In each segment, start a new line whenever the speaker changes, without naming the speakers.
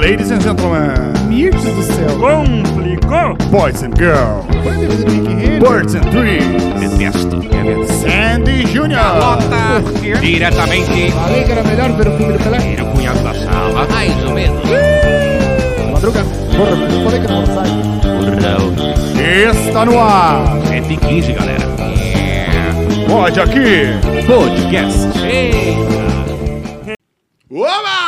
Ladies and gentlemen,
Mirtes do céu.
Complicou?
boys and girls, birds and trees,
Detesto.
Sandy Jr.
Diretamente
Falei que era melhor ver o filme do Pelé.
do cunhado da sala. Mais ou menos.
Madruga. Porra, mas eu falei que não sai.
Burrão.
Está no ar,
115, é galera.
pode aqui.
Podcast.
Oba!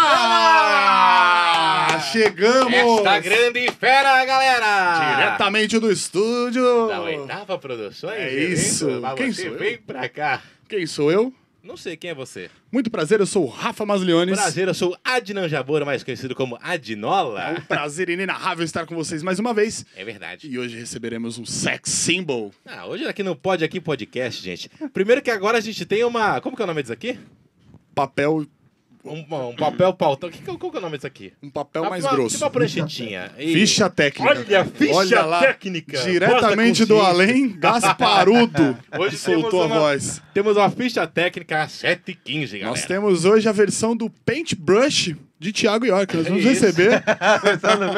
Chegamos
Esta grande fera, galera!
diretamente do estúdio.
Da oitava produções?
É
Evento,
isso.
mas
Quem
você
sou eu?
vem pra cá.
Quem sou eu?
Não sei quem é você.
Muito prazer, eu sou o Rafa Masleones.
Prazer, eu sou Adnan Jabora, mais conhecido como Adnola.
Prazer inenarrável estar com vocês mais uma vez.
É verdade.
E hoje receberemos um sex symbol.
Ah, hoje aqui não pode aqui podcast, gente. Primeiro que agora a gente tem uma... Como que é o nome disso aqui?
Papel,
Um, um papel pautão. Que, qual que é o nome disso aqui?
um papel
Uma-
mais
uma-
grosso.
Tipo uma pranchetinha. E-
Ficha técnica.
Olha, ficha
Olha lá,
técnica.
Diretamente
Bota
do
consciência.
além, Gasparudo.
Hoje
soltou a
temos uma-
voz.
Temos uma ficha técnica 715, galera.
Nós temos hoje a versão do Paintbrush de Thiago York. Nós vamos
É isso.
receber né?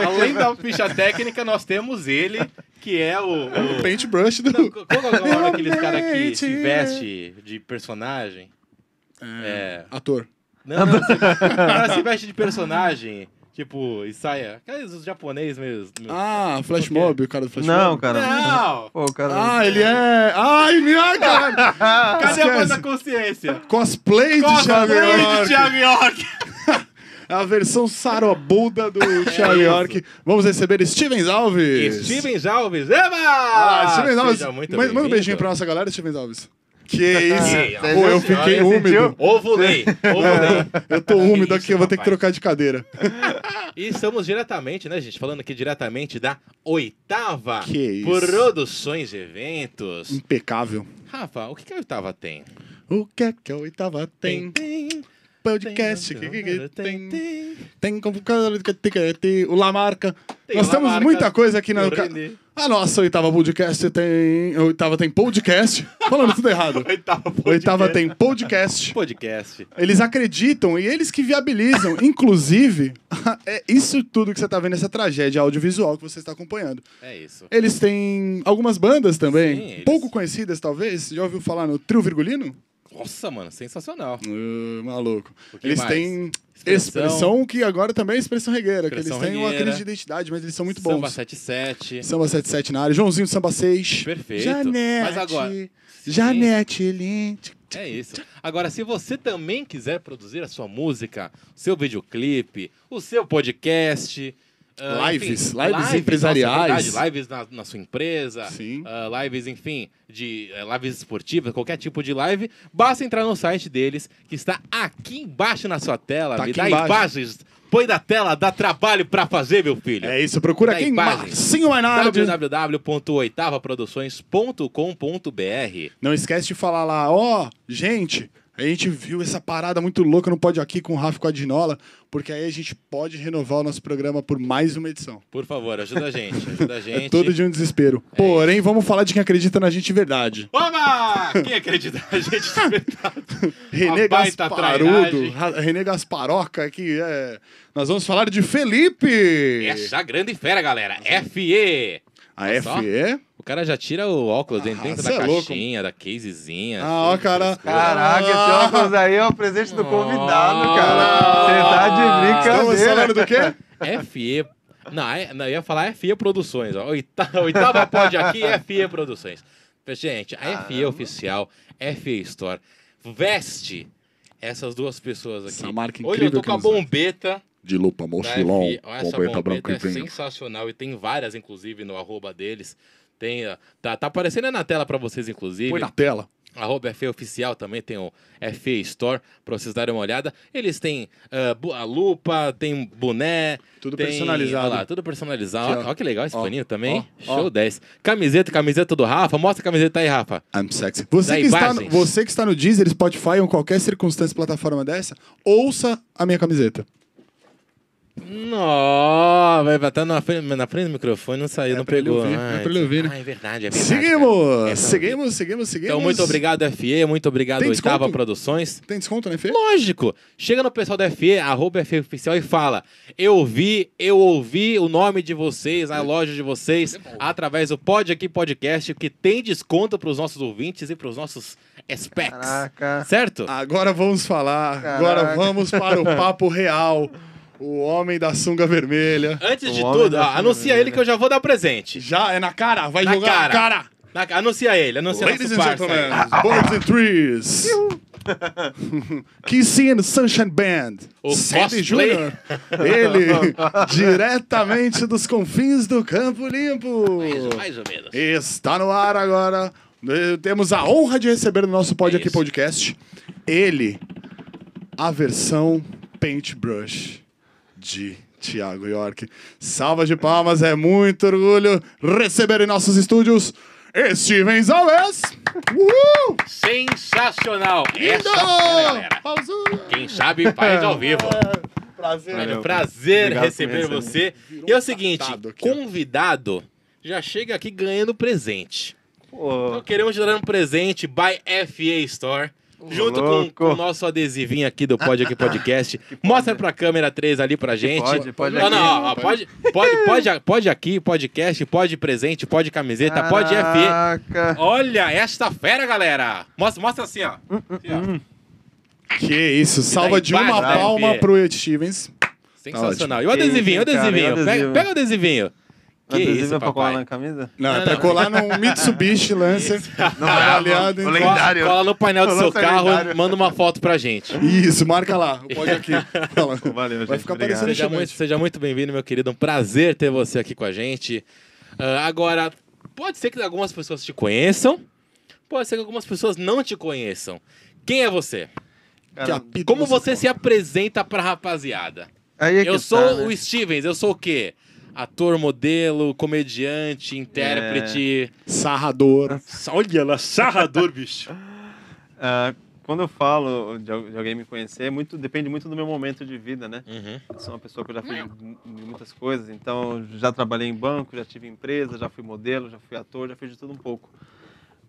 Além da ficha técnica, nós temos ele, que é o.
o
o...
Paintbrush do.
Não, qual que é o nome daqueles caras que
Realmente.
se veste de personagem? É.
Ator.
Não, não, se... cara se veste de personagem. Tipo, e saia. Aqueles japoneses mesmo.
Ah, Flash Mob, o cara do Flash
Não,
Mob.
cara.
Não!
Pô, cara.
Ah, ele é. Ai, minha cara!
Cadê a voz
esquece.
da consciência?
Cosplay de Thiago
Cosplay de
York. É
Thiago York!
A versão sarobulda do Thiago
É isso.
York. Vamos receber Stevens Alves.
Stevens Alves, Eba!
Ah, Stevens Alves.
Seja muito
Mas manda um
bem-vindo.
beijinho pra nossa galera, Stevens Alves. Que isso?
Que
Pô, eu fiquei
senhora,
úmido.
Ovulei,
É.
ovulei.
Eu tô úmido aqui,
isso,
eu vou ter que
rapaz.
trocar de cadeira.
E estamos diretamente, né, gente? Falando aqui diretamente da oitava
Que isso.
Produções e Eventos.
Impecável.
Rafa, o que, que a oitava tem?
O que é que a oitava tem?
tem.
Podcast.
tem,
que- que- que-
tem,
Tem
tem.
tem convocado, que- que- que- tem o Lamarca.
Tem
Nós
o
temos
Lamarca,
muita coisa aqui na.
o René.
A nossa oitava podcast tem. Oitava tem podcast. Falando tudo errado.
Oitava podcast.
Oitava tem podcast.
Podcast.
Eles acreditam e eles que viabilizam. Inclusive, é isso tudo que você tá vendo, essa tragédia audiovisual que você está acompanhando.
É isso.
Eles têm algumas bandas também,
Sim, eles-
pouco conhecidas talvez. Já ouviu falar no Trio Virgulino?
Nossa, mano, sensacional.
Ah, maluco.
O que
Eles
mais?
têm expressão.
Expressão.
que agora também é expressão regueira,
Expressão
que eles têm uma
regueira.
crise de identidade, mas eles são muito
Samba
bons.
77.
Samba 77 na área, Joãozinho do Samba 6.
Perfeito.
Janete.
Mas agora- Sim.
Janete Lint.
É isso. Agora, se você também quiser produzir a sua música, o seu videoclipe, o seu podcast. ah, enfim,
Lives, lives empresariais.
nossa, é verdade, lives na, na sua empresa.
Sim.
ah, lives, enfim, de eh, lives esportivas, qualquer tipo de live, basta entrar no site deles, que está aqui embaixo na sua tela.
Tá
Me
aqui
dá
embaixo.
imagens, põe na tela, dá trabalho pra fazer, meu filho.
É isso, procura
Daí
quem?
base.
Marcinho Mainardi.
www.oitavaproduções.com.br
Não esquece de falar lá, ó, gente, a gente viu essa parada muito louca no Pod Aqui com o Rafa e com a Dinola, porque aí a gente pode renovar o nosso programa por mais uma edição.
Por favor, ajuda a gente, ajuda a gente.
É todo de um desespero. Porém, vamos falar de quem acredita na gente de verdade.
Oba! Quem acredita na gente tá de verdade?
René
Uma baita
Gasparudo,
trairagem.
Ra- René Gasparoca, que é... Nós vamos falar de Felipe!
Essa É grande fera, galera. FE.
A
Olha só.
FE?
O cara já tira o óculos dentro,
Ah,
dentro
cê
da
é louco.
caixinha, da casezinha. assim.
Ah, ó, cara.
Caraca, esse óculos aí é o presente do convidado,
é
cara. Você tá de
Ah, Estamos falando
brincadeira.
do quê?
FE. Não, é- não, eu ia falar FE Produções. Ó. Oitava, oitava pod aqui, FE Produções. Gente, a FE
Ah,
Oficial, FE Store, veste essas duas pessoas aqui.
Essa marca
Hoje eu
incrível
tô
que
com a
nos dá.
bombeta.
De lupa,
da
mochilão,
FE. Essa
bombeta branca
bombeta
e
é
preta.
sensacional e tem várias, inclusive, no arroba deles. Tem, ó, tá, tá aparecendo aí na tela pra vocês, inclusive.
Põe na tela.
Arroba FE Oficial também tem o FE Store, pra vocês darem uma olhada. Eles têm ah, bu- a lupa, tem boné.
Tudo
tem-
personalizado.
Olha lá, tudo personalizado.
Aqui, ó.
Olha que legal esse
Ó,
paninho também.
ó, ó.
Show 10. Camiseta, camiseta do Rafa. Mostra a camiseta aí, Rafa.
I'm sexy. Você
Daí
que, está no,
bases.
você que está no Deezer, Spotify ou em qualquer circunstância plataforma dessa, ouça a minha camiseta.
Nossa, vai estar na frente, na frente do microfone, não saiu,
É
não
pra ele
pegou.
ouvir,
Ah,
é pra ele ouvir, né?
Ah, é verdade, é verdade. cara. É pra
Seguimos!
ouvir.
Seguimos, seguimos, seguimos.
Então, muito obrigado, FE, muito obrigado,
Tem desconto?
Oitava Produções.
Tem desconto, né, Fê?
Lógico! Chega no pessoal da FE, arroba FE Oficial e fala: Eu ouvi, eu ouvi o nome de vocês,
É.
a loja de vocês, através do Pod Aqui Podcast, que tem desconto para os nossos ouvintes e para os nossos specs.
Caraca.
Certo?
Agora vamos falar.
Caraca.
Agora vamos para o papo real. O homem da sunga vermelha.
Antes
O
de
homem
tudo,
da
ó,
família,
anuncia
né?
ele que eu já vou dar presente.
Já é na cara, vai
Na
jogar
cara.
na cara.
Na- anuncia ele, anuncia
Ladies and
nosso parça
gentlemen,
aí.
birds and trees. Kissing the Sunshine Band.
O
Sandy
cosplay.
Júnior. Ele, diretamente dos confins do Campo Limpo.
Mais, ou- mais ou menos.
Está no ar agora. Eh, Temos a honra de receber no nosso Pod
É
Aqui
isso.
Podcast ele, a versão Paintbrush de Tiago York. Salva de palmas, é muito orgulho receber em nossos estúdios Steven Alves. Uhul!
Sensacional!
Lindo!
Essa fera, galera.
Pausou.
Quem sabe faz ao vivo.
Prazer.
É um
Valeu,
prazer
obrigado por me
receber
receber.
você. E é
um
o seguinte,
tratado aqui, ó.
convidado já chega aqui ganhando presente.
Pô,
Então queremos te dar um presente by FA Store. Junto com,
louco.
com o nosso adesivinho aqui do Pod Aqui Podcast. Mostra pra câmera 3 ali pra gente.
pode, pode
não,
aqui.
não, ó, ó, pode, pode, pode, pode aqui, podcast, pode presente, pode camiseta,
Tá,
pode FE.
Caraca.
Olha esta fera, galera! Mostra, mostra assim, ó.
Que isso, salva de uma
embaixo, né,
palma
Fê?
pro Ed Stevens.
Sensacional. e o
Que isso,
adesivinho, o
cara,
adesivinho.
e o
Pega-
adesivo?
Pega, o adesivinho. Que
Adesivo
isso,
é pra colar
papai.
na camisa?
Não, é pra
não.
colar num Mitsubishi Lancer. tá avaliado em
O
quatro-
lendário.
Cola no painel do
Cola
seu
no
carro,
lendário.
manda uma foto pra gente.
Isso, marca lá. Pode aqui. Fala.
Valeu,
Vai
gente,
ficar
obrigado.
parecendo
Seja muito,
chiclete.
seja muito bem-vindo, meu querido. Um prazer ter você aqui com a gente. Ah, agora, pode ser que algumas pessoas te conheçam, pode ser que algumas pessoas não te conheçam. Quem é você?
Que
Cara,
apito
Como você
toma?
se apresenta pra rapaziada?
aí é que
Eu sou
tá, né?
o Stevens, eu sou o quê? Ator, modelo, comediante, intérprete.
Sarrador.
É.
Olha lá, sarrador, bicho.
Ah, quando eu falo de, al- de alguém me conhecer, é muito, depende muito do meu momento de vida, né?
Uhum.
Eu sou uma pessoa que eu já fiz mu- muitas coisas, então já trabalhei em banco, já tive empresa, já fui modelo, já fui ator, já fiz de tudo um pouco.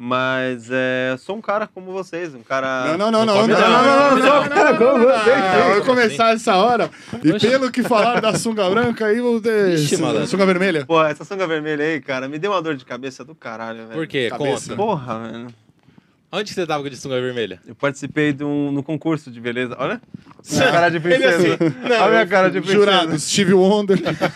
Mas é, sou um cara como vocês, um cara.
Não, não, não, não. Não,
pode-
não, não,
não,
não,
não,
não, não, não, não, não. Eu
não.
vou começar essa hora. E pelo que falaram da sunga branca aí, vou ter.
Ixi, malandro.
Sunga vermelha.
Pô, essa sunga vermelha aí, cara, me deu uma dor de cabeça do caralho, velho.
Por quê?
Cabeça.
Conta.
Porra, velho.
Onde que você tava com a de sunga vermelha?
Eu participei de um no concurso de beleza. Olha. a
Não,
Minha cara de
ele é
princesa.
assim, não,
Olha a minha cara de princesa.
Jurado, Steve Wonder.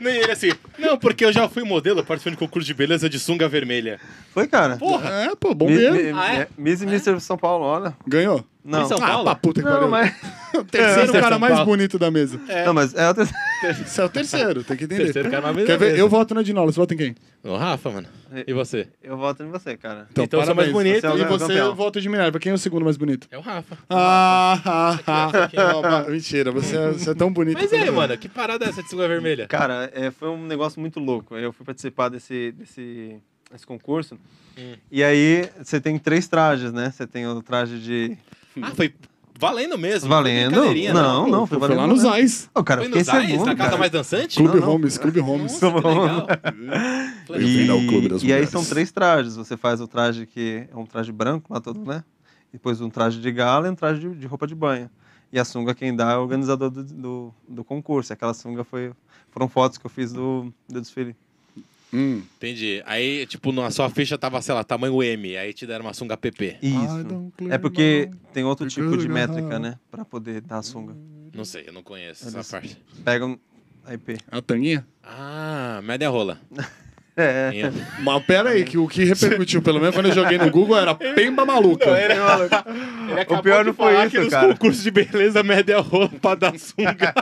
Nem ele assim. Não, porque eu já fui modelo participando de concurso de beleza de sunga vermelha.
Foi, cara.
Porra. É, pô, bom
Mi-
mesmo.
mi-
Ah, é?
Miss e Mr. São Paulo, olha.
Ganhou.
Não.
São
Ah,
Paulo?
pra puta que
Não,
pariu.
mas.
O terceiro
É.
cara
São
mais
Paulo.
bonito da mesa.
Não, mas é outra.
Esse é o terceiro, tem que entender.
Terceiro cara mais
Quer ver? Eu voto na Dinola, você vota em quem?
No Rafa, mano. E você?
Eu voto em você, cara.
É. Então, eu sou mais
parabéns.
bonito.
E
Você é o
você,
campeão.
eu voto de Minerva. Quem é o segundo mais bonito?
É o Rafa.
Ah, ah, ah. Não, mas- mentira, você é, você é tão bonito.
Mas e aí, mano, que parada é essa de sunga vermelha?
Cara, é, foi um negócio muito louco. Eu fui participar desse, desse, desse concurso.
Hum.
E aí, você tem três trajes, né? Você tem o traje de.
Ah, foi valendo mesmo. não foi
Valendo?
brincadeirinha, né?
Não, não,
Foi
foi
lá
valendo.
nos Ais.
Ô, cara,
Foi
eu fiquei né?
nos Ais,
segundo.
na casa
cara.
mais dançante?
Clube
não.
Holmes, Clube Holmes.
Nossa, que legal.
ao
E,
"Hum,
clube das
e aí
mulheres.
são três trajes. Você faz o traje que é um traje branco lá
Hum.
todo, né? Depois um traje de gala e um traje de, de roupa de banho. E a sunga quem dá é o organizador do, do, do concurso. Aquela sunga foi, foram fotos que eu fiz do, do desfile.
Hum.
Entendi. Aí, tipo, na sua ficha tava, sei lá, tamanho M. Aí te deram uma sunga PP.
I
Isso.
don't clear
É porque
my-
tem outro tipo de
Obrigado,
métrica,
galera.
né? Pra poder dar a sunga.
Não sei, eu não conheço
Olha
essa
só.
parte.
Pega um IP.
A tanguinha?
Ah, média rola.
É.
Tem-
Mas pera aí, que o que repercutiu, pelo menos quando eu joguei no Google, era Pemba Maluca.
é. O pior não foi isso, cara.
concursos de beleza, média rola pra dar sunga.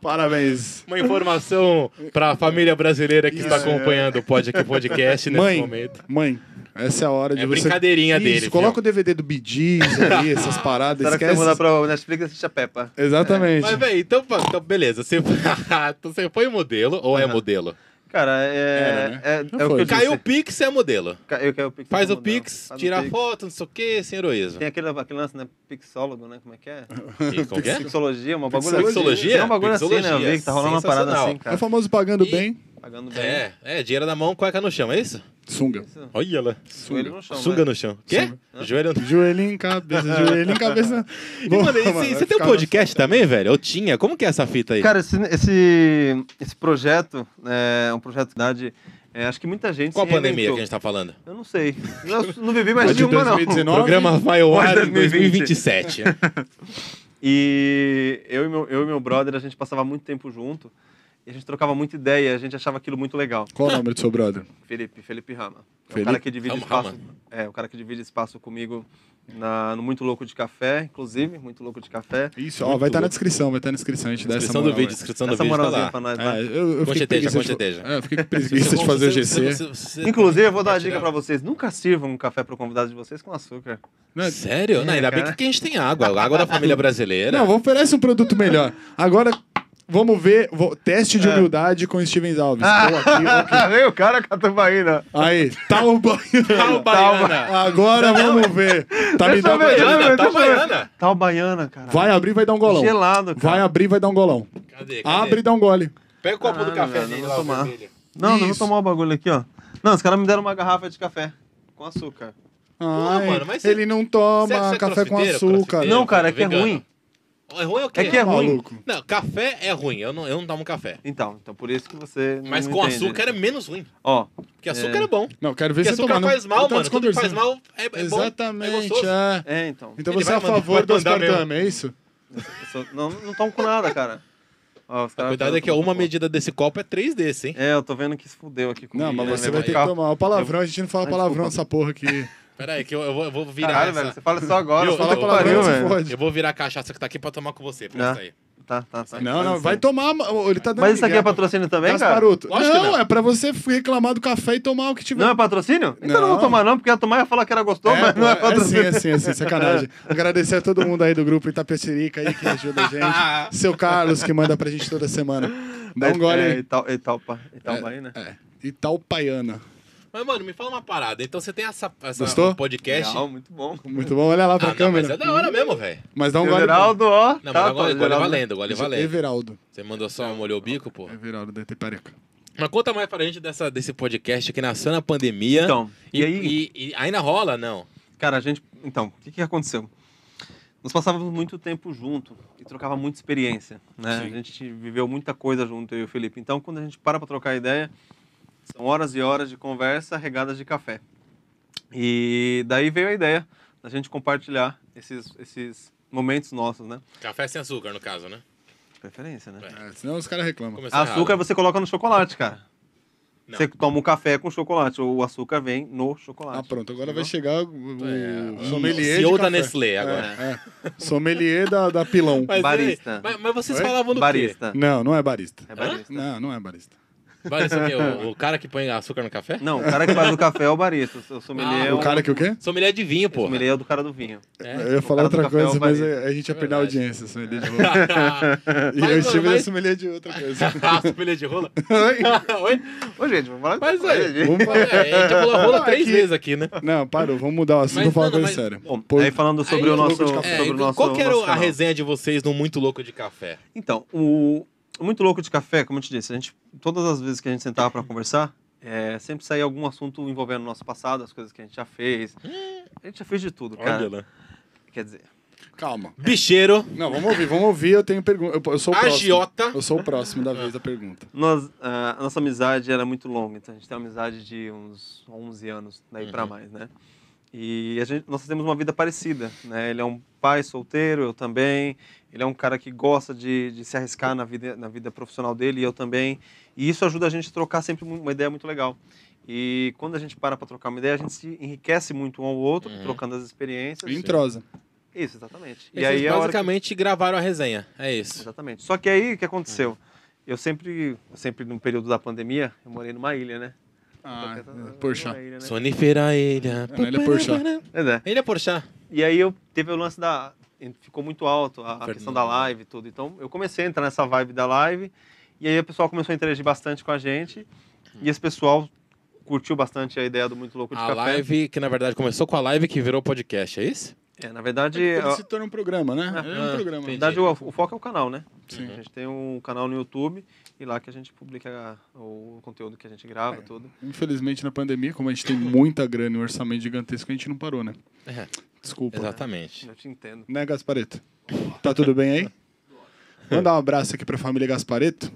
Parabéns.
Uma informação pra família brasileira que
Isso.
está acompanhando o Pod Aqui Podcast nesse
Mãe,
momento.
mãe, essa é a hora de
É
você...
brincadeirinha
Isso,
dele,
coloca
viu?
o DVD do Bee Gees aí, essas paradas,
Será que você
esquece...
mandar pra Netflix e assiste a Peppa?
Exatamente.
Mas, velho, então, então, beleza. Você, então, você foi modelo ou é modelo?
Cara, é.
Era, né?
é,
Já
é o
foi.
que eu
Caiu o
disse.
Pix, é modelo.
Ca- eu quero o Pix.
Faz
do
o
modelo.
Pix,
Faz o
tira
Pix.
foto, não sei o quê, sem heroísmo.
Tem aquele, aquele lance, né? Pixólogo, né? Como é que é?
Ih, Como que é?
Pixologia, uma bagulho
Pixologia?
É um bagulho assim, né? Eu vi que tá rolando uma parada
Sensacional.
assim,
É o
cara.
famoso pagando
E-
bem,
Pagando bem.
É, é, dinheiro na mão, cueca no chão, é isso?
sunga.
Isso.
Olha lá.
Joelho no chão.
Sunga
né?
no chão. Quê? Joelho no
Joelhinho, cabeça, joelhinho, cabeça.
E, mano, e você-
vai
você tem um
ficar
podcast também, velho? Eu tinha. Como que é essa fita aí?
Cara, esse, esse, esse projeto é um projeto da idade. é, acho que muita gente.
Qual a
se
pandemia que a
reinventou.
gente tá falando?
Eu não sei. Eu não vivi mais
Mas
de
É de
uma, não.
2019?
Programa vai ao
Mas
ar em
2020.
2027.
E eu e, meu, eu e meu brother, a gente passava muito tempo junto. E a gente trocava muita ideia, a gente achava aquilo muito legal.
Qual o nome do seu brother?
Felipe, Felipe Rama. É o
Felipe
cara que divide
Rama,
espaço.
Rama.
É, o cara que divide espaço comigo na, no Muito Louco de Café, inclusive, Muito Louco de Café.
Isso, ó,
Muito
vai estar na
louco.
descrição, vai estar na descrição, a gente dá essa
Descrição
moral.
do vídeo,
aí.
descrição do
Essa
vídeo tá
moralzinha
lá.
pra nós,
É,
vai.
eu, eu fiquei com
Concheteja,
preguiça de-
concheteja.
É, eu fiquei com preguiça de fazer o
Você- você-
GC.
você- você-
Inclusive, eu vou dar uma dica
compartilhar.
pra vocês. Nunca sirvam um café pro convidado de vocês com açúcar.
Né?
Sério? Não,
É,
ainda bem que
cara.
aqui a gente tem água. A Água da família brasileira.
Não, oferece um produto melhor. Agora, vamos ver. vou- teste
É.
de humildade com Stevens Alves. Tô aqui, ok.
Ah, veio o cara com a tubaína.
Aí, tá o
um
banho.
Baiana.
Agora vamos ver. Tá me
Deixa
dando.
eu ver, deixa eu ver,
Tá
deixa eu ver.
baiana.
Tá o baiana, cara.
Vai abrir, vai dar um golão.
Gelado, cara.
Vai abrir, vai dar um golão.
Cadê? Cadê?
Abre e dá um gole.
Pega o copo do
Caralho,
café
velho,
dele
eu
lá,
Ah, vou
o
tomar.
vermelho.
Não, não vou
Isso.
tomar o bagulho aqui, ó. Não, os caras me deram uma garrafa de café com açúcar.
Ai,
mano, mas
ele não toma
Você- você é
café com
crossfiteiro,
açúcar.
crossfiteiro?
Não, cara, é que é
Vegano.
ruim.
É ruim ou o quê?
É que é ruim.
Maluco.
Não, café é ruim. Eu não, eu não tomo café.
Então, então por isso que você. não
Mas com
entende.
açúcar é menos ruim.
Ó,
Porque açúcar é, bom.
Não, quero ver
Porque
você tomar.
açúcar
não-
faz
não
mal,
tá
Então
mano. Tudo que faz
desconversando.
mal é, é bom. É
Exatamente.
gostoso.
é.
é, então.
Então
Ele
você é a
vai mandar-
favor
vai
do
mandar mesmo.
aspartame, é isso?
Eu sou- Não, não tomo com nada, cara. Ó, os caras-
Cuidado é que
eu tô
uma
com-
medida desse copo é três desse, hein?
É, eu tô vendo que se fudeu aqui comigo.
Não, mas
né,
você
meu
vai ter que
irmão?
tomar. O palavrão, a gente não fala
Ai,
palavrão
desculpa.
nessa porra aqui.
Pera aí, que eu, eu vou, eu vou virar
Caralho,
essa...
velho, você fala isso agora.
Viu?
puta
Fala
que
palavrão,
pariu,
se
velho.
pode.
Eu vou virar a cachaça que tá aqui pra tomar com você.
Não.
Presta aí.
Tá, tá, tá.
Não,
Faz
não,
isso
vai
aí.
tomar. ô, Ele tá dando
Mas isso aqui é
migué, pô.
patrocínio também, cara?
Gasparuto.
Lógico que
não,
não.
é pra você f- reclamar do café e tomar o que tiver.
Não é patrocínio? Então eu não vou
Não.
tomar, não, porque ia tomar e ia falar que era gostoso, mas
pô,
não é
é sim,
patrocínio.
é sim, é sim, sacanagem. Agradecer a todo mundo aí do grupo Itapecerica aí que ajuda a gente. Seu Carlos que manda pra gente toda semana. Dá um gole
É,
aí.
Ital, Italpa, né? Italbaína.
É, Itaupaiana.
Mas, mano, me fala uma parada. Então você tem essa, essa
Gostou?
um podcast.
Legal, muito bom.
Muito bom, olha lá pra
Ah, não,
câmera.
mas é da hora mesmo, velho.
Mas dá um gole.
Geraldo, ó. tá,
Não, mas agora
pô,
gole
Geraldo.
valendo, gole valendo.
Everaldo.
Você mandou só, molhou o bico, pô.
Everaldo da Itaparica.
Mas conta mais pra gente dessa, desse podcast que nasceu na pandemia.
Então,
e,
e aí-
e- e ainda rola, não?
Cara, a gente. Então, o que, que aconteceu? Nós passávamos muito tempo junto e trocava muita experiência, né? A gente viveu muita coisa junto, eu e o Felipe. Então, quando a gente para para trocar ideia, são horas e horas de conversa regadas de café. E daí veio a ideia da gente compartilhar esses, esses momentos nossos, né?
Café sem açúcar, no caso, né?
Preferência, né?
É, senão os caras reclamam.
Começou
Açúcar
errado.
você coloca no chocolate, cara.
Não.
Você toma um café com chocolate, ou o açúcar vem no chocolate.
Ah, pronto. Agora
Entendeu?
vai chegar o, o
É,
sommelier.
CEO
de
da
café.
Nestlé agora.
É, é. Sommelier da, da Pilão.
Mas,
Barista.
é, Mas, mas vocês
Oi?
falavam do
Barista.
Não, não é barista.
É barista.
Não, não é barista.
quê? Barista. o quê? O, o cara que põe açúcar no café?
Não, o cara que faz o café é o barista. O sommelier
Ah,
é
O cara que o quê?
Sommelier de vinho, pô.
Sommelier é o do cara do vinho.
Eu ia falar
cara do
outra
café é o
coisa, mas
barista.
a, a gente ia perder a
verdade.
audiência. Sommelier de rolo. E
Mas,
eu
mano,
estive
mas-
na sommelier de outra coisa.
sommelier de rola?
Oi?
Oi?
Ô, gente, vamos falar
Mas aí,
Vamos
é, a
parar.
gente já falou rola três
Aqui.
vezes aqui, né?
Não, parou. Vamos mudar o assunto.
Mas,
Vamos falar uma
mano,
coisa
mas-
séria.
Bom,
Pô,
aí falando sobre
Aí,
o nosso,
louco de café.
É,
sobre o nosso
qual que era
nosso
a
canal.
resenha de vocês no Muito Louco de Café?
Então, o o muito louco de café, como eu te disse, a gente todas as vezes que a gente sentava para conversar, é, sempre saía algum assunto envolvendo o nosso passado, as coisas que a gente já fez. A gente já fez de tudo, cara.
Olha lá.
Quer dizer,
Calma.
Bicheiro,
Não, vamos ouvir, vamos ouvir. Eu tenho pergunta. Eu, eu sou o próximo.
agiota.
Eu sou o próximo da vez da pergunta.
nós, ah, a nossa amizade era muito longa, então a gente tem uma amizade de uns 11 anos daí pra para mais, né? E a gente, nós temos uma vida parecida, né? Ele é um pai solteiro, eu também. Ele é um cara que gosta de, de se arriscar na vida, na vida profissional dele, e eu também. E isso ajuda a gente a trocar sempre mu- uma ideia muito legal. E quando a gente para para trocar uma ideia, a gente se enriquece muito um ao outro, trocando as experiências.
Entrosa.
Isso, exatamente.
E aí,
é a hora que-
basicamente gravaram a resenha. É isso.
Exatamente. Só que aí o que aconteceu? Eu sempre, sempre no período da pandemia, eu morei numa ilha, né?
Ah,
Numa
Porchat.
ilha, né?
Sonifera ilha.
Não, ele é Porchat.
Pois é.
Ele é Porchat.
E aí eu teve o lance da ficou muito alto a, a questão
Fernando.
da live e tudo. Então eu comecei a entrar nessa vibe da live e aí o pessoal começou a interagir bastante com a gente E esse pessoal curtiu bastante a ideia do Muito Louco de
A
Café.
live, que na verdade começou com a live que virou podcast, é isso?
É, na verdade,
Ele
a-
se torna um programa, né? É um
Ah,
programa.
na verdade
entendi.
o, o foco é o canal, né?
Sim.
A gente tem um canal no YouTube e lá que a gente publica a- o conteúdo que a gente grava, tudo.
Infelizmente, na pandemia, como a gente tem muita grana e um orçamento gigantesco, a gente não parou, né?
É.
Desculpa.
Exatamente.
Eu te entendo.
Né, Gaspareto? Tá tudo bem aí? Mandar um abraço aqui pra família Gaspareto.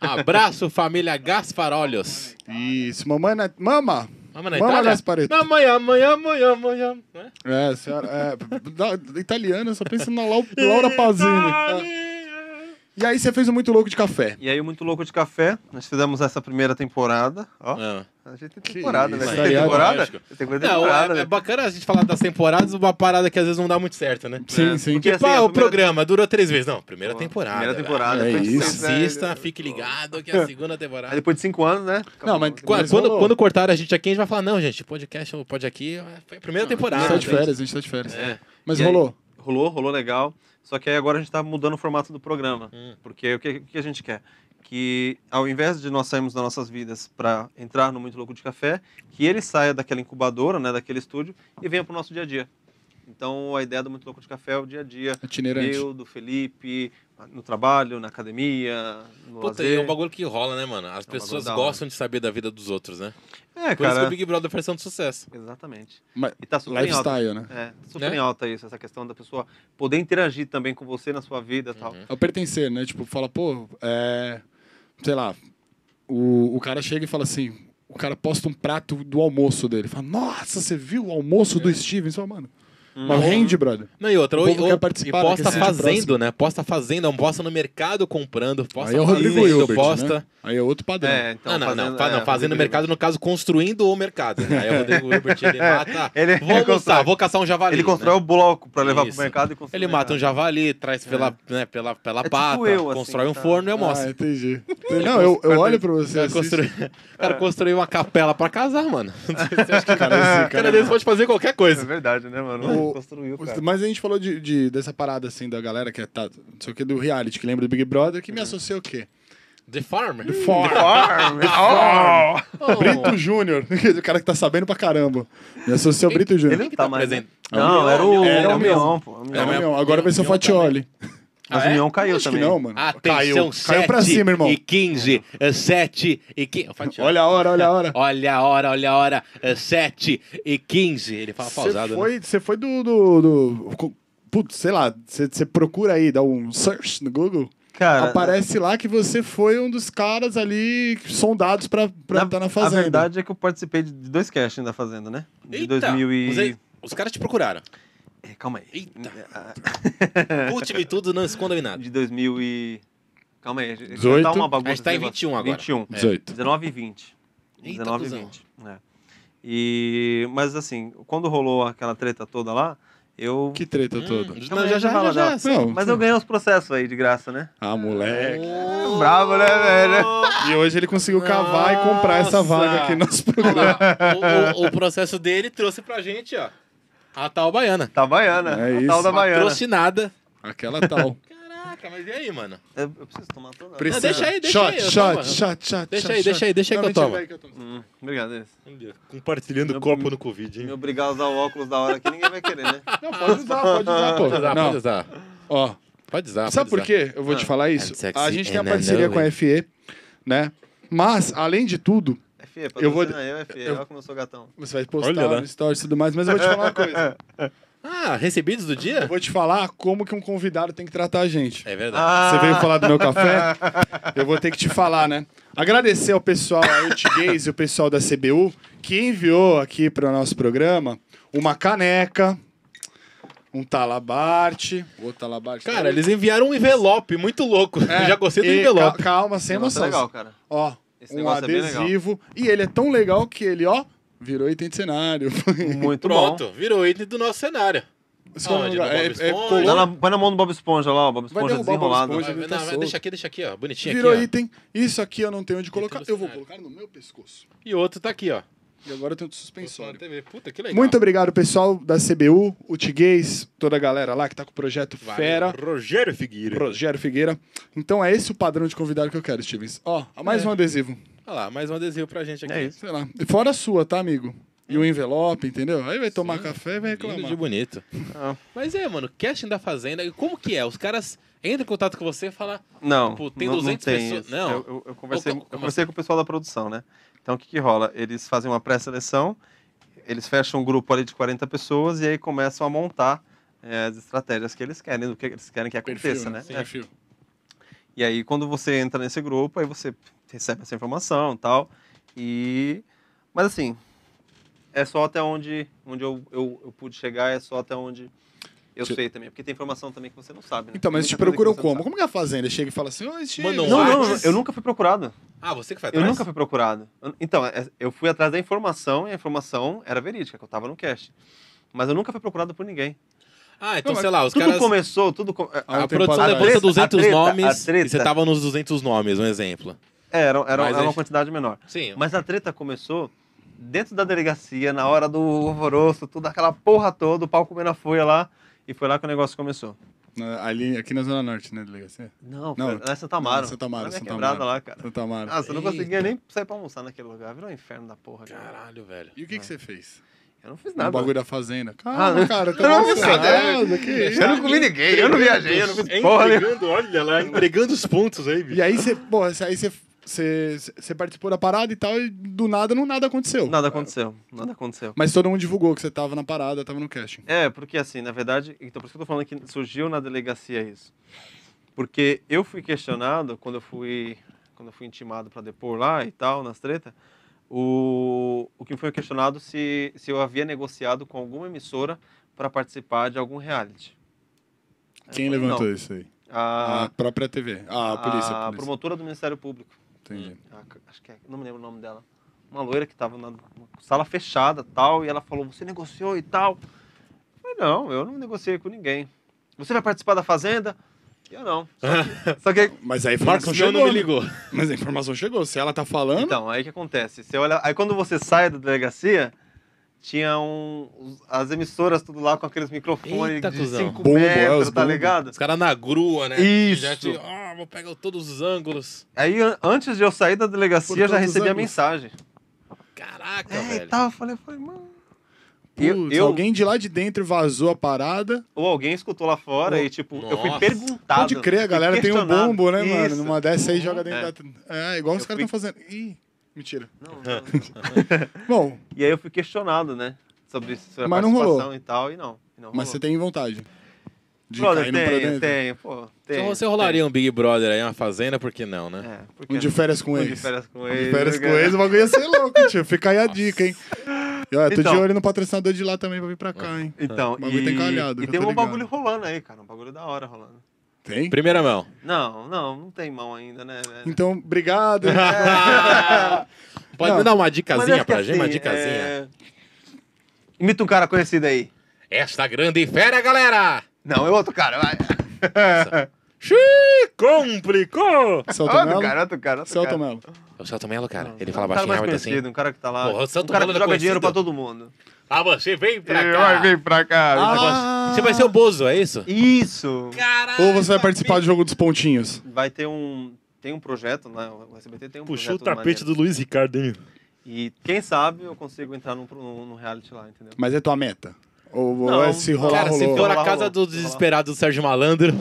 Abraço, família Gasparolhos.
Isso, mamãe... Na... Mama!
Vamos na
Vamos,
Itália?
Gasparito.
Amanhã, amanhã, amanhã, amanhã. né?
É, a senhora... É, da- italiana, só pensa na Lau- Laura Pazini. E aí você fez um muito louco de café.
E aí, o Muito Louco de Café, nós fizemos essa primeira temporada. Ó,
Ah.
a gente tem
Que
temporada,
isso,
né? Você
aí
tem
é
temporada?
lógico.
Você tem coisa de
Não,
temporada,
é,
né?
é bacana a gente falar das temporadas, uma parada que às vezes não dá muito certo, né?
Sim, sim.
porque-
Tipo,
assim, a
ah, o
primeira-
programa durou três vezes. Não, primeira temporada.
Primeira
velho.
temporada.
É
foi
isso.
difícil, né?
Assista, fique ligado que é a segunda
Aí
temporada.
depois de cinco anos, né?
Não, mas-
Acabou.
Quando,
Mas
quando,
rolou.
quando cortaram a gente aqui, a gente vai falar, não, gente, podcast, o pod aqui, é, foi a primeira
A gente
temporada.
tá de férias, a gente tá de férias.
É.
Mas
E aí?
rolou.
Rolou, rolou legal. Só que aí agora a gente tá mudando o formato do programa.
Hum.
Porque o que, o que a gente quer? Que ao invés de nós sairmos das nossas vidas para entrar no Muito Louco de Café, que ele saia daquela incubadora, né, daquele estúdio, e venha pro nosso dia a dia. Então a ideia do Muito Louco de Café é o dia a dia.
Itinerante.
Eu, do Felipe, no trabalho, na academia, no
Puta, e é
lazer.
um bagulho que rola, né, mano? As
É bagulho
pessoas
da hora.
gostam de saber da vida dos outros, né?
É,
Por isso que o
cara.
Big Brother faz tanto sucesso.
Exatamente.
Mas-
E tá super em alta.
Lifestyle, né?
É, super
Né?
em alta isso, essa questão da pessoa poder interagir também com você na sua vida e tal.
Uhum.
É o pertencer, né? Tipo, fala, pô, é. Sei lá, o, o cara chega e fala assim. O cara posta um prato do almoço dele. Fala, nossa, você viu o almoço do Steven? Só, mano. Mas rende, brother.
Não, e outra,
O
ou,
povo
ou-
quer
e
participar, né,
posta
quer se sentir
fazendo,
próximo.
né? Posta fazendo, posta no mercado comprando, posta
Aí é o Rodrigo
fazendo,
Hilbert,
posta. Ah,
né? Aí é outro padrão.
É, então,
não, não, não, fa-
é,
não, fazendo o
Rodrigo
mercado, no caso, construindo o mercado. Né? Aí o Rodrigo Hilbert, ele mata.
É, Ele-
vou
ele
almoçar,
constrói.
vou caçar um javali.
Ele
né?
constrói o bloco pra levar
Isso.
pro mercado e construir.
Ele mata um javali, traz pela, né, pela, pela
tipo
pata,
eu, assim,
constrói um
tá?
forno e
Ah,
almoça.
entendi. Entendi. Não, eu, eu olho pra você.
Cara,
assim,
construiu- o
É.
cara construiu uma capela pra casar, mano.
cara, é
O cara dele pode fazer qualquer
É
coisa.
verdade, né, mano?
O-
Construiu,
os-
cara.
Mas a gente falou de, de- dessa parada assim da galera que é tá, não sei o que, do reality, que lembra do Big Brother, que me associa o quê?
É
The Farm?
Farm! Oh!
Oh,
Brito Júnior, o cara que tá sabendo pra caramba. Me associa ao Brito Júnior.
Ele não tá mais. né?
apresentando?
Não, era
Era o
o era o
Mion.
Mion, pô.
É,
O Mion.
o
mas-
Mion. Agora vai ser o
Mion também.
Fatioli.
Mas
Ah,
o
é?
Mion caiu
Acho que
também.
não, mano.
Atenção,
caiu, caiu pra
7
cima, irmão.
E 15, 7 e 15.
Olha a hora, olha a hora.
Olha a hora, olha a hora. 7 e 15. Ele fala pausado,
Você
né?
foi, você foi do, do, do- co- Putz, sei lá, você, você procura aí, dá um search no Google.
Cara,
aparece lá que você foi um dos caras ali sondados pra pra
na,
estar na
a
fazenda.
verdade é que eu participei de de dois castings da Fazenda, né? De
Eita,
2000 e...
usei- Os caras te procuraram.
É, Calma aí.
Eita.
Ah,
Último tudo, não esconda-me nada.
De 2000 e... Calma aí. já
18?
Tá uma bagunça
A gente tá em
esse negócio.
21 agora.
21.
18.
19 e 20.
Eita,
19 e
cuzão.
20. É. E, mas assim, quando rolou aquela treta toda lá, eu.
Que treta toda.
Hum,
Calma
não,
aí,
já,
a gente
já, já,
fala
já.
É. já.
sim.
Não.
Mas eu ganhei os processos aí de graça, né?
Ah, moleque.
Bravo, né, velho?
E hoje ele conseguiu cavar e comprar essa
Nossa.
vaga aqui no nosso programa.
Olha lá, o, o- o processo dele trouxe pra gente, ó. A tal baiana.
Tá baiana.
É
a
isso.
tal da baiana.
Patrocinada.
Aquela tal.
Caraca, mas e aí, mano?
Eu, eu preciso tomar toda.
Precisa.
deixa aí, deixa
shot,
aí, eu
Shot,
tomo.
shot, shot,
Deixa
shot,
aí, deixa
shot.
aí, deixa
Não,
que eu
mentira,
tomo.
vai que eu tomo.
Hum, obrigado, Enzo.
Compartilhando
Meu-
corpo no Covid,
Me
hein?
obrigar a usar o óculos da hora que ninguém vai querer, né?
Não, pode usar, pode usar,
Pode usar,
pô.
pode
Não,
usar.
ó,
Pode usar.
Sabe por
pode
quê? Eu vou te falar isso.
I'm sexy
A gente tem
and
a
I
parceria
know
com a
it.
FE, né? Mas, além de tudo,
FE,
Eu vou-
patrocina é eu, FE.
eu-
Olha como eu sou gatão.
você vai
Olha
postar
lá.
no stories e tudo mais, mas eu vou te falar uma coisa.
usar. Ah, recebidos do dia?
Eu vou te falar como que um convidado tem que tratar a gente.
É verdade.
Você veio falar do meu café? Eu vou ter que te falar, né? Agradecer ao pessoal, a Utgaze e o pessoal da CBU, que enviou aqui para o nosso programa uma caneca, um talabarte. O talabarte.
Cara, eles enviaram um envelope muito louco.
É,
Eu já gostei do
e
envelope.
ca- Calma, sem
Nossa,
emoção.
é legal, cara.
Ó,
Esse
um
negócio é bem legal.
adesivo. e ele é tão legal que ele, ó, virou item de cenário.
Muito
Pronto, virou item do nosso cenário.
Isso foi um
Aonde?
lugar-
No Bob
é- é
Esponja?
bom.
colou-
Dá na- Põe na mão do Bob Esponja lá, ó. Bob
Vai
Esponja
derrubar o Bob
desenrolado.
Esponja. Hoje
Ah,
ele tá
não,
solto.
deixa aqui, deixa aqui, ó. Bonitinho
virou
aqui. ó.
item. Isso aqui eu não tenho onde colocar.
Item do
Eu vou
cenário.
colocar no meu pescoço.
E outro tá aqui, ó.
E agora eu tenho outro suspensório.
TV. Puta, que legal.
Muito obrigado, pessoal da CBU, o Tiguês, toda a galera lá que tá com o projeto
Valeu.
Fera,
Rogério Figueira.
Rogério Figueira. Então é esse o padrão de convidado que eu quero, Stevens. Ó, mais um adesivo.
Olha lá, mais um adesivo pra gente aqui.
É isso.
Sei lá. E Fora a sua, tá, amigo? E o envelope, entendeu? Aí vai tomar café e vai
Lindo
reclamar.
de bonito.
Ah.
Mas é, mano, casting da Fazenda, como que é? Os caras entram em contato com você e falam,
Não,
Pô, Tipo, tem
não,
200
não tem
pessoas-
isso.
não.
Eu, eu- eu conversei,
Ou co-
eu
como assim?
conversei com o pessoal da produção, né? Então, o que, que rola? Eles fazem uma pré-seleção, eles fecham um grupo ali de 40 pessoas e aí começam a montar eh, as estratégias que eles querem, do que eles querem que
Perfil,
aconteça, né?
Sim,
É,
perfil.
E aí, quando você entra nesse grupo, aí você recebe essa informação e tal. E... Mas, assim, é só até onde, onde eu, eu, eu pude chegar, é só até onde eu
Você-
sei também. Porque tem informação também que você não sabe, né?
Então, mas eles
Tem
te
muita coisa que
procuram
você não
como?
sabe.
Como que é a fazenda chega e fala assim, ô, Steve,
Mano,
Não, não,
Antes?
eu nunca fui procurado.
ah, você que vai
Eu
atrás?
nunca fui procurado. Eu- Então, é- eu fui atrás da informação e a informação era verídica, que eu tava no cast. Mas eu nunca fui procurado por ninguém.
Ah, então,
Não,
sei lá, os
tudo
caras...
começou, tudo. com- é,
Ah,
A
um tempo
produção
atrás.
levanta
A treta,
200
a treta,
nomes
a
e
treta.
você tava nos 200 nomes, um exemplo.
Era, era,
Mas
era uma
é-
quantidade menor.
Sim.
Mas a treta começou dentro da delegacia, na hora do alvoroço, tudo aquela porra toda, o pau comendo a folha lá. E foi lá que o negócio começou.
Na- ali, aqui na Zona Norte, né, delegacia?
Não,
Não,
foi lá em Santa Amaro.
não, Santa Amaro,
Na minha
Santa
quebrada
Amaro.
lá, cara.
Santa Amaro.
Nossa, eu não
Eita.
conseguia nem sair pra almoçar naquele lugar. Virou um inferno da porra. cara.
Caralho, velho.
E o que, que você fez?
Eu não fiz
O
Ah. nada.
Um bagulho da fazenda. Calma,
não.
cara.
Não,
Não,
brincadeira.
não, que isso?
Eu não comi ninguém, eu não viajei, eu não fiz porra nenhuma.
olha lá, entregando os pontos aí,
E aí você, pô, aí você, você, você participou da parada e tal, e do nada, não nada aconteceu.
Nada aconteceu, nada aconteceu.
Mas todo mundo divulgou que você tava na parada, tava no casting.
É, porque assim, na verdade, então por isso que eu tô falando que surgiu na delegacia isso. Porque eu fui questionado quando eu fui quando eu fui intimado para depor lá e tal, nas tretas, o, o que foi questionado se, se eu havia negociado com alguma emissora para participar de algum reality. Aí eu
Quem
falei,
levantou
É, "Não,
isso aí?
A,
a própria TV. Ah, a polícia.
a
A polícia.
promotora do Ministério Público.
Entendi.
a- acho que é, não me lembro o nome dela, uma loira que tava na sala fechada tal, e ela falou, você negociou e tal. Eu falei, não, eu não negociei com ninguém. Você vai participar da Fazenda? Eu não. Só que,
Mas a
Marcos
informação
Mion
chegou.
não me
né?
ligou.
Mas a informação chegou. Se ela tá falando.
então, aí o que acontece? Você olha, aí quando você sai da delegacia, tinha um, os- as emissoras tudo lá com aqueles microfones
Eita,
de
cuzão.
5
Bombo, é,
metros,
os
tá
bombo.
ligado?
Os caras na grua, né?
Isso.
Já te, ah, vou pegar todos os ângulos.
Aí an- antes de eu sair da
Por
delegacia, eu já
todos os
recebi a
ângulos.
mensagem.
Caraca,
É, e
velho.
tal, eu falei, eu falei, mano... Então,
Putz, Alguém de lá de dentro vazou a parada.
Ou alguém escutou lá fora
Ou-
e, tipo, eu
Nossa.
fui perguntado.
Pode crer, a galera tem um
questionado.
bombo, né, mano?
Isso.
Numa dessa aí joga dentro
É.
da. É, igual os
Eu
caras estão
fui-
fazendo. Ih, mentira.
Não, não, não.
Bom,
e aí eu fui questionado, né? Sobre isso, sobre a
Mas não
participação
rolou.
e tal, e não. E não
mas você
rolou.
tem vontade. De
Brother,
cair no né? pra
tem,
dentro.
tem, pô. Tem,
Então você rolaria um Big Brother aí, uma fazenda, por que não, né?
Tem. É, porque
Um de férias com
um
eles.
de férias com
De
ex.
férias com
né,
eles, o bagulho ia ser louco, tio. Fica aí a dica, hein? E, olha, tô de
Então.
olho no patrocinador de lá também pra vir pra cá, hein?
Então,
O bagulho
e,
tem calhado,
e
eu
tem
tô
um
ligado.
bagulho rolando aí, cara. Um bagulho da hora rolando.
Tem?
Primeira mão.
Não, não, não tem mão ainda, né? velho?
Então, obrigado.
Pode
Não.
me dar uma
Mas acho
dicasinha
que
pra gente? Uma
assim,
dicasinha.
é, Imita um cara conhecido aí.
Esta grande fera, galera!
Não, é outro cara, vai.
Xiii, complicou!
Celto
Outro
Melo.
cara, outro cara, outro
Celto
cara.
Melo.
É O Celto Melo, cara, ele
Um
fala
cara
baixinho,
mais
realmente assim.
conhecido, Um cara que tá lá.
Porra, o Santo
um cara que
Melo é
joga
conhecido.
dinheiro pra todo mundo.
Ah, você vem pra
Ele
cá!
vir pra cá.
Ah,
Você vai ser o Bozo, é isso?
Isso!
Caralho!
Ou você vai participar do jogo dos pontinhos?
Vai ter um. Tem um projeto, né? O SBT tem um projeto. maneiro.
Luiz Ricardo, hein?
E quem sabe eu consigo entrar num, num, num reality lá, entendeu?
Mas é tua meta? Ou, ou
Não.
é se rolar,
Cara, se
rolou?
for a
Rolou,
casa
rolou.
do desesperado do Sérgio Malandro,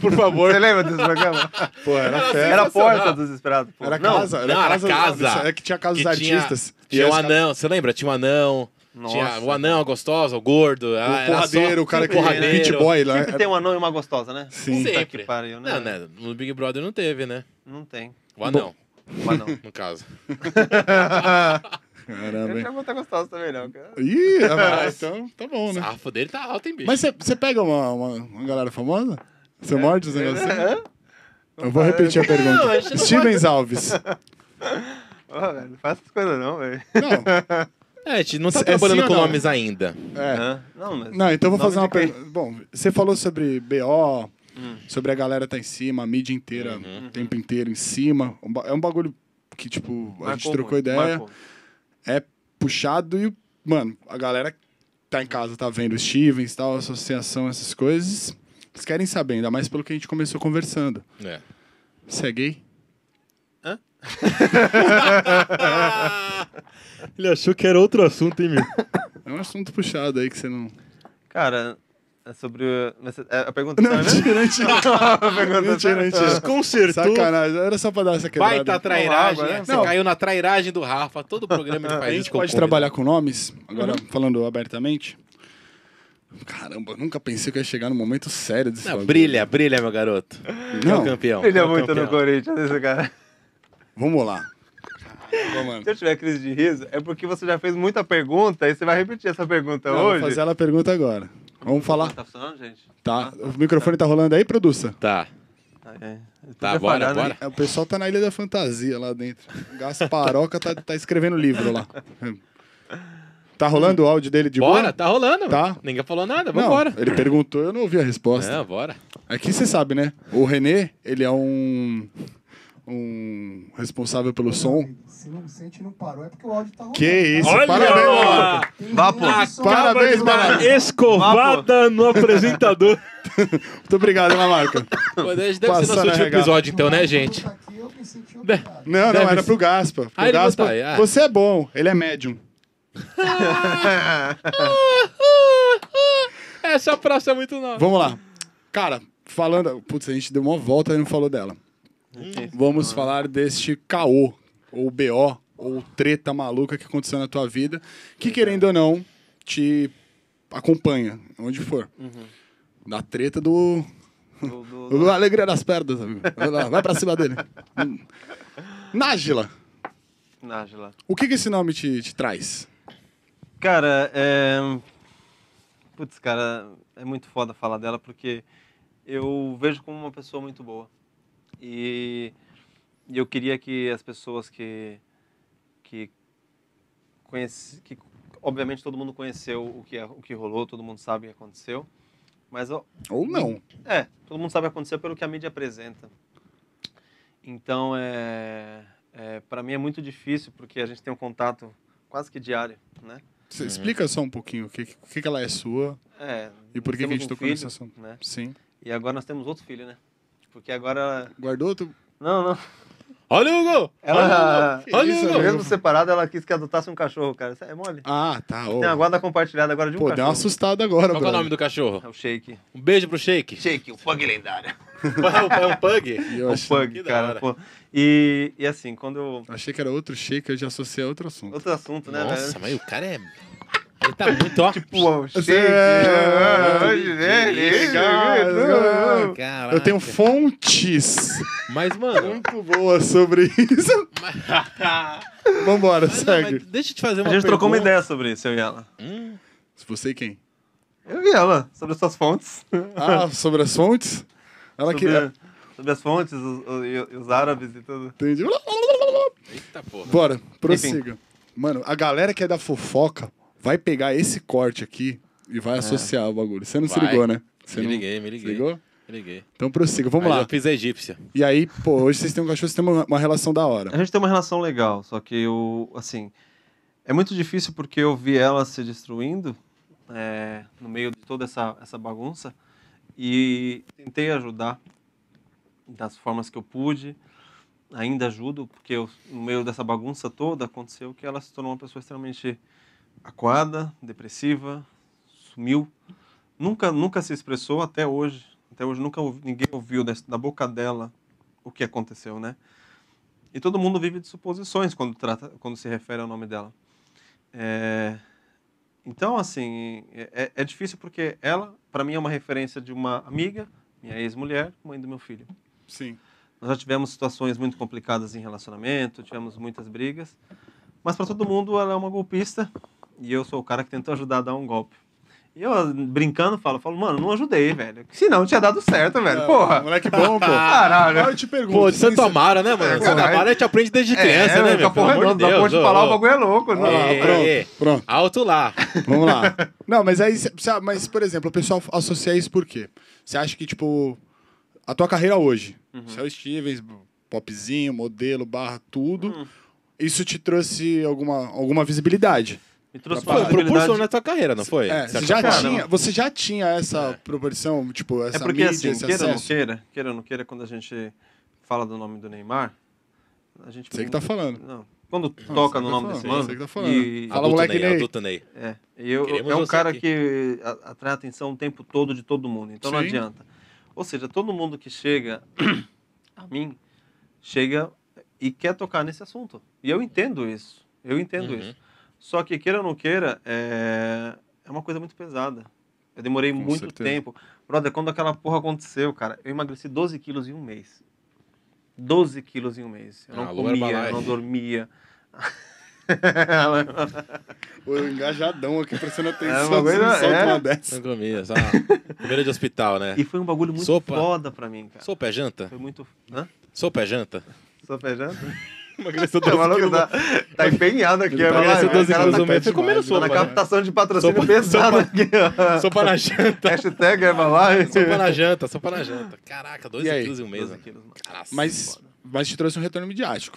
por favor.
Você lembra desse programa?
Pô, era
É.
fera.
Era a porta dos desesperados. pô.
Era
Não,
casa. Era
não, era
casa.
casa.
É que tinha casa dos
Que tinha-
artistas.
Tinha
E
um
os caras-
anão, você lembra? Tinha um anão.
Nossa.
Tinha o anão, a gostosa, o gordo.
O porradeiro, o cara que...
porradeiro.
Beat boy lá. é,
Sempre tem um anão e uma gostosa, né?
Sim.
Puta
Sempre.
que pariu, né?
Não, né? No Big Brother não teve, né?
Não tem.
O anão,
Um anão.
no caso.
Caramba,
Eu
hein?
não tá gostosa também, não, cara.
Ih, ah, então tá bom,
O
né?
sarrafo dele tá alto, hein, bicho?
Mas você pega uma, uma, uma galera famosa? Você morde os negocinhos?
Hã?
Eu vou repetir a
a gente
pergunta.
não
Stevens Alves.
Ó, velho, não faz essas coisas não, velho.
Não,
É, a gente não tá
É
trabalhando
sim ou
com
não?
nomes ainda.
é.
Hã? Não, mas...
Não, então eu vou
Nome
fazer uma
de quem? Hum.
pergunta. Bom, você falou sobre BO, sobre a galera tá em cima, a mídia inteira,
Uhum.
o tempo inteiro em cima. Um ba- É um bagulho que, tipo, a gente
Marcou
trocou
muito,
ideia.
marcou.
É puxado e, mano, a galera que tá em casa, tá vendo o Stevens, tal, a associação, essas coisas. Eles querem saber, ainda mais pelo que a gente começou conversando.
É.
Você é gay?
Hã?
Ele achou que era outro assunto, hein, meu?
É um assunto puxado aí que você não.
Cara, é sobre. o- mas é- é a pergunta
Não,
é mesmo?
mentira, mentira. mentira, mentira.
É Desconcertou.
Sacanagem, era só pra dar essa quebrada.
Vai tá trairagem.
água, né?
é. Você
Não.
caiu na trairagem do Rafa. Todo programa ele faz
A
isso
gente
com
pode
convidado.
trabalhar com nomes, agora
Uhum.
falando abertamente. Caramba, eu nunca pensei que eu ia chegar no momento sério desse
Não,
bagulho.
brilha, brilha, meu garoto. É o
Não,
campeão.
Ele
é
é
o
muito no
campeão.
Corinthians, esse cara.
vamos lá. Caramba, mano.
Se eu tiver crise de riso, é porque você já fez muita pergunta e você vai repetir essa pergunta
Não, vou
hoje.
fazer ela a pergunta agora. Vamos falar.
Tá funcionando, gente?
Ah,
Tá, o microfone tá rolando aí, produça?
Tá. Tá, bora, bora.
É, O pessoal tá na Ilha da Fantasia lá dentro. Gasparoca tá, tá escrevendo livro lá. Tá rolando o áudio dele de
bora,
boa?
tá rolando.
Tá.
Ninguém falou nada,
Não,
vambora. É.
ele perguntou, eu não ouvi a resposta.
Não, bora.
Aqui você sabe, né? O René, ele é um, um responsável pelo som.
Se não sente e não parou, é porque o áudio tá rolando.
Que isso,
Olha!
parabéns, maluco.
Tem
Vá, pô.
um som-
Parabéns, Barato.
Escovada no apresentador.
Muito obrigado, hein, Lamarca.
Pô, Deve deve ser
Passando
nosso
a
último
regar.
episódio, então, né, gente?
Tá aqui, eu me senti obrigado.
Não,
Deve
não, era
ser.
pro Gaspa. Pro
Ah, ele
Gaspa,
botou aí, ah.
você é bom, ele é médium.
Essa praça é muito nova.
Vamos lá. Cara, falando. Putz, a gente deu uma volta e não falou dela. Vamos falar deste caô, ou BO, ou treta maluca que aconteceu na tua vida, que querendo ou não, te acompanha, onde for. Da treta do.
Do- do- do-
do Alegria das pernas, amigo. Vai lá, Vai pra cima dele. Hum. Nájila,
Nájila.
o que, que esse nome te, te traz?
Cara, é. Putz, cara, é muito foda falar dela porque eu vejo como uma pessoa muito boa. E e eu queria que as pessoas que. que. Conheci, que obviamente todo mundo conheceu o que, é- o que rolou, todo mundo sabe o que aconteceu. Mas eu-
Ou não?
É, todo mundo sabe o que aconteceu pelo que a mídia apresenta. Então, é, é, para mim é muito difícil, porque a gente tem um contato quase que diário, né?
Você explica só um pouquinho o que, o que, que ela é sua
É,
e por que, que a
temos
gente
um
tocou
filho,
nesse assunto.
Né?
Sim.
E agora nós temos outro filho, né? Porque agora...
Guardou outro.
Não, não.
Olha o Hugo!
Ela,
Que isso,
Olha,
amigo?
mesmo separada, ela quis que adotasse um cachorro, cara. Isso é mole.
Ah, tá. ô.
Tem a guarda compartilhada agora de um
Pô, deu uma
cachorro.
assustada agora,
Qual que é o nome
brother.
do cachorro?
É o Shake.
Um beijo pro Shake.
Shake, o pug lendário.
É um pug?
E Eu
O
achei,
pug,
que da
cara.
hora.
Pô. E, e assim, quando eu...
achei que era outro shake, eu já associei a outro assunto.
Outro assunto, né, velho?
Nossa, mas o cara é. Ele tá muito, ó.
Tipo,
Pô, o Shake.
é,
Hoje, né? Ele-
Legal.
Caraca.
Eu tenho fontes
Mas, mano. Ah,
muito boas sobre isso. Vambora,
mas não,
segue.
mas deixa eu te fazer
A
uma
gente trocou uma
pergunta. Hum,
ideia sobre isso, eu e ela.
Se Você e quem?
Eu e ela, sobre suas fontes.
Ah, sobre as fontes? Ela é.
sobre,
queria.
é.
sobre as fontes, os, o- e os, árabes e tudo.
Entendi.
Eita porra.
Bora, prossiga. Mano, a galera que é da fofoca vai pegar esse corte aqui e
É.
vai associar o bagulho. Você não se
Vai.
ligou, né? Você
Me
não...
liguei, me
se
liguei.
ligou?
Me liguei.
Então prossiga, vamos
Mas
lá.
Eu fiz a egípcia.
E aí, pô, hoje vocês têm um cachorro, vocês têm uma, uma relação da hora.
A gente tem uma relação legal, só que eu, assim, é muito difícil porque eu vi ela se destruindo é, no meio de toda essa, essa bagunça e tentei ajudar das formas que eu pude. Ainda ajudo, porque eu, no meio dessa bagunça toda aconteceu que ela se tornou uma pessoa extremamente acuada, depressiva, sumiu. Nunca, nunca se expressou até hoje. Até hoje nunca ouvi- ninguém ouviu da, da boca dela o que aconteceu, né? E todo mundo vive de suposições quando trata, quando se refere ao nome dela. É, Então, assim, é, é difícil porque ela, para mim, é uma referência de uma amiga, minha ex-mulher, mãe do meu filho.
Sim.
Nós já tivemos situações muito complicadas em relacionamento, tivemos muitas brigas, mas para todo mundo ela é uma golpista e eu sou o cara que tentou ajudar a dar um golpe. E eu, brincando, falo, falo, mano, não ajudei, velho. Se não, tinha dado certo, velho. É, Porra.
Moleque bom, pô.
Caralho.
Agora eu te pergunto.
Pô, de Santo
sincero-
Amaro, né, mano?
É,
Santo
porra.
Amaro a gente aprende desde criança,
é,
né,
velho?
meu? Pelo amor de
da
Deus.
ponte pra lá,
ô,
o bagulho é louco.
Olha lá,
É.
pronto, Ah, pronto.
Alto lá.
Vamos lá. Não, mas aí, cê- cê- mas por exemplo, o pessoal associa isso por quê? Você acha que, tipo, a tua carreira hoje,
Uhum.
você é o Stevens, popzinho, modelo, barra, tudo,
Uhum.
isso te trouxe alguma, alguma visibilidade?
Me trouxe
Pô,
uma
Foi
possibilidade.
propulsão na tua carreira, não foi?
É,
De
você
certa
já,
forma.
tinha, você já tinha essa proporção, tipo, essa
É porque
mídia,
assim,
esse
queira ou não
acesso?
queira, queira ou não queira, quando a gente fala do nome do Neymar, A gente
Sei que tá falando.
Não. Quando toca
sei
no
que
nome
tá
desse
falando,
mano.
sei que tá falando.
E,
Fala, moleque
Ney,
Ney.
adulto Ney.
é, e eu,
Queremos
é um
você
cara
aqui.
que a- atrai a atenção o tempo todo de todo mundo. Então não
Sim.
adianta. Ou seja, todo mundo que chega a mim chega e quer tocar nesse assunto. E eu entendo isso. Eu entendo
Uhum.
isso. Só que, queira ou não queira, é, é uma coisa muito pesada. Eu demorei
Com
muito
certeza.
tempo. Brother, quando aquela porra aconteceu, cara, eu emagreci 12 quilos em um mês. 12 quilos em um mês. Eu não
Ah, Alô,
comia,
Herbalife.
eu não dormia.
Pô, eu engajadão aqui, prestando atenção.
É, uma coisa-
você me solta
é.
uma dessa.
Não comia, só comida de hospital, né?
e foi um bagulho muito
Sopa.
foda pra mim, cara.
Sopa é janta?
Foi muito. Hã?
Sopa é janta?
Sopa é janta?
Emagreceu
O maluco tá, tá empenhado aqui.
tipo, né? Ele
ó,
parece o 12
vai, o cara
quilos
tá-
do meio, tipo, você comendo
Tá na
sopa, né?
captação de patrocínio
Sopa-
pesado aqui, ó.
Sopa na janta.
Hashtag é Herbalife.
Sopa na janta, sopa na janta. Caraca, dois
E aí?
quilos em um mês.
12
né?
quilos, mano.
Caraca,
Mas,
foda.
mas te trouxe um retorno midiático.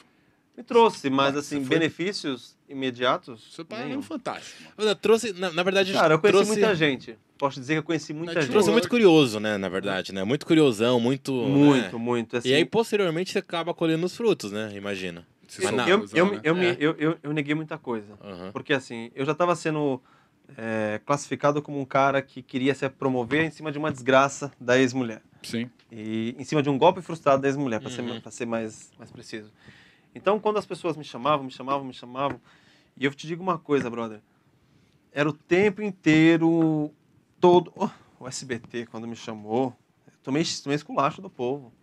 Me trouxe, mas
Nossa,
assim,
foi-
benefícios imediatos.
Você pai é
nenhum.
um fantástico. mano.
Eu trouxe, na, na verdade,
Cara, eu conheci
trouxe,
muita gente. Posso dizer que eu conheci muita
Mas
gente.
trouxe muito curioso, né? Na verdade, né? Muito curiosão, muito.
muito,
né?
muito. Assim,
E aí, posteriormente, você acaba colhendo os frutos, né? Imagino.
Se
Mas
soltar,
não,
eu, eu,
né?
eu, me-
É.
eu, eu, eu neguei muita coisa.
Aham.
Porque assim, eu já estava sendo é, classificado como um cara que queria se promover em cima de uma desgraça da ex-mulher.
Sim.
E em cima de um golpe frustrado da ex-mulher, para
Uhum.
ser, pra ser mais, mais preciso. Então, quando as pessoas me chamavam, me chamavam, me chamavam, e eu te digo uma coisa, brother. Era o tempo inteiro, todo. Oh, o SBT, quando me chamou, eu tomei, tomei esculacho do povo.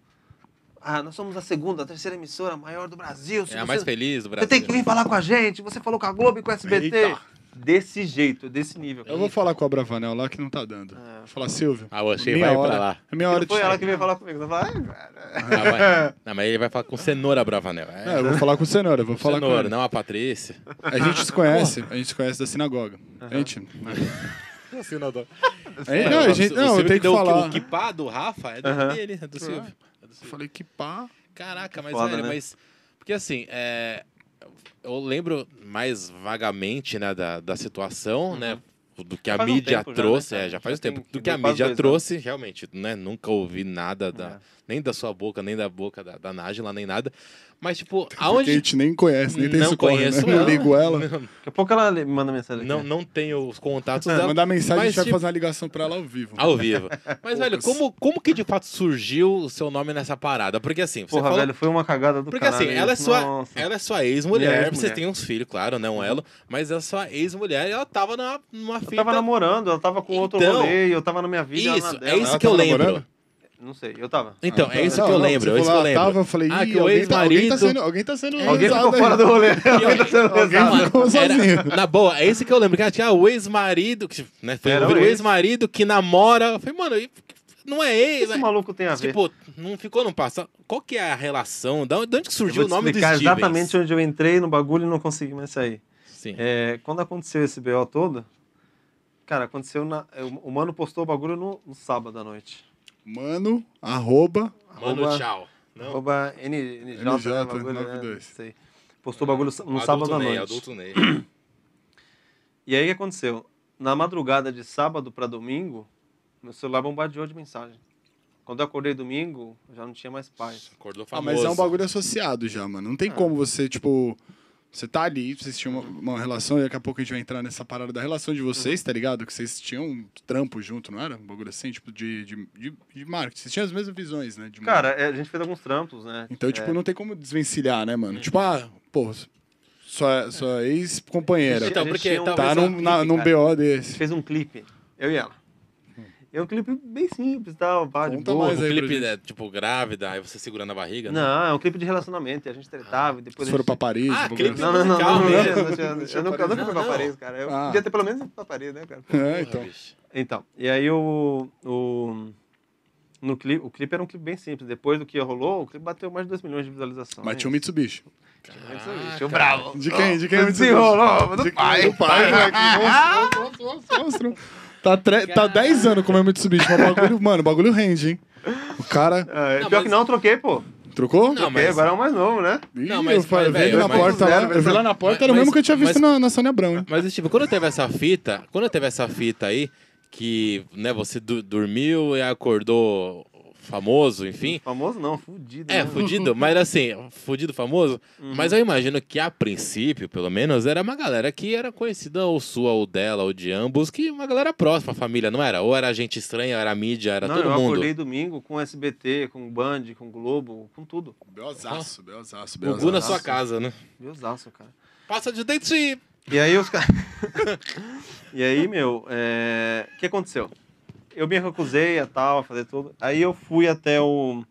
Ah, nós somos a segunda, a terceira emissora maior do Brasil. se
É a
você-
mais feliz do
Você
Brasil.
tem que vir falar com a gente, você falou com a Globo e com o SBT.
Eita.
Desse jeito, desse nível.
Eu vou falar com a Bravanel lá que não tá dando.
É.
Vou falar, Silvio.
Ah, eu achei,
minha
vai
hora,
pra lá.
É minha
Não
hora de
foi ela
falar.
que veio falar comigo. Ela falou, "Ah,
Ah, vai. Não, mas ele vai falar com cenoura bravanel. É,
É, eu vou falar com o Cenoura, eu vou falar
cenoura,
com ele.
não a Patrícia.
A gente se conhece, a gente se conhece da sinagoga. A gente. É, não, a gente,
o
não
Silvio
eu tenho que
deu o-
falar.
O que pá do Rafa é do
Aham.
dele, é do Silvio. É do
Eu
Silvio.
falei que pá.
Caraca, mas
Foda,
velho,
né?
mas. Porque assim, é, eu lembro mais vagamente né, da, da situação, né? Do que a
faz um
mídia
tempo já, né,
trouxe,
cara?
é, já
Já
faz um
tem
tempo.
que
Do que a
dois, quase
mídia
dois
trouxe, realmente, né? Nunca ouvi nada da,
É.
nem da sua boca, nem da boca da, da Nájila, nem nada. Mas, tipo,
Porque a
aonde.
gente nem conhece, nem tem
Não
socorro, né?
conheço
Não
ela.
ligo ela.
Daqui a pouco ela me manda mensagem. aqui.
Não, não tenho os contatos
Se
dela.
Mandar mensagem, a gente
Mas,
vai
tipo,
fazer uma ligação pra ela ao vivo.
Ao vivo. Mas, velho,
Poucas.
como, como que de fato surgiu o seu nome nessa parada? Porque assim, você
Porra,
falou,
velho, foi uma cagada do
Porque
caralho.
assim, ela é
isso.
sua,
Nossa.
ela é sua ex-mulher,
Mulher,
você
mulher.
tem uns filhos, claro, né? Um elo, mas ela é sua ex-mulher e ela tava numa, numa
Eu
é fita.
tava namorando, ela tava com outro
Então,
rolê, eu tava na minha vida, ela Ah,
Isso,
na
é
dela.
isso
Ela
que eu
tava
lembro.
namorando?
Não sei, eu tava.
Então, é
Não,
isso que eu
não,
lembro,
você
é isso que eu
falou,
lembro.
ela Tava, eu falei,
Ah,
"Ih,
que o
alguém, tá, alguém tá
ex-marido-
sendo, alguém tá sendo
É
Alguém
lesado
ficou
aí."
fora do rolê, alguém tá sendo
Alguém
lesado.
ficou
Era-
sozinho.
na boa, é isso que eu lembro. Que ela tinha o ex-marido, que né, foi
Era
o
o ex.
ex-marido que namora. Eu falei, mano, e- não é
O que
ex,
esse
né?
maluco tem a ver?
Tipo, não ficou no passado. Qual que é a relação? Da onde, de onde que
Eu
surgiu
vou
o
te
nome do
explicar
Stevens?
exatamente onde eu entrei no bagulho e não consegui mais sair.
Sim.
É, quando aconteceu esse BO todo, cara, aconteceu na... é, O mano postou o bagulho no, no sábado à noite.
Mano, arroba,
Mano,
Arroba-
tchau.
É.
Não,
Arroba N, NJ, né,
NJ,
bagulho, né,
92.
não sei. Postou o bagulho no
adulto
sábado à
Ney,
noite.
Adulto Ney.
E aí o que aconteceu? Na madrugada de sábado para domingo, meu celular bombardeou de mensagem. Quando eu acordei domingo, eu já não tinha mais paz.
Acordou
Ah,
famoso. Ah.
mas é um bagulho associado já, mano. Não tem como você, tipo. Você tá ali, vocês tinham uma, uma relação, e daqui a pouco a gente vai entrar nessa parada da relação de vocês, tá ligado? Que vocês tinham um trampo junto, não era? Um bagulho assim, tipo, de, de, de, de marketing. Vocês tinham as mesmas visões, né? de
Cara,
marketing.
é, a gente fez alguns trampos, né?
Então,
É.
tipo, não tem como desvencilhar, né,
Hum.
mano? Tipo, ah, pô, sua, sua é ex-companheira
Então,
A gente
porque
tinha um-
talvez
tá
a-
num, na- num
cara.
BO
A gente
desse.
fez um clipe, eu e ela. É um clipe bem simples, tal, pá, de
Conta
boa.
mais
O
aí pra
clipe
gente.
é, tipo, grávida, aí você segurando a barriga? né?
Não, é um clipe de relacionamento, e a gente tretava, e
Vocês
depois a
foram
gente...
pra Paris,
Ah,
um bagulho
clipe-
assim.
Não, não, não, não, não,
Calma,
não, não, não,
né?
eu nunca- eu nunca, eu nunca fui pra
Não.
Paris, cara. Eu
Ah.
podia ter pelo menos ido pra Paris, né, cara?
É,
Porra,
então.
bicho.
Então, e aí o, o, no clipe, o clipe era um clipe bem simples. Depois do que rolou, o clipe bateu mais de 2 milhões de visualizações. Ah,
Mas tinha um Mitsubishi.
Mitsubishi. O bravo.
De quem? De quem? é o
Mas
Mitsubishi?
Desenrolou,
De-
do pai.
Do pai, moleque. Monstro, monstro, monstro, monstro. Tá, tre... tá 10 anos comendo Mitsubishi, mas o bagulho, mano, o bagulho rende, hein? O cara
É,
Não,
pior
mas-
que não, eu troquei, pô.
trocou?
Não,
Troquei,
mas-
agora é o mais novo, né?
Ih,
não, mas-
eu falei,
mas,
vi
velho,
na
mas-
porta lá. Eu vi lá na porta, era o
Mas-
mesmo que eu tinha visto
mas-
na, na Sônia Abrão, hein?
Mas, tipo, quando teve essa fita, quando teve essa fita aí, que, né, você du- dormiu e acordou famoso, enfim.
Famoso não, fudido.
É,
né?
fudido, mas assim, fudido famoso.
Uhum.
Mas eu imagino que a princípio, pelo menos, era uma galera que era conhecida ou sua, ou dela, ou de ambos, que uma galera próxima, a família, não era? Ou era gente estranha, ou era mídia, era
não,
todo
eu
mundo.
acordei domingo com SBT, com Band, com Globo, com tudo.
Belzaço, belzaço,
O
belzaço.
Gu na sua casa, né?
Meus aços, cara.
Passa de dente!
E aí os caras. e aí, meu, é, o que aconteceu? Eu me recusei a tal, a fazer tudo. Aí eu fui até o.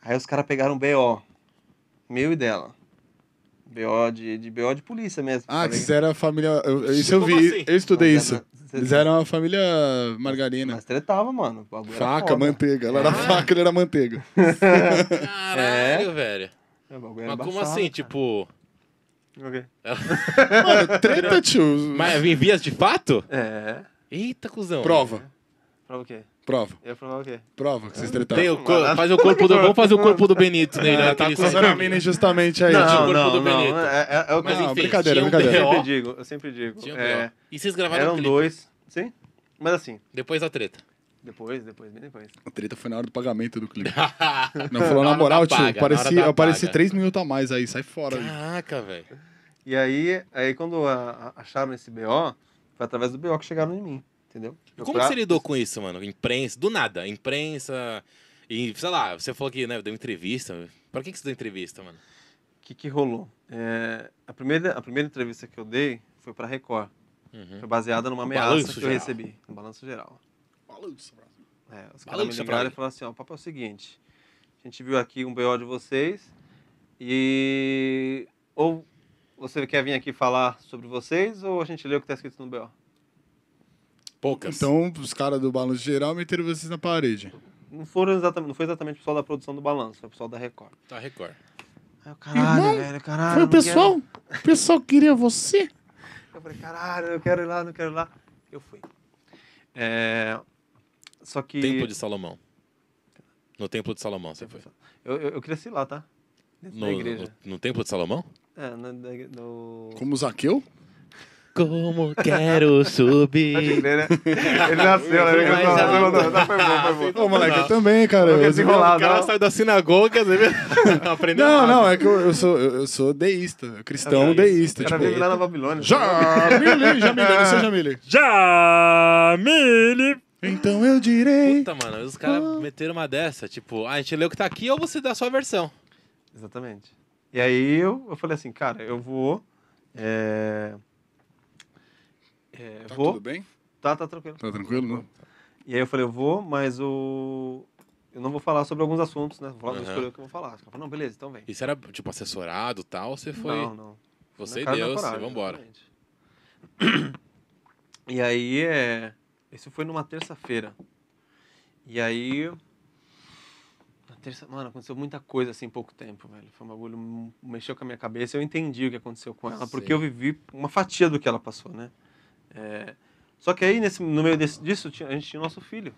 Aí os caras pegaram um BO. Meu e dela. BO de, de BO de polícia mesmo.
Ah, que
Falei-
vocês eram a família... eu- isso eu
Como
vi,
assim?
eu estudei
Mas
isso.
era-
Eles eram a família margarina.
Mas tretava, mano. O bagulho era
Faca,
foda.
manteiga.
Ah.
Ela era faca, ele era manteiga.
Caralho, velho.
É, o bagulho era
Mas como
embaçado,
assim,
cara.
tipo.
Ok.
Mano, treta, tio.
Mas em vias de fato?
É.
Eita, cuzão.
Prova,
Prova o quê?
prova,
Eu prova o quê?
prova que vocês tretaram.
Tem o cor- faz o corpo do. Vamos fazer o corpo do Benito nele. né,
Ah, tá
naquele
acusando a mina injustamente aí,
Não,
tio.
corpo do Benito.
É, é- é o que
Mas
eu
Não,
enfim,
brincadeira,
tinha um
brincadeira.
BO,
sempre digo. Eu sempre digo.
tinha um
É,
BO. E vocês gravaram o
eram
clipe
dois. Sim? Mas assim,
depois da treta.
depois, depois, bem depois.
A treta foi na hora do pagamento do clipe. Não, falou na moral,
da
tio.
paga,
pareci,
na hora da
eu pareci
paga.
três minutos a mais aí, sai fora. aí.
Caraca, velho.
E aí, aí quando a- a- acharam esse BO, foi através do BO que chegaram em mim, entendeu?
Como você lidou com isso, mano? Imprensa, do nada, imprensa. E, sei lá, você falou que né, deu entrevista. Pra que, que você deu entrevista, mano?
O que, que rolou? É, a, primeira, a primeira entrevista que eu dei foi pra Record.
Uhum.
Foi baseada numa ameaça
balanço
que eu
geral.
recebi, no Balanço Geral. É, os caras me
Balanço pra
ligaram e
ele.
falaram assim, ó, o papo é o seguinte, a gente viu aqui um BO de vocês e ou você quer vir aqui falar sobre vocês ou a gente lê o que tá escrito no BO.
Poucas.
Então, os caras do balanço geral meteram vocês na parede.
Não, foram exatamente, não foi exatamente o pessoal da produção do Balanço, foi o pessoal da Record.
Tá, Record.
Aí eu, caralho, velho, caralho. Ah, não quero.
O pessoal queria você.
Eu falei, caralho, eu quero ir lá, não quero ir lá. Eu fui. É, Só que.
Templo de Salomão. No Templo de Salomão você foi.
Eu, eu, eu cresci lá, tá? Dentro da
No,
igreja.
no, no Templo de Salomão?
É, na, da, no.
Como o Zaqueu?
Como quero subir.
Ele, né? ele nasceu, né? Ele
Mas
não,
ela-
não, não, não, foi bom, foi bom.
Ô, moleque, eu também, cara.
Não quer
Eu-
desenrolar,
O cara
não.
sai da sinagoga, você viu? Não aprendeu
Não,
nada.
não, é que eu, eu sou, eu, eu sou deísta, eu
Então,
cristão deísta.
O cara
Tipo,
é vive lá na Babilônia.
Jamile, Jamile, eu não sou Jamile.
Jamile!
Então eu direi.
Puta, mano, os caras meteram uma dessa. Tipo, ah, a gente lê o que tá aqui ou você dá a sua versão.
Exatamente. E aí eu, eu falei assim, cara, eu vou. É. é,
Tá
vou.
tudo bem?
Tá, tá tranquilo.
Tá tranquilo, não?
E aí eu falei, eu vou, mas o. Eu não vou falar sobre alguns assuntos, né? Vou falar, vou
Aham.
escolher o que eu vou falar. Os caras falaram, não, beleza, então vem.
Isso era, tipo, assessorado e tal, você foi.
Não, não. Na
Você e
cara da
Deus,
coragem,
vambora.
exatamente. E aí é. Isso foi numa terça-feira. E aí. Na terça. Mano, aconteceu muita coisa assim em pouco tempo, velho. Foi um bagulho. m- Mexeu com a minha cabeça. Eu entendi o que aconteceu com ela, porque
Sim.
eu vivi uma fatia do que ela passou, né? É, Só que aí, nesse, no meio desse, disso, tinha- a gente tinha o nosso filho.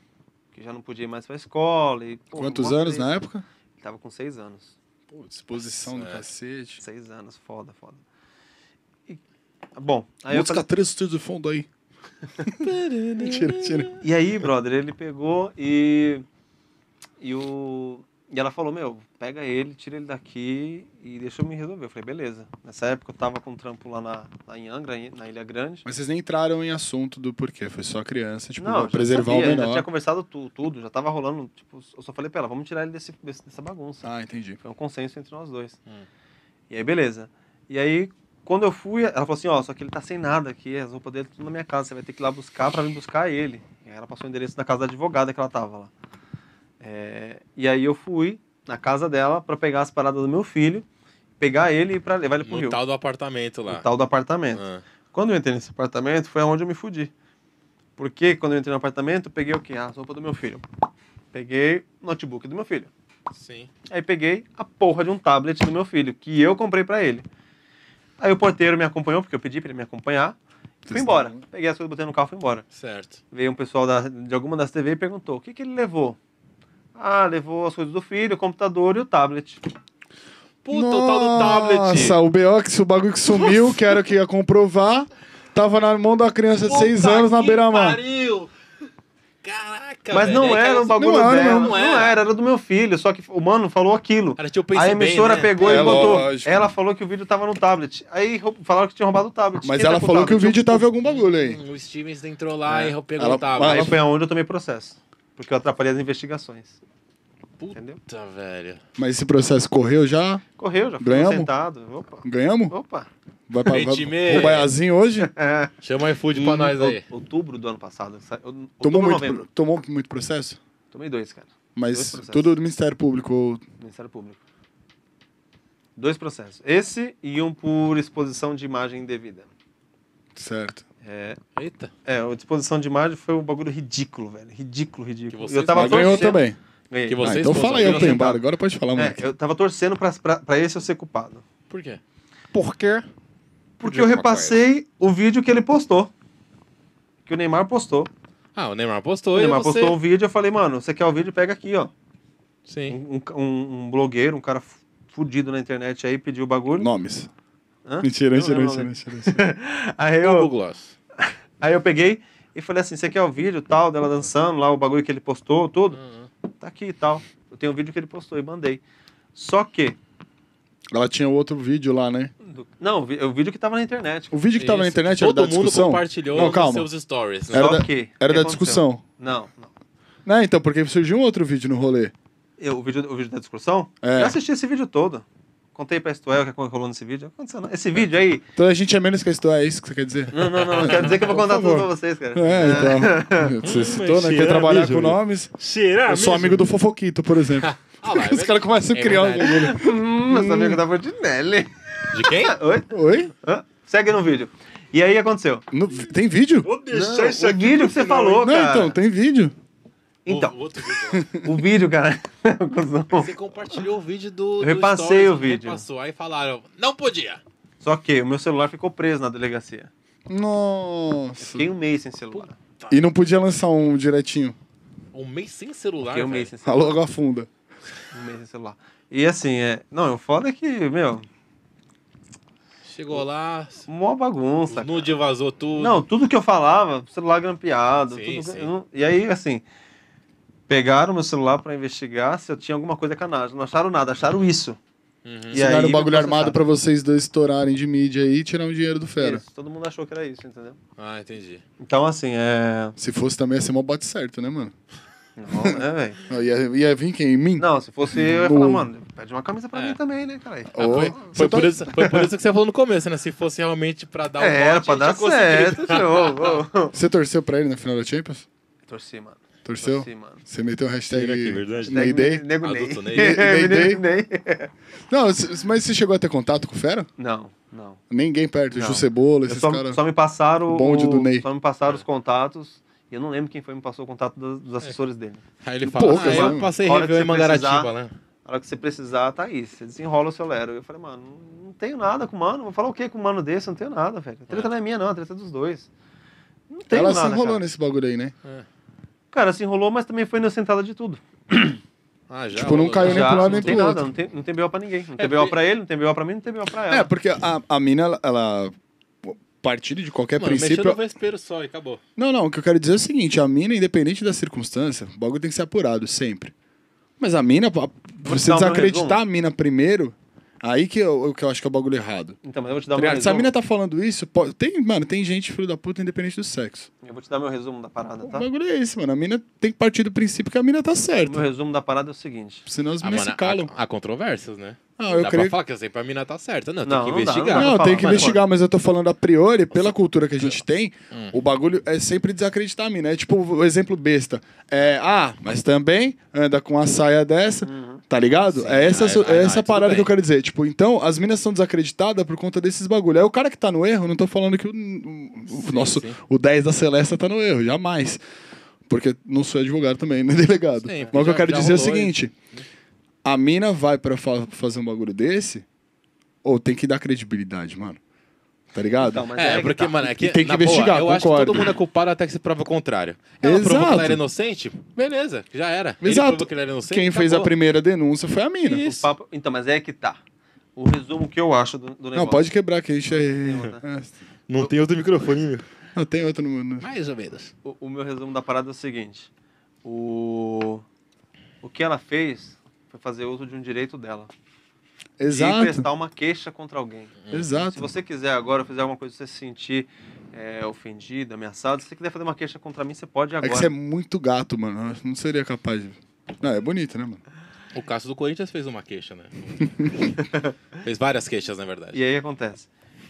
Que já não podia ir mais pra escola. E, pô,
Quantos
mó
anos né?
treta.
na época?
Ele tava com seis anos.
Pô, disposição do
É.
cacete.
Seis anos, foda, foda. E- bom, aí eu
Música
falei,
3 de fundo aí. tira, tira.
E aí, brother, ele pegou e. E o. E ela falou, meu, pega ele, tira ele daqui e deixa eu me resolver. Eu falei, beleza. Nessa época eu tava com um trampo lá, na, lá em Angra, em- na Ilha Grande.
Mas vocês nem entraram em assunto do porquê, foi só criança, tipo,
eu já
preservar
sabia,
o
Já
menor.
tinha conversado tu- tudo, já tava rolando. Tipo, eu só falei pra ela, vamos tirar ele desse, desse- dessa bagunça.
Ah, entendi.
Foi um consenso entre nós dois.
Hum.
E aí, beleza. E aí, quando eu fui, ela falou assim, ó, só que ele tá sem nada aqui, as roupas dele tudo na minha casa, você vai ter que ir lá buscar pra vir buscar ele. E aí ela passou o endereço da casa da advogada que ela tava lá. É, e aí eu fui na casa dela pra pegar as paradas do meu filho, pegar ele e pra levar ele pro
No
Rio.
tal do apartamento lá.
O tal do apartamento.
Ah.
Quando eu entrei nesse apartamento, foi onde eu me fudi. Porque quando eu entrei no apartamento, eu peguei o quê? A roupa do meu filho. Peguei o notebook do meu filho.
Sim.
Aí peguei a porra de um tablet do meu filho, que eu comprei pra ele. Aí o porteiro me acompanhou, porque eu pedi pra ele me acompanhar. Fui embora. Peguei as coisas, botei no carro e fui embora.
Certo.
Veio um pessoal da- de alguma das TV e perguntou: o que, que ele levou? Ah, levou as coisas do filho, o computador e o tablet.
Puta, o tal do tablet.
Nossa, o BO, que- o bagulho que sumiu, que era o que ia comprovar, tava na mão da criança de 6 anos na beira-mar.
Pariu! Caraca, Caraca,
Mas
velho,
não
aí,
era
cara, é
o bagulho
Não era,
dela.
não
Não
era.
era. era do meu filho, só que o mano falou aquilo.
Cara, tipo, eu
a
pensei bem,
emissora
né?
pegou
É,
e botou.
lógico.
Ela falou que o vídeo tava no tablet. Aí rou- falaram que tinha roubado o tablet.
Mas
Quem tá
ela
com
falou que o
tablet?
vídeo tava em algum bagulho aí.
Hum, O Stevens entrou lá e pegou
Ela-
o tablet.
ela-
Aí foi aonde eu tomei processo. Porque eu atrapalhei as investigações. Entendeu?
Puta, velho.
Mas esse processo correu já?
Correu, já ficou
Ganhamos?
sentado. Opa.
Ganhamos?
Opa.
Vai pra, vai,
Mete meia.
o Baiazinho hoje?
É.
Chama o iFood
Hum,
pra nós aí.
Out- Outubro do ano passado. sa- ou-
Tomou
outubro ou
muito,
novembro.
pro- tomou muito processo?
Tomei dois, cara.
Mas
Dois processos.
tudo do Ministério Público.
Ministério Público. Dois processos. Esse e um por exposição de imagem indevida.
Certo.
É,
Eita.
é a exposição de imagem foi um bagulho ridículo, velho. Ridículo, ridículo.
Que
E eu
vocês-
tava
Mas ganhou
torcendo-
também. então
Ganhei.
Que você-
Ah,
Vocês
então fala aí,
foram
Open
sentados.
Bar. Agora pode falar, moleque.
É, eu tava torcendo pra, pra, pra esse eu ser culpado.
Por quê?
Por quê?
Porque eu repassei o vídeo que ele postou. Que o Neymar postou.
Ah, o Neymar postou.
o
e
Neymar
você-
postou um vídeo, eu falei, mano, você quer o vídeo? Pega aqui, ó.
Sim.
Um, um- um- um blogueiro, um cara fudido na internet aí, pediu o bagulho.
Nomes.
Hã?
Mentira,
Não
mentira,
lembro o
mentira,
nome.
mentira, mentira.
Aí
Google
eu,
Gloss.
aí eu peguei e falei assim, você quer o vídeo tal, dela dançando lá, o bagulho que ele postou, tudo? Tá aqui e tal. Eu tenho o vídeo que ele postou e mandei. Só que...
Ela tinha o outro vídeo lá, né?
Não, o vi- o vídeo que tava na internet.
O vídeo que tava na
Isso.
internet
Todo
era da
mundo
discussão.
compartilhou
Não, calma.
nos seus stories, né?
Era
Só
da-
que... o
Era
que
da
aconteceu?
discussão.
Não, não.
Né? Então, porque surgiu um outro vídeo no rolê.
Eu, o, vídeo, o vídeo da discussão?
É.
Eu assisti esse vídeo todo. Contei pra Estuel o que rolou nesse vídeo. Não aconteceu nada. Esse vídeo aí...
Então a gente é menos que a história, é isso que você quer dizer?
Não, não, não. não Quero dizer que eu vou contar
Por favor.
tudo pra vocês, cara.
É, então. Você citou, né? Quer
será
trabalhar
mesmo,
com
Júlio?
nomes.
Será?
É, Eu sou amigo do Fofoquito, por exemplo.
É Ah lá, é
Os caras começam a
É
criar um
verdade.
bagulho.
Hum, essa amiga da Fortinelli.
De quem?
Oi?
Oi?
Hã? Segue no vídeo. E aí aconteceu.
No- tem vídeo?
Vou deixar
Não,
isso
o
aqui
vídeo
pro
que você
final,
falou,
Não,
cara.
então, tem vídeo.
Então,
O, o outro vídeo.
o vídeo, cara.
Você compartilhou o vídeo do.
Eu
do
repassei
stories,
o vídeo.
Repassou. Aí falaram, não podia.
Só que o meu celular ficou preso na delegacia.
Nossa.
Fiquei um mês sem celular.
E não podia lançar um diretinho.
Um mês sem celular.
Fiquei um
velho.
mês sem celular.
Alô, logo afunda.
Um mês sem celular. E assim, é. Não, o foda é que, meu,
Chegou lá,
mó bagunça.
o nude vazou tudo.
Não, tudo que eu falava, celular grampeado.
Sim,
tudo-
sim.
eu não- E aí, assim, pegaram meu celular pra investigar se eu tinha alguma coisa canagem. Não acharam nada, acharam isso.
Uhum.
E
Ensinaram o
me
bagulho armado
processaram.
pra vocês dois estourarem de mídia aí e tirar um dinheiro do fera.
Isso, todo mundo achou que era isso, entendeu?
Ah, entendi.
Então, assim, é.
Se fosse também, ia ser mó bote certo, né, mano?
Não, né, velho?
Não, Ia, ia vir quem? Em mim?
Não, se fosse eu, eu ia falar,
Bom.
mano, pede uma camisa pra
É.
mim também, né, cara?
Ah, Ô,
foi,
você
foi
tá-
por isso, foi por isso que você falou no começo, né? Se fosse realmente pra dar o
É, era
bote,
pra
a
dar
gente ia
certo,
conseguir.
tio. Ô, ô.
Você torceu pra ele na final da Champions?
Torci, mano.
Torceu?
Torci, mano.
Você meteu o hashtag
Será que é verdade?
Ney Day?
Nego Ney.
Adulto Ney.
Ney Day.
Ney. Ney.
Não, c- mas você chegou a ter contato com o Fera?
Não, não.
Ninguém perto,
Não.
Ju Cebola,
Eu
esses
só,
caras.
só me passaram
o bonde
o-
do Ney.
Só me passaram os contatos. E eu não lembro quem foi que me passou o contato dos, dos assessores dele.
Aí ele fala,
Poucas,
ah, eu
né?
passei
A hora
review
que
em
você precisar-
Mangaratiba, né?
A hora que você precisar, tá aí. Você desenrola o seu Lero. Eu falei, mano, não- não tenho nada com o mano. Vou falar o quê com o mano desse? Eu Não tenho nada, velho. A treta não é minha, não. A treta é dos dois. Não tenho
Ela
nada,
se enrolou
cara.
nesse bagulho aí, né?
Cara, se enrolou, mas também foi inocentada de tudo.
Ah, já.
Tipo, não
rolou,
caiu
né?
nem pro
Já,
lado
não
nem
tem
pro
nada,
outro.
não tem, não tem B.O. pra ninguém. Não
É,
tem B.O.
porque-
pra ele, não tem B.O. pra mim, não tem B.O. pra ela.
É, porque a, a mina, ela, ela. Partindo de qualquer
Mano, mexeu
princípio.
no vespeiro só e acabou.
Não, não, o que eu quero dizer é o seguinte: a mina, independente da circunstância, o bagulho tem que ser apurado, sempre. Mas a mina, a- você
dar o meu
desacreditar
resumo.
a mina primeiro, aí que eu, que eu acho que é o bagulho errado.
Então, mas eu vou te dar
Tá
o meu
ligado? Se a
resumo.
mina tá falando isso, pode- tem, mano, tem gente filho da puta independente do sexo.
Eu vou te dar meu resumo da parada,
O
tá?
bagulho é esse, mano. A mina tem que partir do princípio que a mina tá
O meu
certa.
resumo da parada é o seguinte.
Senão as
Ah,
minas
mano,
se calam.
há, há controvérsias, né?
Ah,
Não
eu
dá pra
creio.
falar que assim, pra mim não tá certo. Não,
Não,
tem que
não dá,
investigar.
dá.
Não,
pra
tem
falar,
que
mas
investigar, mas eu tô falando a priori, pela cultura que a gente tem,
Hum.
o bagulho é sempre desacreditar a mina. É tipo o exemplo besta. É, ah, mas também anda com a saia dessa, tá ligado? é essa,
aí- aí
é
ah, não,
essa
aí tudo
parada que
bem.
eu quero dizer. Tipo, então, as minas são desacreditadas por conta desses bagulho. É o cara que tá no erro, não tô falando que o, o nosso,
sim.
o 10 da Celesta tá no erro, jamais. Porque não sou advogado também, né, delegado?
Sim,
Mas o que
já-
eu quero
já
dizer é o
rolou né?
seguinte: a mina vai pra fa- fazer um bagulho desse, ou tem que dar credibilidade, mano. Tá ligado?
Então, mas
É,
aí que
porque,
tá.
mano, é que,
E tem que
na
investigar,
boa, eu acho que
concordo.
todo mundo é culpado até que se prova o contrário. Ela provou
Exato.
que ela era inocente, beleza, já era. Ele
Exato.
provou que ele era inocente,
Quem fez a
acabou.
primeira denúncia foi a mina.
O papo- Então, mas é que tá. O resumo que eu acho do, do negócio.
Não, pode quebrar que a gente é.
outra.
é,
Não tem outro microfone, meu.
Não, tem outro no. no-
Mais ou menos.
O, o meu resumo da parada é o seguinte. O, o que ela fez foi fazer uso de um direito dela. De
Exato.
prestar uma queixa contra alguém. é, Se
Exato.
você quiser agora fazer alguma coisa, se você se sentir é, ofendido, ameaçado, se você quiser fazer uma queixa contra mim, você pode
É
agora.
que você é muito gato, mano. Eu não seria capaz de. Não, é bonito, né, mano?
O Cássio do Corinthians fez uma queixa, né? fez várias queixas, na verdade.
E aí acontece.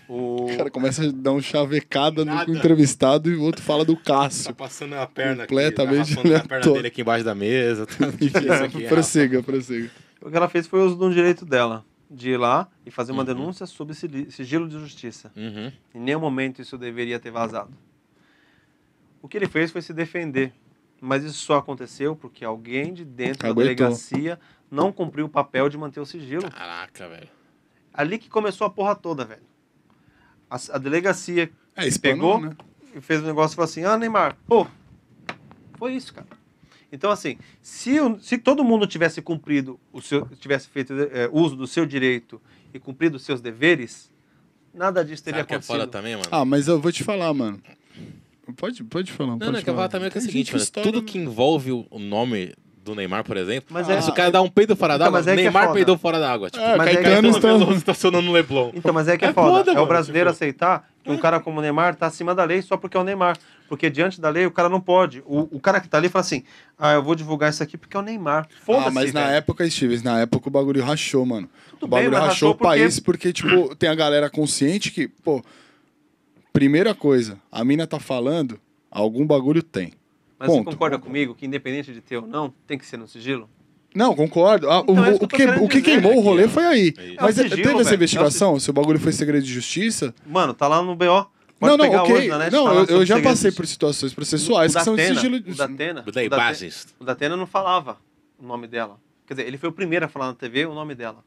O...
O cara começa a dar um chavecada no entrevistado e o outro fala do
Tá
Cássio.
passando a perna aqui,
Completamente
tá raspando a perna
aleatório.
dele aqui embaixo da mesa. Tá difícil
é,
aqui. Rafa.
prossiga, prossiga.
O que ela fez foi uso de um direito dela, de ir lá e fazer
Uhum.
uma denúncia sob sili- sigilo de justiça.
Uhum.
Em nenhum momento isso deveria ter vazado. O que ele fez foi se defender, mas isso só aconteceu porque alguém de dentro
Aguentou.
da delegacia não cumpriu o papel de manter o sigilo.
Caraca, velho.
Ali que começou a porra toda, velho. A, a delegacia
É,
Pegou?
espanou, né?
fez um negócio e falou assim: Ah, Neymar, pô, foi isso, cara. Então, assim, se, o- se todo mundo tivesse cumprido, o seu, tivesse feito eh, uso do seu direito e cumprido os seus deveres, nada disso teria
Sabe o que é
acontecido.
foda também, mano?
Ah, mas eu vou te falar, mano. Pode, pode falar,
Não,
pode
não, é que eu
falar.
falo também que é o
Tem
seguinte,
gente
mano,
estoura
tudo
no-
que envolve o o nome do Neymar, por exemplo,
Mas
mas
é-
se o cara dá um peido fora
Então,
d'água,
mas é que é
Neymar
foda.
peidou fora d'água. Tipo,
É,
Mas é que
Caetano
eu tô
está...
Veloso estacionou no Leblon.
Então, mas é que é,
É
foda.
foda,
é o
mano,
brasileiro
tipo-
aceitar que um cara como o Neymar tá acima da lei só porque é o Neymar. Porque diante da lei o cara não pode. O, o cara que tá ali fala assim: ah, eu vou divulgar isso aqui porque é o Neymar. Foda-se.
Ah, mas na
velho.
época, Stevens, na época o bagulho rachou, mano. o
bem,
bagulho
mas
rachou
rachou
o país porque, tipo, tem a galera consciente que, pô, primeira coisa, a mina tá falando, algum bagulho tem.
Mas você
ponto.
concorda comigo que independente de ter ou não, tem que ser no sigilo?
Não, concordo. Ah,
Então,
o,
é isso
o que,
que eu tô querendo
o que
dizer,
queimou
né,
o rolê
que-
foi aí.
é isso.
Mas
É o sigilo,
teve essa
velho.
investigação? Se o bagulho foi segredo de justiça?
Mano, tá lá no BO. Pode
Não, não,
pegar hoje
ok.
na net,
Não,
tá lá
eu, eu
sobre
já
segredo
passei
de
por
justiça.
situações processuais
O
que são de
Datena-
sigilo.
O Datena,
Daí,
o Datena-
bases.
o Datena não falava o nome dela. Quer dizer, ele foi o primeiro a falar na TV o nome dela.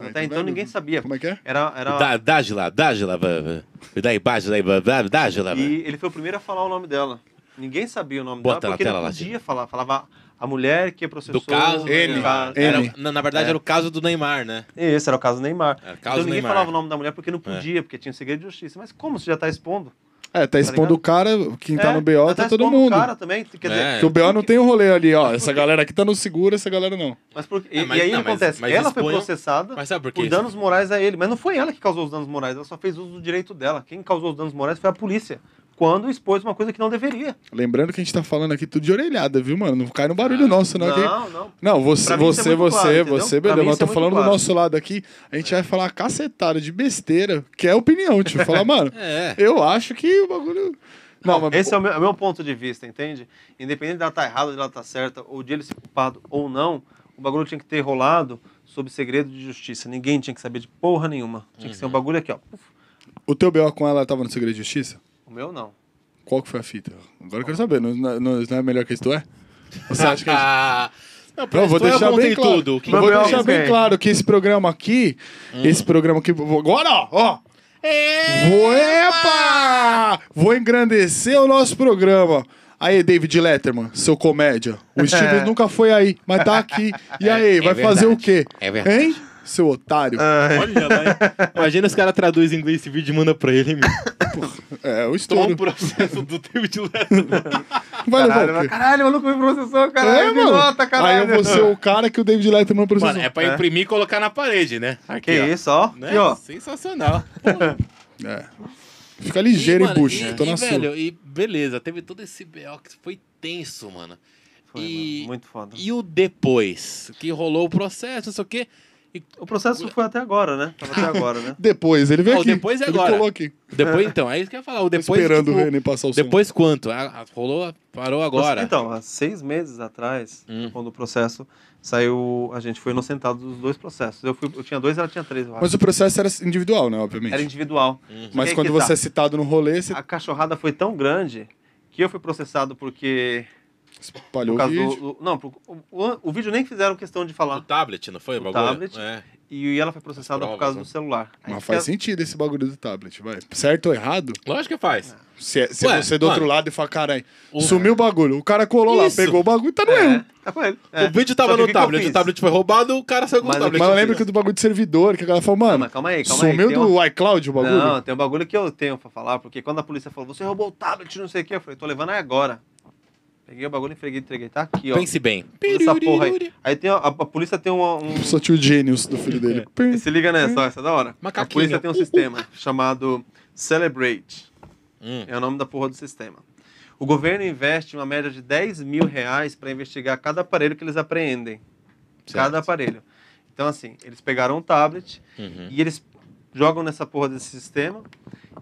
Ah,
Até
então
então
vai-
ninguém sabia.
Como é que é?
Era, era...
Dá, Dágila, Dágila, vã, vã. daí baixo, daí vã, vã, Dágila. vã.
E ele foi o primeiro a falar o nome dela. Ninguém sabia o nome
Bota
dela
na
porque
tela
não
lá,
podia falar. Falava a mulher que é processou...
Do caso
N,
do Neymar.
N.
Era- na, na verdade, era o caso do Neymar, né?
Esse era o caso do Neymar.
Era o caso
então
do
ninguém
Neymar. É.
falava o nome da mulher porque não podia, porque tinha segredo de justiça. Mas como você já tá expondo?
É, tá expondo o cara, quem tá
É,
no BO tá
já tá
todo
expondo o
mundo.
cara também. Quer dizer,
É.
Porque o BO não tem um rolê ali, ó. Essa galera aqui tá no seguro, essa galera não.
Mas por- e,
É, mas-
e aí
não, mas-
acontece,
mas
ela foi
expõe-
processada
Mas sabe por quê?
por danos morais a ele, mas não foi ela que causou os danos morais, ela só fez uso do direito dela. Quem causou os danos morais foi a polícia, quando expôs uma coisa que não deveria.
Lembrando que a gente tá falando aqui tudo de orelhada, viu, mano? Não cai no barulho nosso, não. é aqui.
Ah, não, não.
Não, você,
Pra mim isso é
você,
muito
você,
claro, entendeu?
você,
Pra
beleza.
mim
Mas
isso
eu tô
é muito
falando do
claro.
nosso lado aqui, a gente vai falar cacetada de besteira, que é opinião, tipo, falar, mano,
É,
eu acho que o bagulho. Não, mas.
Esse é o meu, é o meu ponto de vista, entende? Independente dela estar errada, dela estar certa, ou de ele ser culpado ou não, o bagulho tinha que ter rolado sob segredo de justiça. Ninguém tinha que saber de porra nenhuma. Tinha
Uhum.
que ser um bagulho aqui, ó. Puf.
O teu BO com ela tava no segredo de justiça?
O meu não.
Qual que foi a fita? Agora eu quero saber, não, não, não é melhor que isso, tu é? Você acha que é a gente
Ah, não, pra
Não, vou
história
deixar
bom
bem
tem
claro.
tudo. O que é
Eu vou
Gabriel,
deixar
vocês
bem
ganham.
claro que esse programa aqui, esse programa aqui, vou- agora, ó, ó. Vou, epa! Vou engrandecer o nosso programa. Aí, David Letterman, seu comédia. O Stevens nunca foi aí, mas tá aqui. E aí,
É
vai fazer o quê?
verdade. É verdade. Ah,
Hein, seu otário?
Olha lá, hein? Imagina os caras traduzem em inglês esse vídeo e manda pra ele, hein, meu.
É,
Toma
o
um
estouro.
processo do David Letterman.
Vai levar é o quê?
Caralho,
né?
caralho, o maluco me processou,
É,
caralho. me
mano.
nota,
aí
caralho.
eu vou ser o cara que o David Letterman processou.
Mano, é pra
É.
imprimir e colocar na parede, né?
Que
ó.
isso, ó.
Né?
Aqui, ó.
Sensacional.
É. Fica ligeiro, hein,
mano,
Bush?
e-
Tô
e,
na sua.
velho, e beleza, teve todo esse BO que foi tenso, mano.
Foi,
E-
mano, muito foda.
E o depois? Que rolou o processo, não sei o quê.
O processo foi até agora, né? Tava até agora, né?
Depois, ele veio
Ó, o
aqui.
depois é
ele
agora.
colou aqui.
Depois, então, é isso que eu ia falar. O
Tô
depois.
esperando
tipo,
o René passar o som.
Depois quanto? Ah, ah, rolou, parou agora.
Então, há seis meses atrás,
Hum.
quando o processo saiu, a gente foi inocentado dos dois processos. Eu, fui, eu tinha dois, ela tinha três, eu acho.
Mas o processo era individual, né, obviamente.
Era individual.
Hum.
Só que
Mas
aí
quando
que
você é
tá,
citado no rolê, você
A cachorrada foi tão grande que eu fui processado porque...
espalhou
Por
o
causa
vídeo.
do, do- não, por- o, o- o vídeo nem fizeram questão de
O
falar.
tablet, não foi? O
O
bagulho?
tablet.
É.
E ela foi processada
As provas,
por causa
né?
do celular. Aí
Mas
fica-
faz sentido esse bagulho do tablet, vai. Certo ou errado?
Lógico que faz.
Se, é- se
Ué,
você é do outro
mano.
lado e fala, caralho,
O-
sumiu o bagulho. O cara colou
Isso.
lá, pegou o bagulho, tá no
É,
erro.
tá com ele.
O vídeo tava
Só que
no
que que eu
tablet,
fiz?
o tablet foi roubado, o cara saiu com
Mas
o
eu-
tablet.
Mas eu
que
lembro
fiz?
que do bagulho de servidor, que a galera falou, mano,
Calma, calma aí, calma aí.
sumiu
tem um-
do iCloud o bagulho?
Não, tem um bagulho que eu tenho pra falar, porque quando a polícia falou, você roubou o tablet, não sei o que, eu falei, tô levando aí agora. Peguei o bagulho, entreguei, entreguei. Tá aqui, ó.
Pense bem.
Usa essa porra aí. Aí tem, a, a polícia tem uma- um.
Sou tio Genius do filho dele. Pim.
Se liga nessa, ó, essa é da hora. A
Macaquinho.
polícia tem um sistema chamado Celebrate.
Hum.
É o nome da porra do sistema. O governo investe uma média de 10 mil reais para investigar cada aparelho que eles apreendem. Cada aparelho. Então, assim, eles pegaram um tablet
Uhum.
e eles jogam nessa porra desse sistema.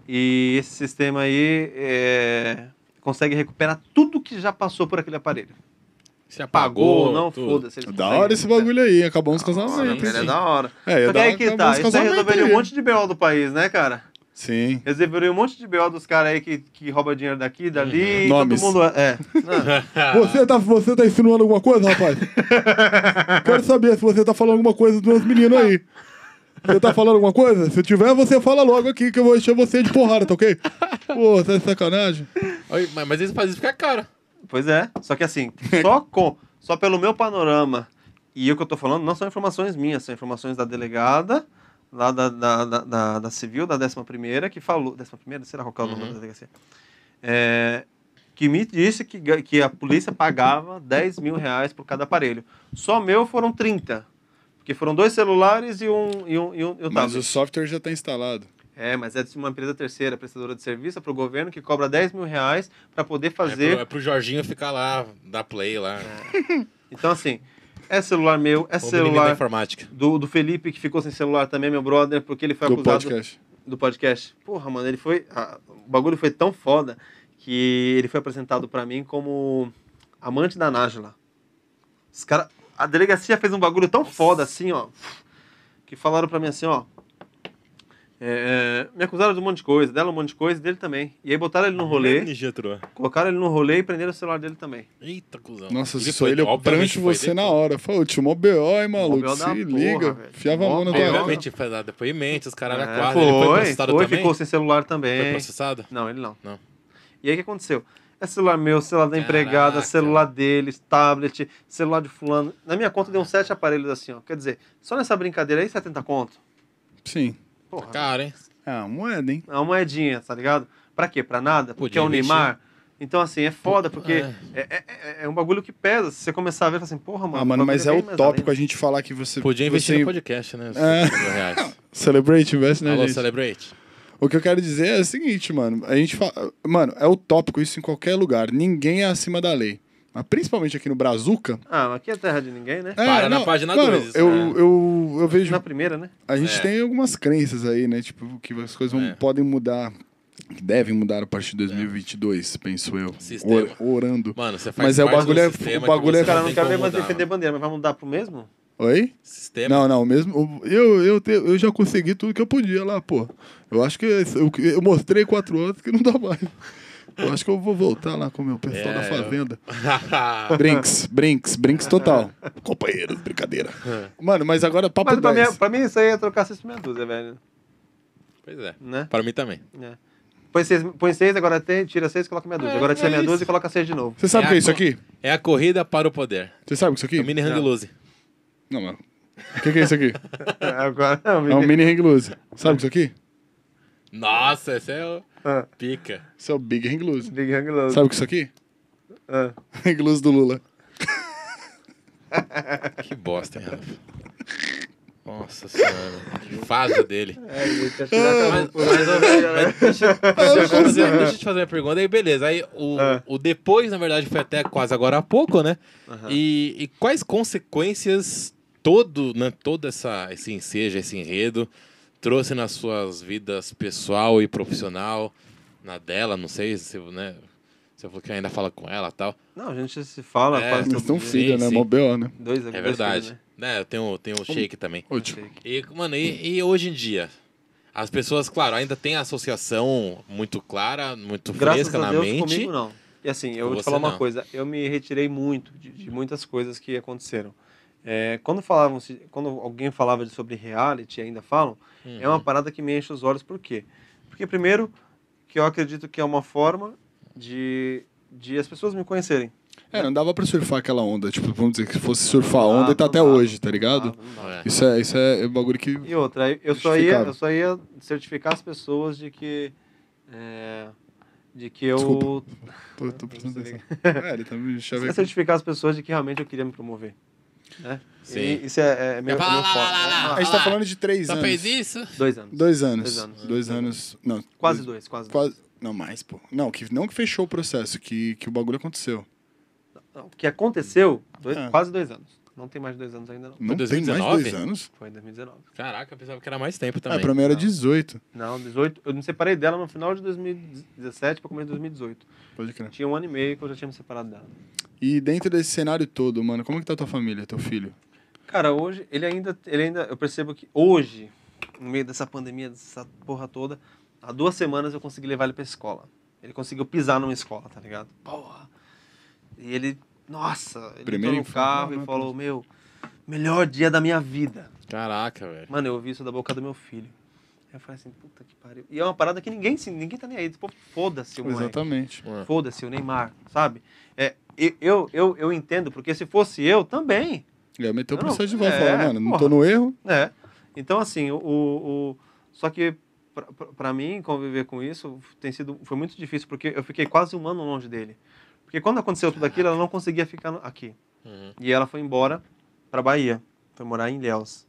E esse sistema aí é, consegue recuperar tudo que já passou por aquele aparelho.
Se
Pagou ou não,
tudo.
foda-se. eles
É Da
conseguem
hora esse
recuperar.
bagulho aí, acabou uns
Sim,
casamentos.
velho, é
hein?
da hora.
É, ia
Só que
dar
aí que
acabou
tá,
uns
isso aí
casamentos
resolveria um
aí.
monte de BO do país, né, cara?
Sim.
Resolveria um monte de BO dos caras aí que, que rouba dinheiro daqui, dali, e
Uhum. Nomes.
todo mundo... É,
Você tá, você tá insinuando alguma coisa, rapaz? Quero saber se você tá falando alguma coisa dos meus meninos aí. Você tá falando alguma coisa? Se tiver, você fala logo aqui que eu vou encher você de porrada, tá ok? Pô, você é sacanagem.
Oi, Mas, mas eles fazem isso ficar caro.
pois é. Só que assim, só com... Só pelo meu panorama e o que eu tô falando não são informações minhas, são informações da delegada, lá da, da, da, da, da civil, da 11ª, que falou... 11ª? Será qual é o
Uhum.
nome da delegacia? É, que me disse que, ga- que a polícia pagava 10 mil reais por cada aparelho. Só meu foram 30. Porque foram dois celulares e um, e um, e um, e um tablet.
software já tá instalado.
É, mas é de uma empresa terceira, prestadora de serviço para o governo, que cobra 10 mil reais para poder
É,
fazer.
pro, é pro Jorginho ficar lá, dar play lá.
Então, assim, é celular meu, é
o menino da
celular
informática.
do, do Felipe, que ficou sem celular também, meu brother, porque ele foi
Do
Tá acusado
podcast.
do podcast. Porra, mano, ele foi. ah, o bagulho foi tão foda que ele foi apresentado para mim como amante da Nájila. Os cara, a delegacia fez um bagulho tão foda assim, ó, que falaram para mim assim, ó. é, é, me acusaram de um monte de coisa, dela um monte de coisa, e dele também. E aí botaram ele no
Uhum.
rolê, colocaram ele no rolê e prenderam o celular dele também.
Eita, cuzão.
Nossa, se sou
foi-
ele, eu
obviamente
prancho
foi
você
dele,
na
pô.
hora. Falou, tio, mó BO, hein,
BO
maluco?
da porra,
Se liga.
velho.
Fiava a
Mó
mão na
BO.
tua
Obviamente foi dar depoimento, os caras
É,
na quadra. Ele foi processado
foi,
também?
ficou sem celular também.
Foi processado?
Não, ele não.
Não.
E aí o que aconteceu? É celular meu, celular da empregada,
Caraca.
celular deles, tablet, celular de fulano. Na minha conta deu uns sete aparelhos assim, ó. Quer dizer, só nessa brincadeira aí, 70 conto.
Sim.
Porra,
Cara, hein?
É uma moeda, hein?
é uma moedinha, tá ligado? Pra quê? Pra nada? Porque
Podia
é o Neymar. Então, assim, é foda, porque é, é- é- é um bagulho que pesa. Se você começar a ver, fala assim, porra, mano.
Ah, mano,
o bagulho
mas é
bem mais
utópico a
além.
gente falar que você.
Podia investir
você...
no podcast, né?
É.
70 mil reais.
Celebrate, investe, né,
Alô,
gente?
Celebrate.
O que eu quero dizer é o seguinte, mano. A gente fala. Mano, é utópico isso em qualquer lugar. Ninguém é acima da lei. Mas principalmente aqui no Brazuca.
Ah, mas aqui é terra de ninguém, né?
É,
Para na página
mano,
dois, isso,
eu,
né?
eu, eu vejo.
Na primeira, né?
A gente
É.
tem algumas crenças aí, né? Tipo, que as coisas vão-
É.
podem mudar. Que devem mudar a partir de 2022, penso eu.
Sistema.
Or- orando.
Mano, você faz
Mas é, o
parte
bagulho
do
é-
sistema
o bagulho
que
é-
você
O cara não
tem
quer
como
mais
mudar, né?
defender
mano.
bandeira, mas vai mudar pro mesmo?
Oi?
Sistema.
Não, não, mesmo. Eu, eu, te- eu já consegui tudo que eu podia lá, pô. Eu acho que isso- eu, eu mostrei quatro anos que não dá mais. Eu acho que eu vou voltar lá com o meu pessoal
É,
da
eu-
fazenda. Brinks, brinks, brinks total. Companheiros, brincadeira. Mano, mas agora papo
Mas pra mim,
10.
pra mim isso aí é trocar seis por meia dúzia, velho.
pois é.
Né?
Para mim também.
É. Põe seis, põe seis, agora tem, tira seis, coloca meia dúzia.
É,
agora tira
é
meia
isso.
dúzia e coloca seis de novo.
Você sabe o
É
que é
a
isso
co-
aqui?
É a corrida para o poder.
Você sabe o que é isso aqui?
É o mini hang loose.
Não, mano. O que que é isso aqui?
agora não,
É um mini hang loose. Sabe o que é isso aqui?
Nossa, esse é o
Ah.
pica.
Isso é o big hang loose.
Big Hang Low.
Sabe o que é isso aqui?
Ah.
Hang loose do Lula.
Que bosta, hein, Rafa? Nossa senhora. Que fase dele.
É, gente, ia tirar a
Mas,
cama.
mas, mas deixa, deixa eu fazer, deixa eu te fazer uma pergunta. Aí, beleza. Aí o,
Ah.
o depois, na verdade, foi até quase agora há pouco, né? E, e quais consequências todo, né, todo essa, esse ensejo, esse enredo trouxe nas suas vidas pessoal e profissional? Na dela, não sei se, né? Você falou que ainda fala com ela e tal.
Não, a gente se fala
É,
quase
Eles
todo
estão
dia.
filha, né?
sim.
Mó B.O., né?
Dois
É
dois
verdade.
filhos, né?
Né, eu tenho, tenho o shake também.
Ô, tio.
E, mano, e, e hoje em dia? As pessoas, claro, ainda tem a associação muito clara, muito
Graças
fresca
a
na
Deus,
mente.
comigo não. E assim, eu
Com
vou te
você,
falar uma
não.
coisa. Eu me retirei muito de, de muitas coisas que aconteceram. É, quando falavam quando alguém falava de- sobre reality, ainda falam, é
Uhum.
uma parada que me enche os olhos. Por quê? Porque, primeiro, que eu acredito que é uma forma de, de as pessoas me conhecerem.
É, não dava pra surfar aquela onda. Tipo, vamos dizer que se fosse surfar a
Não
onda e tá
dava,
Ah,
até
não dava,
hoje, tá
não
ligado?
dava, não dava.
É.
Isso é, isso é um bagulho que.
E outra, eu só, ia,
Justificável.
eu só ia certificar as pessoas de que é, de que eu
Desculpa. Tô, tô prestando atenção. É, ele tá me
é
chavecando.
certificar as pessoas de que realmente eu queria me promover. Né?
Sim.
E isso é, é meio, meio
Vai lá, lá, lá, lá, tá-
foda. Ah,
lá.
A gente tá falando de três
Só
anos.
fez isso?
Dois anos.
Dois anos.
Dois
Dois
anos.
anos. Não.
Quase dois, quase dois.
Quase. Não, mais, pô. Não, que, não que fechou o processo, que, que o bagulho aconteceu.
Não, O que aconteceu, dois-
Ah.
quase dois anos. Não tem mais dois anos ainda, não.
Não tem mais
2019?
dois anos?
Foi em 2019.
Caraca, eu pensava que era mais tempo
Ah,
também.
pra mim era 18.
Não, 18. Eu me separei dela no final de 2017 para começo de 2018.
Pode crer.
Tinha um ano e meio que eu já tinha me separado dela.
E dentro desse cenário todo, mano, como que tá tua família, teu filho?
Cara, hoje, ele ainda, ele ainda. Eu percebo que hoje, no meio dessa pandemia, dessa porra toda, há duas semanas eu consegui levar ele pra escola. Ele conseguiu pisar numa escola, tá ligado? Porra! E ele. Nossa! Ele
Primeiro
entrou no
informe,
carro
né,
e falou: Meu, melhor dia da minha vida.
Caraca, velho.
Mano, eu ouvi isso da boca do meu filho. Eu falei assim, puta que pariu. E é uma parada que ninguém, se- ninguém tá nem aí. Tipo, foda-se o moleque.
Exatamente.
Foda-se o Neymar, sabe? É, e- eu, eu, eu entendo, porque se fosse eu, também.
É, meteu o
Não,
processo de volta,
é,
falou, mano, não tô
porra.
no erro.
É. Então, assim, o... o, o- só que pra- pra pra mim, conviver com isso tem sido, foi muito difícil, porque eu fiquei quase um ano longe dele. Porque quando aconteceu tudo aquilo, ela não conseguia ficar no- aqui.
Uhum.
E ela foi embora pra Bahia. Foi morar em Ilhéus.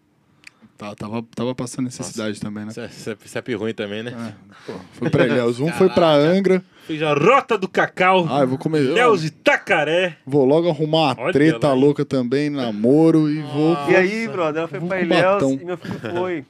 Tá, tava, tava passando necessidade também, né?
Isso é- Isso é, isso é p- ruim também, né?
É, pô, foi pra Ilhéus. Um foi pra Angra.
Fez a rota do cacau.
Ah, eu vou comer.
Léus e Tacaré.
Vou logo arrumar uma
Olha
treta
lá, hein?
louca também, namoro e vou.
E aí, brother, ela foi
Vou
pra
com
Ilhéus
batom.
e meu filho foi.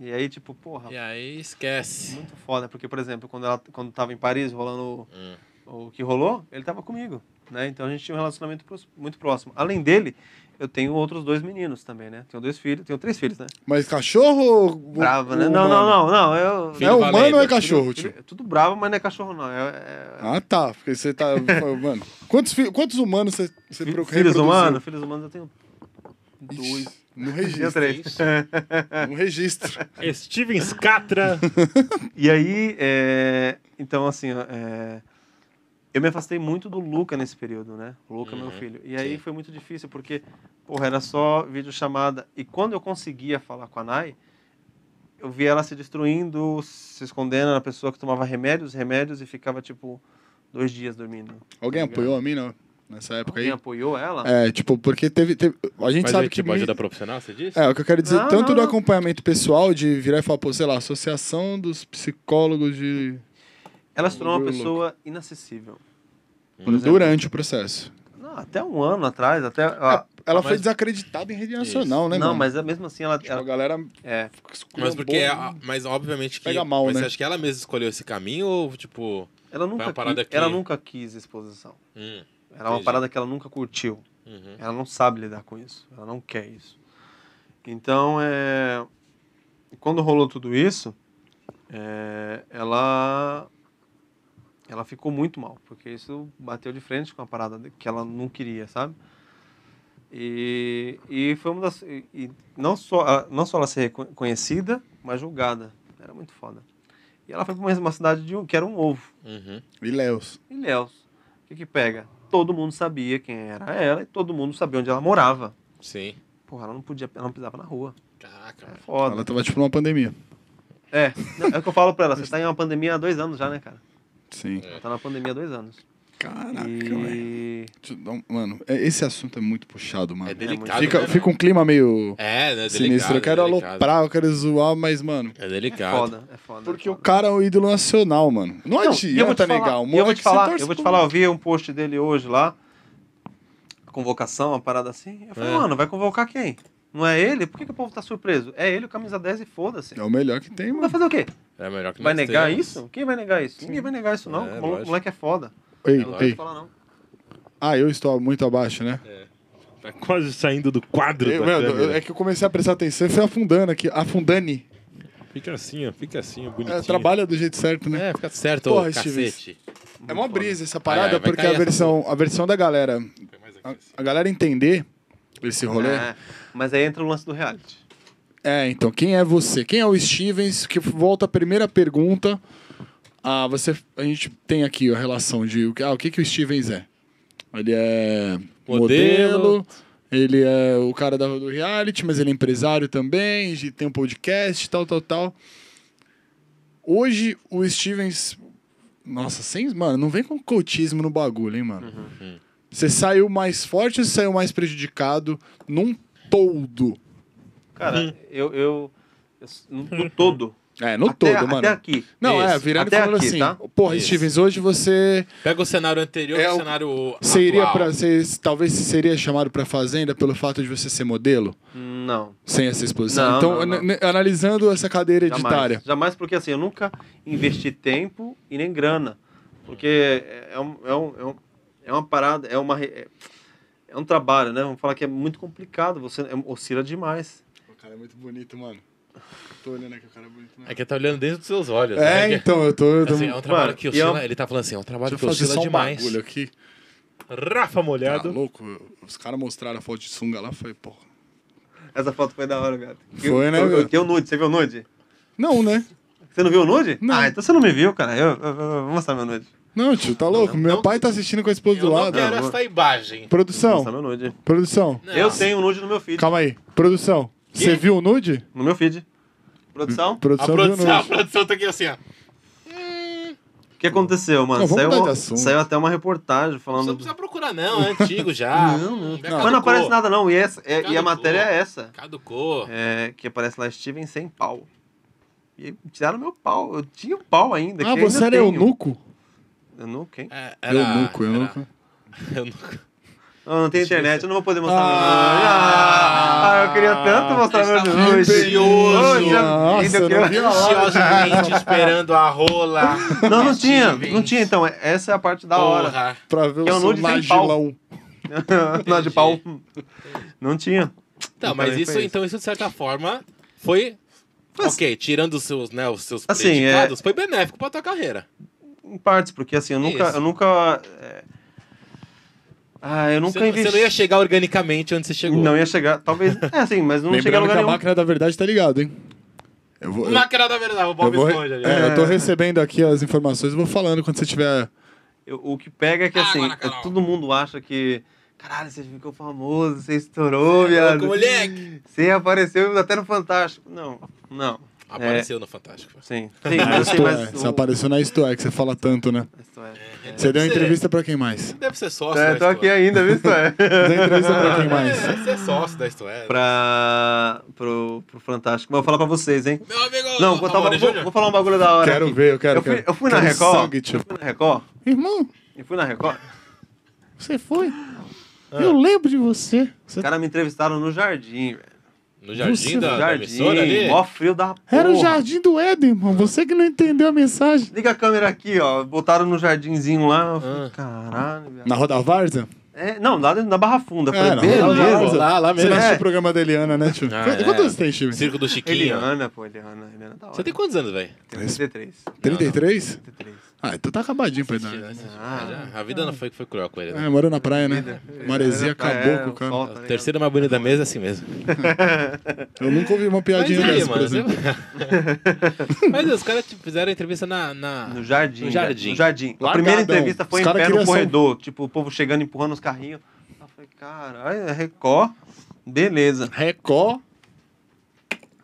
E aí, tipo, porra,
E aí, esquece.
muito foda, porque, por exemplo, quando ela quando tava em Paris rolando
Hum.
o, o que rolou, ele tava comigo, né? Então a gente tinha um relacionamento pros- muito próximo. Além dele, eu tenho outros dois meninos também, né? Tenho dois filhos, tenho três filhos, né?
Mas cachorro ou.
Brava, né? Não, não, não, não, eu...
É
Filho
humano ou é
valendo.
cachorro,
filho-
tio?
é tudo bravo, mas não é cachorro, não. É, é-
Ah, tá. Porque você tá. mano, quantos, fi- quantos humanos você, você
fi-
pro-
filhos
reproduziu?
humanos? Filhos humanos eu tenho
Ixi,
dois.
Não
Tenho
registro.
três.
Não registro.
Steven Scatra.
E aí, é, então, assim, ó, é, eu me afastei muito do Luca nesse período, né? O Luca, é meu
Uhum,
filho. E aí
sim.
foi muito difícil, porque, porra, era só videochamada. E quando eu conseguia falar com a Nai, eu via ela se destruindo, se escondendo na pessoa que tomava remédios, remédios, e ficava, tipo, dois dias dormindo.
Alguém
Tá ligado?
apoiou a mim, não? Nessa época
Alguém
aí?
apoiou ela?
É, tipo, porque teve. teve- a gente
Mas
sabe
aí,
que.
tipo,
mi-
ajuda profissional, você disse?
É, o que eu quero dizer,
Não,
tanto do
não, não.
acompanhamento pessoal, de virar e falar, pô, sei lá, Associação dos Psicólogos de.
Ela se tornou uma
Louco.
pessoa inacessível.
Durante o processo.
Não, até um ano atrás, até... ó,
Ela
mas-
foi desacreditada em rede nacional, né,
Ah, não,
mano?
mas mesmo assim ela...
Tipo, a
ela
galera.
é,
Mas porque é,
a...
mas obviamente que.
Pega mal,
mas
né?
você acha que ela mesma escolheu esse caminho ou tipo.
ela, nunca,
uma parada
qui-
que-
ela nunca quis exposição.
hum,
Era uma
Entendi.
parada que ela nunca curtiu.
uhum.
Ela não sabe lidar com isso. Ela não quer isso. Então, é... quando rolou tudo isso, é, ela ela ficou muito mal, porque isso bateu de frente com a parada de- que ela não queria, sabe? E, e foi uma das e, e não só a- não só ela ser reco- conhecida, mas julgada. Era muito foda. E ela foi para uma cidade de um- que era um ovo
Uhum.
E Léos.
e Léus. O que que pega? Todo mundo sabia quem era ela e todo mundo sabia onde ela morava.
Sim.
Porra, ela não podia, ela não pisava na rua.
Caraca,
É
velho.
foda.
Ela tava tipo numa pandemia.
É, não, é o que eu falo pra ela. Você tá em uma pandemia há dois anos já, né, cara?
Sim.
Ela tá na pandemia há dois anos.
Caraca, velho.
E...
Deixa eu dar um- Mano, é- esse assunto é muito puxado, mano.
É delicado.
fica,
né,
fica um clima meio
mano? É, né? É
sinistro.
delicado,
Eu quero
é delicado.
aloprar, eu quero zoar, mas, mano.
É
É
delicado.
foda, é foda.
Porque
é
o
foda.
cara é um ídolo nacional, mano. Não
Não, e eu vou te
adianta
falar-
negar. O
e eu vou
moleque
te
que você
falar,
torce
eu vou te
pro-
falar, eu vi um post dele hoje lá, a convocação, uma parada assim. Eu falei,
É.
mano, vai convocar quem? Não é ele? Por que, que o povo tá surpreso? É ele, o camisa 10 e foda-se.
É o melhor que tem,
Vai
mano.
fazer o quê?
É melhor que
Vai
nós
negar
tenhamos.
isso? Quem vai negar isso? Ninguém vai negar isso, não.
É,
o
lógico.
mole- moleque é foda.
Ei,
Não
ei.
vai falar, não.
Ah, eu estou muito abaixo, né?
É,
Tá quase saindo do quadro
Eu-
da
meu, eu-
câmera.
é que eu comecei a prestar atenção e fui afundando aqui. Afundane.
Fica assim, ó. Fica assim, ó,
É,
bonitinho.
trabalha do jeito certo, né?
É, fica certo,
Porra,
ô
Steve.
cacete.
É uma brisa essa
Vai,
parada,
vai, vai
porque
cair
a
tá essa
versão, a versão da galera. A, a galera entender esse rolê. É.
É, mas aí entra o lance do reality.
então, quem é você? Quem é o Stevens? Que volta a primeira pergunta. Ah, você. A gente tem aqui a relação de o que- ah, o que, que o Stevens é. Ele é modelo.
Modelo.
ele é o cara da, do reality, mas ele é empresário também, e tem um podcast, tal, tal, tal. Hoje o Stevens Nossa, sem. Mano, não vem com coachismo no bagulho, hein, mano. Você saiu mais forte ou você saiu mais prejudicado num todo?
Cara, eu, eu, eu- No todo.
É, no
até,
todo, mano.
Até aqui.
Não, é,
Isso.
virando
Até
e falando
aqui,
assim.
tá?
Porra,
Isso.
Stevens, hoje você
Pega o cenário anterior
É
e o
o-
cenário.
seria
atual.
para talvez você seria chamado pra fazenda pelo fato de você ser modelo
Não.
sem essa exposição.
Não,
então,
não, não.
an- analisando essa cadeira
Jamais.
hereditária,
Jamais, porque assim, eu nunca investi tempo e nem grana. Porque é, é um, é, um, é, um- é uma parada, é uma. re- É, é um trabalho, né? Vamos falar que é muito complicado. Você é- oscila demais.
O cara é muito bonito, mano. Tô olhando aqui, o cara é bonito
É que tá olhando dentro dos seus olhos.
É,
né?
então, eu tô. Eu tô...
Assim, é um trabalho
Mano,
que
e
oscila.
eu-
Ele tá falando assim, é um trabalho
Deixa
que
eu fazer
oscila
só um
demais.
bagulho aqui.
Rafa
Tá
molhado.
louco? Os caras mostraram a foto de sunga lá, foi, porra.
Essa foto foi da hora, gato.
Foi,
eu,
né,
Eu, eu
gato?
tenho o nude. Você viu o nude?
Não, né?
Você não viu o nude?
Não.
Ah, então você não me viu, cara. Eu, eu- eu- eu vou mostrar meu nude.
Não, tio, tá louco? Meu
não-
pai tá assistindo com a esposa
Eu
do
não
lado.
quero
Não,
essa imagem.
Vou mostrar
Produção,
meu nude.
produção,
Não.
Eu tenho o nude no meu feed.
calma aí. Produção, você viu o nude?
No meu feed. Produção?
A
Produção viu o
produção, a
nude.
produção tá aqui assim, ó.
O que aconteceu, mano?
Não, vamos
saiu,
mudar
uma-
de assunto.
saiu até uma reportagem
Você não
falando.
precisa procurar, não. É antigo já.
Não, não. Mas
Já caducou.
não aparece nada, não. E, essa, é- e a
Caducou.
matéria é essa.
Caducou.
É, que aparece lá Steven sem pau. E aí tiraram meu pau. Eu tinha o pau ainda.
Ah,
que eu
você
ainda
era
tenho.
eunuco?
Eunuco, hein?
É, era-
Eunuco, eunuco.
era- eunuco.
Ah, Não, não tem internet, eu não vou poder mostrar meu nude.
Ah!
Ah, eu queria tanto mostrar meu
Está
nude.
ansioso.
Hoje,
Nossa,
ainda
eu
queria-
não vi a hora.
Ansiosamente esperando a rola.
Não, não tinha.
Steven.
Não tinha, então. é- Essa é a parte da hora.
Porra.
Pra ver
Que é um
o seu
nude sem pau.
nagilão.
Não, de pau. Não tinha.
Não,
Então,
mas
também
isso,
foi isso.
então, isso de certa forma foi. Ok, tirando os seus, né, os seus
Assim, é-
predicados, foi benéfico pra tua carreira.
Em partes, porque assim, eu nunca.
Isso.
Eu nunca é... Ah, eu nunca
você, não-
investi.
você não ia chegar organicamente onde você chegou.
Não ia chegar. Talvez. É assim, mas não cheguei
Lembrando que
a lugar
a
nenhum.
máquina da verdade tá ligado, hein? Eu vou, eu-
Máquina da verdade, o Bob
eu vou-
Esponja. né? ali.
é, eu tô recebendo aqui as informações e vou falando quando você tiver.
Eu- o que pega é que assim,
Agora, Carol.
é- todo mundo acha que. Caralho, você ficou famoso, você estourou, viado. É.
Ô, é moleque!
Você apareceu até no Fantástico. Não, não.
Apareceu no Fantástico.
Sim. Sim, mas, assim,
Isto
mas
é,
o-
Você apareceu na Isto É, que você fala tanto, né?
Isto é.
Você deu
Deve ser-
entrevista pra quem mais?
Deve ser sócio
É,
da
tô aqui
Isto É.
ainda, viu? Isto é.
Deu entrevista pra quem mais?
É, Deve ser sócio da Isto É.
pra, pro, pro Fantástico. Mas vou falar pra vocês, hein?
Meu amigo!
Não, vou, contar uma-
Amaury
vou,
Júnior.
vou falar um bagulho da hora.
Quero
aqui.
ver, eu quero.
Eu fui-
quero-
eu fui na
quero um
Record.
sangue, tio.
Fui na Record.
Irmão,
Eu fui na Record.
você foi? Eu lembro de você.
Os caras me entrevistaram no jardim, velho.
No jardim Ah, da,
No
da
jardim,
emissora ali?
mó frio da porra.
Era o jardim do Éden, irmão. Você que não entendeu a mensagem.
Liga a câmera aqui, ó. Botaram no jardinzinho lá. Eu falei,
Ah.
caralho, velho.
Na Roda Varza?
É, não, lá dentro da Barra Funda. Eu
É, na
falei,
Roda Varza.
beleza.
Lá, lá
Você
mesmo.
não assistiu
É.
o programa da Eliana, né, tio?
Ah,
Quantos
é.
quantos anos tem, tio?
Circo do Chiquinho.
Eliana, pô, Eliana. Eliana é da hora.
Você tem quantos anos, velho?
Tem um 33.
33?
33.
Ah, então tá acabadinho pra idade.
Ah,
A vida não foi, foi cruel com ele, né?
É, morou na praia, né? Maresia
Era pra-
acabou
é,
com o cara.
sol, tá ligado?
Terceira mais bonita da mesa é assim mesmo.
Eu nunca ouvi uma piadinha
Mas aí,
dessa, por
mano,
exemplo.
você- Mas os caras te fizeram entrevista na. na-
No jardim.
No
No
jardim.
jardim. No jardim. A
Largadão.
primeira entrevista foi
Os
em
cara
pé
queria um-
no
só-
corredor. Tipo, o povo chegando, empurrando os carrinhos. Eu falei, caralho, é Record. Beleza.
Record.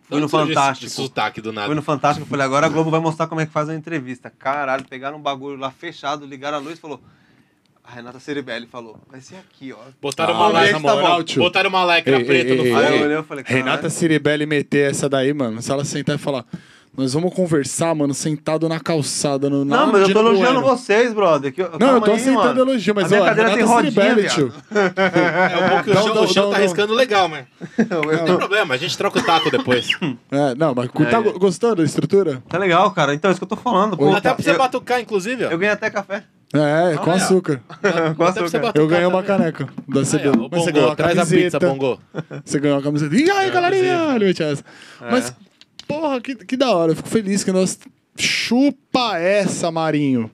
Fui no
Onde surgiu esse
Fantástico.
sotaque do nada.
Foi no Fantástico, eu falei, agora a Globo vai mostrar como é que faz a entrevista. Caralho, pegaram um bagulho lá fechado, ligaram a luz e falou. A Renata Ceribelli falou, vai ser aqui, ó.
Botaram
Ah,
uma
moleque,
lycra.
tá bom.
moral, tio.
Botaram uma lycra
Ei,
preta
ei,
no
ei,
Aí eu
ei.
fundo.
olhei e falei, caralho.
Renata Ciribelli meter essa daí, mano. Se ela sentar e falar, nós vamos conversar, mano, sentado na calçada. No, na
Não, mas eu tô
Dino
elogiando
Bueno.
vocês, brother. que eu-
Não, eu
calma
tô
aí,
aceitando
mano.
elogio,
A
mas
minha
ó,
cadeira tem
Renata
rodinha,
Ciribelli,
viado.
tio.
É um pouco o
Não,
João,
não,
o João
não,
tá
não.
arriscando legal, mas. Não tem problema, a gente troca o taco depois.
É, não, mas tá
É.
go- gostando da estrutura?
Tá legal, cara. Então, é isso que eu tô falando. pô.
Até pra você
eu,
batucar, inclusive, ó.
eu ganhei até café.
É, com
é, ó.
açúcar.
Com
Até pra você
açúcar.
batucar.
Eu ganhei uma
também.
caneca da
Aí, ó,
CB.
o
Mas você ganhou
Bongo,
uma
traz a pizza,
camiseta.
É, Bongo.
Você ganhou uma camiseta. E aí, galerinha? Olha, essa.
É.
Mas, porra, que, que da hora. Eu fico feliz que nós. Chupa essa, Marinho.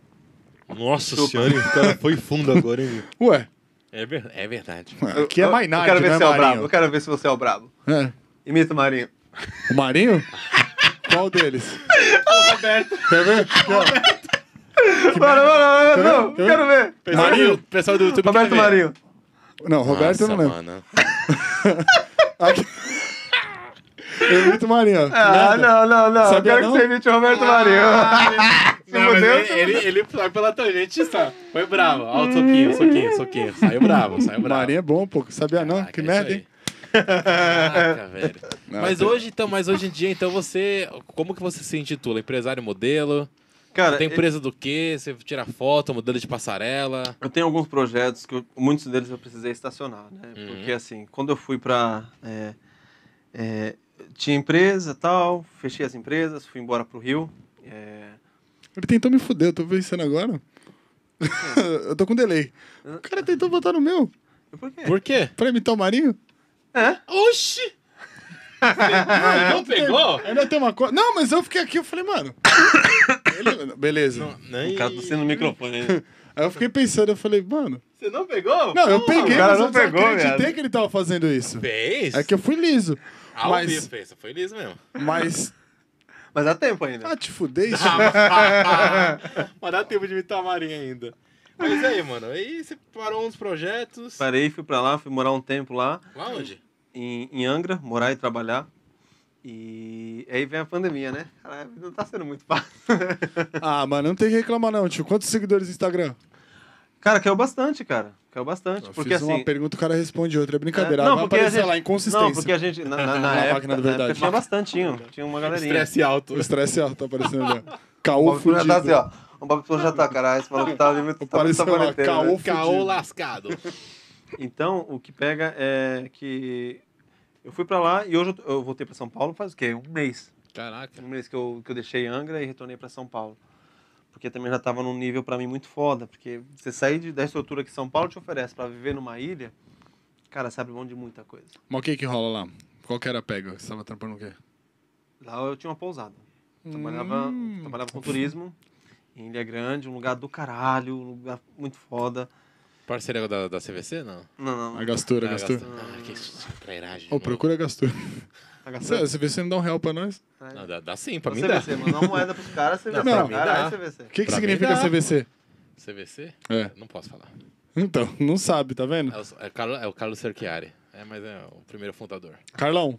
Nossa senhora, o cara foi fundo agora, hein?
Ué,
É, ver- é verdade.
aqui é
Eu-
mais nada,
Eu quero ver
né,
se é o brabo.
Marinho?
Eu quero ver se você é o brabo.
É.
Imita o Marinho.
O Marinho? Qual deles? Quer ver? Aqui, ó.
Bora, bora, bora. Não,
Quer ver?
quero ver.
Marinho?
O pessoal do YouTube. quer
Roberto
ver.
Marinho.
Não, Roberto eu não
Nossa,
lembro.
mano.
Aqui. Eu imito o Marinho. ó. Nada.
Ah, não, não, não.
Sabia
quero
não?
que você imite o Roberto Marinho. que mudou.
ele, ele, ele sai pela tangente e sai. Foi bravo. Ó, o soquinho, soquinho, soquinho. Saiu bravo, saiu
O
bravo.
Marinho é bom, pô. Sabia não?
Caraca,
que
é
merda,
isso
hein?
aí. Caraca, velho.
Não,
mas
tem-
hoje, então, mas hoje em dia, então, você. Como que você se intitula? Empresário modelo?
Cara,
tem
eu-
empresa do quê? Você tira foto, modelo de passarela.
eu tenho alguns projetos que eu- muitos deles eu precisei estacionar, né?
Uhum.
Porque assim, quando eu fui pra. é, é, tinha empresa tal, fechei as empresas, fui embora pro Rio. é,
Ele tentou me fuder, eu tô pensando agora. eu tô com delay. O cara tentou botar no meu
Por quê?
Por quê?
pra imitar o Marinho.
Oxi!
Ah, então
Não pegou?
Ainda tem uma coisa. Não, mas eu fiquei aqui, eu falei, mano. Ele- Beleza.
O cara tossindo no microfone. né?
Aí eu fiquei pensando, eu falei, mano.
Você não pegou?
Não, eu peguei,
o cara
mas
não
eu
pegou,
acreditei
viado.
que ele tava fazendo isso.
Fez?
É que eu fui liso.
Ao
mas-
vivo fez, foi liso mesmo.
Mas.
Mas dá tempo ainda.
Ah, te fudei isso.
Mas dá tempo de imitar a Marinha ainda. Mas aí, mano, aí você parou uns projetos.
Parei, fui pra lá, fui morar um tempo lá,
Lá onde?
em, em Angra, morar e trabalhar. E aí vem a pandemia, né? Caralho, não tá sendo muito fácil.
Ah, mano, não tem que reclamar, não, tio. Quantos seguidores no Instagram?
Cara, caiu bastante, cara. Caiu bastante.
Eu
porque
fiz
assim.
uma pergunta, o cara responde outra. É brincadeira.
É, não,
Vai
porque a
aparecer
gente-
lá, inconsistência.
Não, porque a gente. Na, na, na
máquina
época,
da
na
verdade.
época tinha bastante, tinha, tinha uma galerinha.
Estresse alto.
O estresse alto tá aparecendo ali. ó.
O
Caô
Bob Pirulha
fudido.
tá assim, ó. O Bob Pirulha já tá, cara. Esse maluco tá ali, tá muito
Apareceu lá,
saboneteiro, né?
caô
Caô
fudido.
lascado.
Então, o que pega é que eu fui pra lá e hoje eu, eu voltei pra São Paulo faz o quê? Um mês.
Caraca.
Um mês que eu, que eu deixei Angra e retornei pra São Paulo. Porque também já tava num nível pra mim muito foda. Porque você sair de- da estrutura que São Paulo te oferece pra viver numa ilha, cara, você abre mão de muita coisa.
Mas o que que rola lá? Qual que era a pega? Você tava trampando o quê?
Lá eu tinha uma pousada. Trabalhava,
Hum.
trabalhava com turismo em Ilha Grande, um lugar do caralho, um lugar muito foda.
Parceria da, da CVC, não?
Não, não,
A gastura, a
Ah,
gastura.
gastou. Ah, que isso, trairagem.
Ô, procura a gastura.
tá gastando.
Você vê se não dá um real pra nós?
Não, dá, dá sim, pra
Pra
mim dá.
CVC, mandar uma moeda pros caras, CVC.
pra
Não,
mim
cara,
dá.
CVC.
O que, que
Pra mim
significa
dá.
CVC?
CVC?
É.
Não posso falar.
Então, não sabe, tá vendo?
É o, é o Carlo- é o Carlos Cerchiari. É, mas é o primeiro fundador.
Carlão,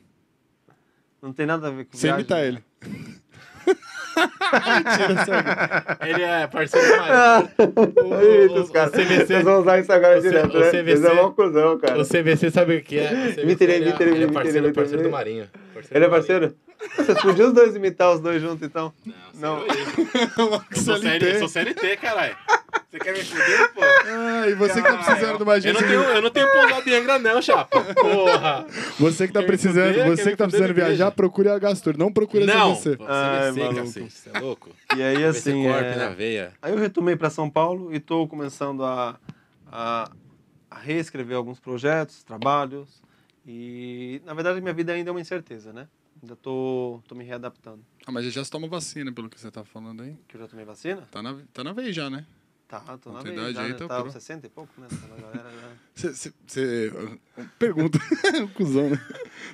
Não tem nada a ver com
você
viagem.
imitar ele.
Ele é parceiro do Mário.
Eita, os
o
caras.
CVC.
Eles vão usar isso agora
O C-
direto,
o
né?
CVC.
Eles é mó cuzão, cara.
O CVC sabe o que é? O CVC,
Imita ele,
ele é-
imita ele,
ele é
imita
parceiro,
ele,
parceiro do
imita
Marinho.
Ele é
do
parceiro? Vocês podiam os dois imitar os dois juntos, então?
Marinho.
Não.
Eu sou CLT, eu sou CLT, caralho. Você quer me fuder, pô?
Ah, e você que tá precisando de uma
Eu não
agência.
tenho, eu não tenho pousada em Angra, não, chapa. Porra.
Você que tá
Quer me
precisando,
fuder?
você
Quer
que tá
me fuder
precisando
na
viajar,
igreja?
procure a gastura. Não procure a
Não.
CVC.
Ai,
Você
maluco.
cacete, você é louco?
E aí, assim,
Esse corpo
né?
é,
na veia.
aí eu retomei pra São Paulo e tô começando a, a, a reescrever alguns projetos, trabalhos. E, na verdade, minha vida ainda é uma incerteza, né? Ainda tô, tô me readaptando.
Ah, mas já se toma vacina, pelo que você tá falando aí.
Que eu já tomei vacina?
Tá na, tá na veia já, né?
Tá, tô na
tua
vez,
idade
já,
aí
né?
tá
Tá,
pro.
60 e pouco, né? Aquela galera já-
Cê, cê, cê- Pergunta. Cusão, né?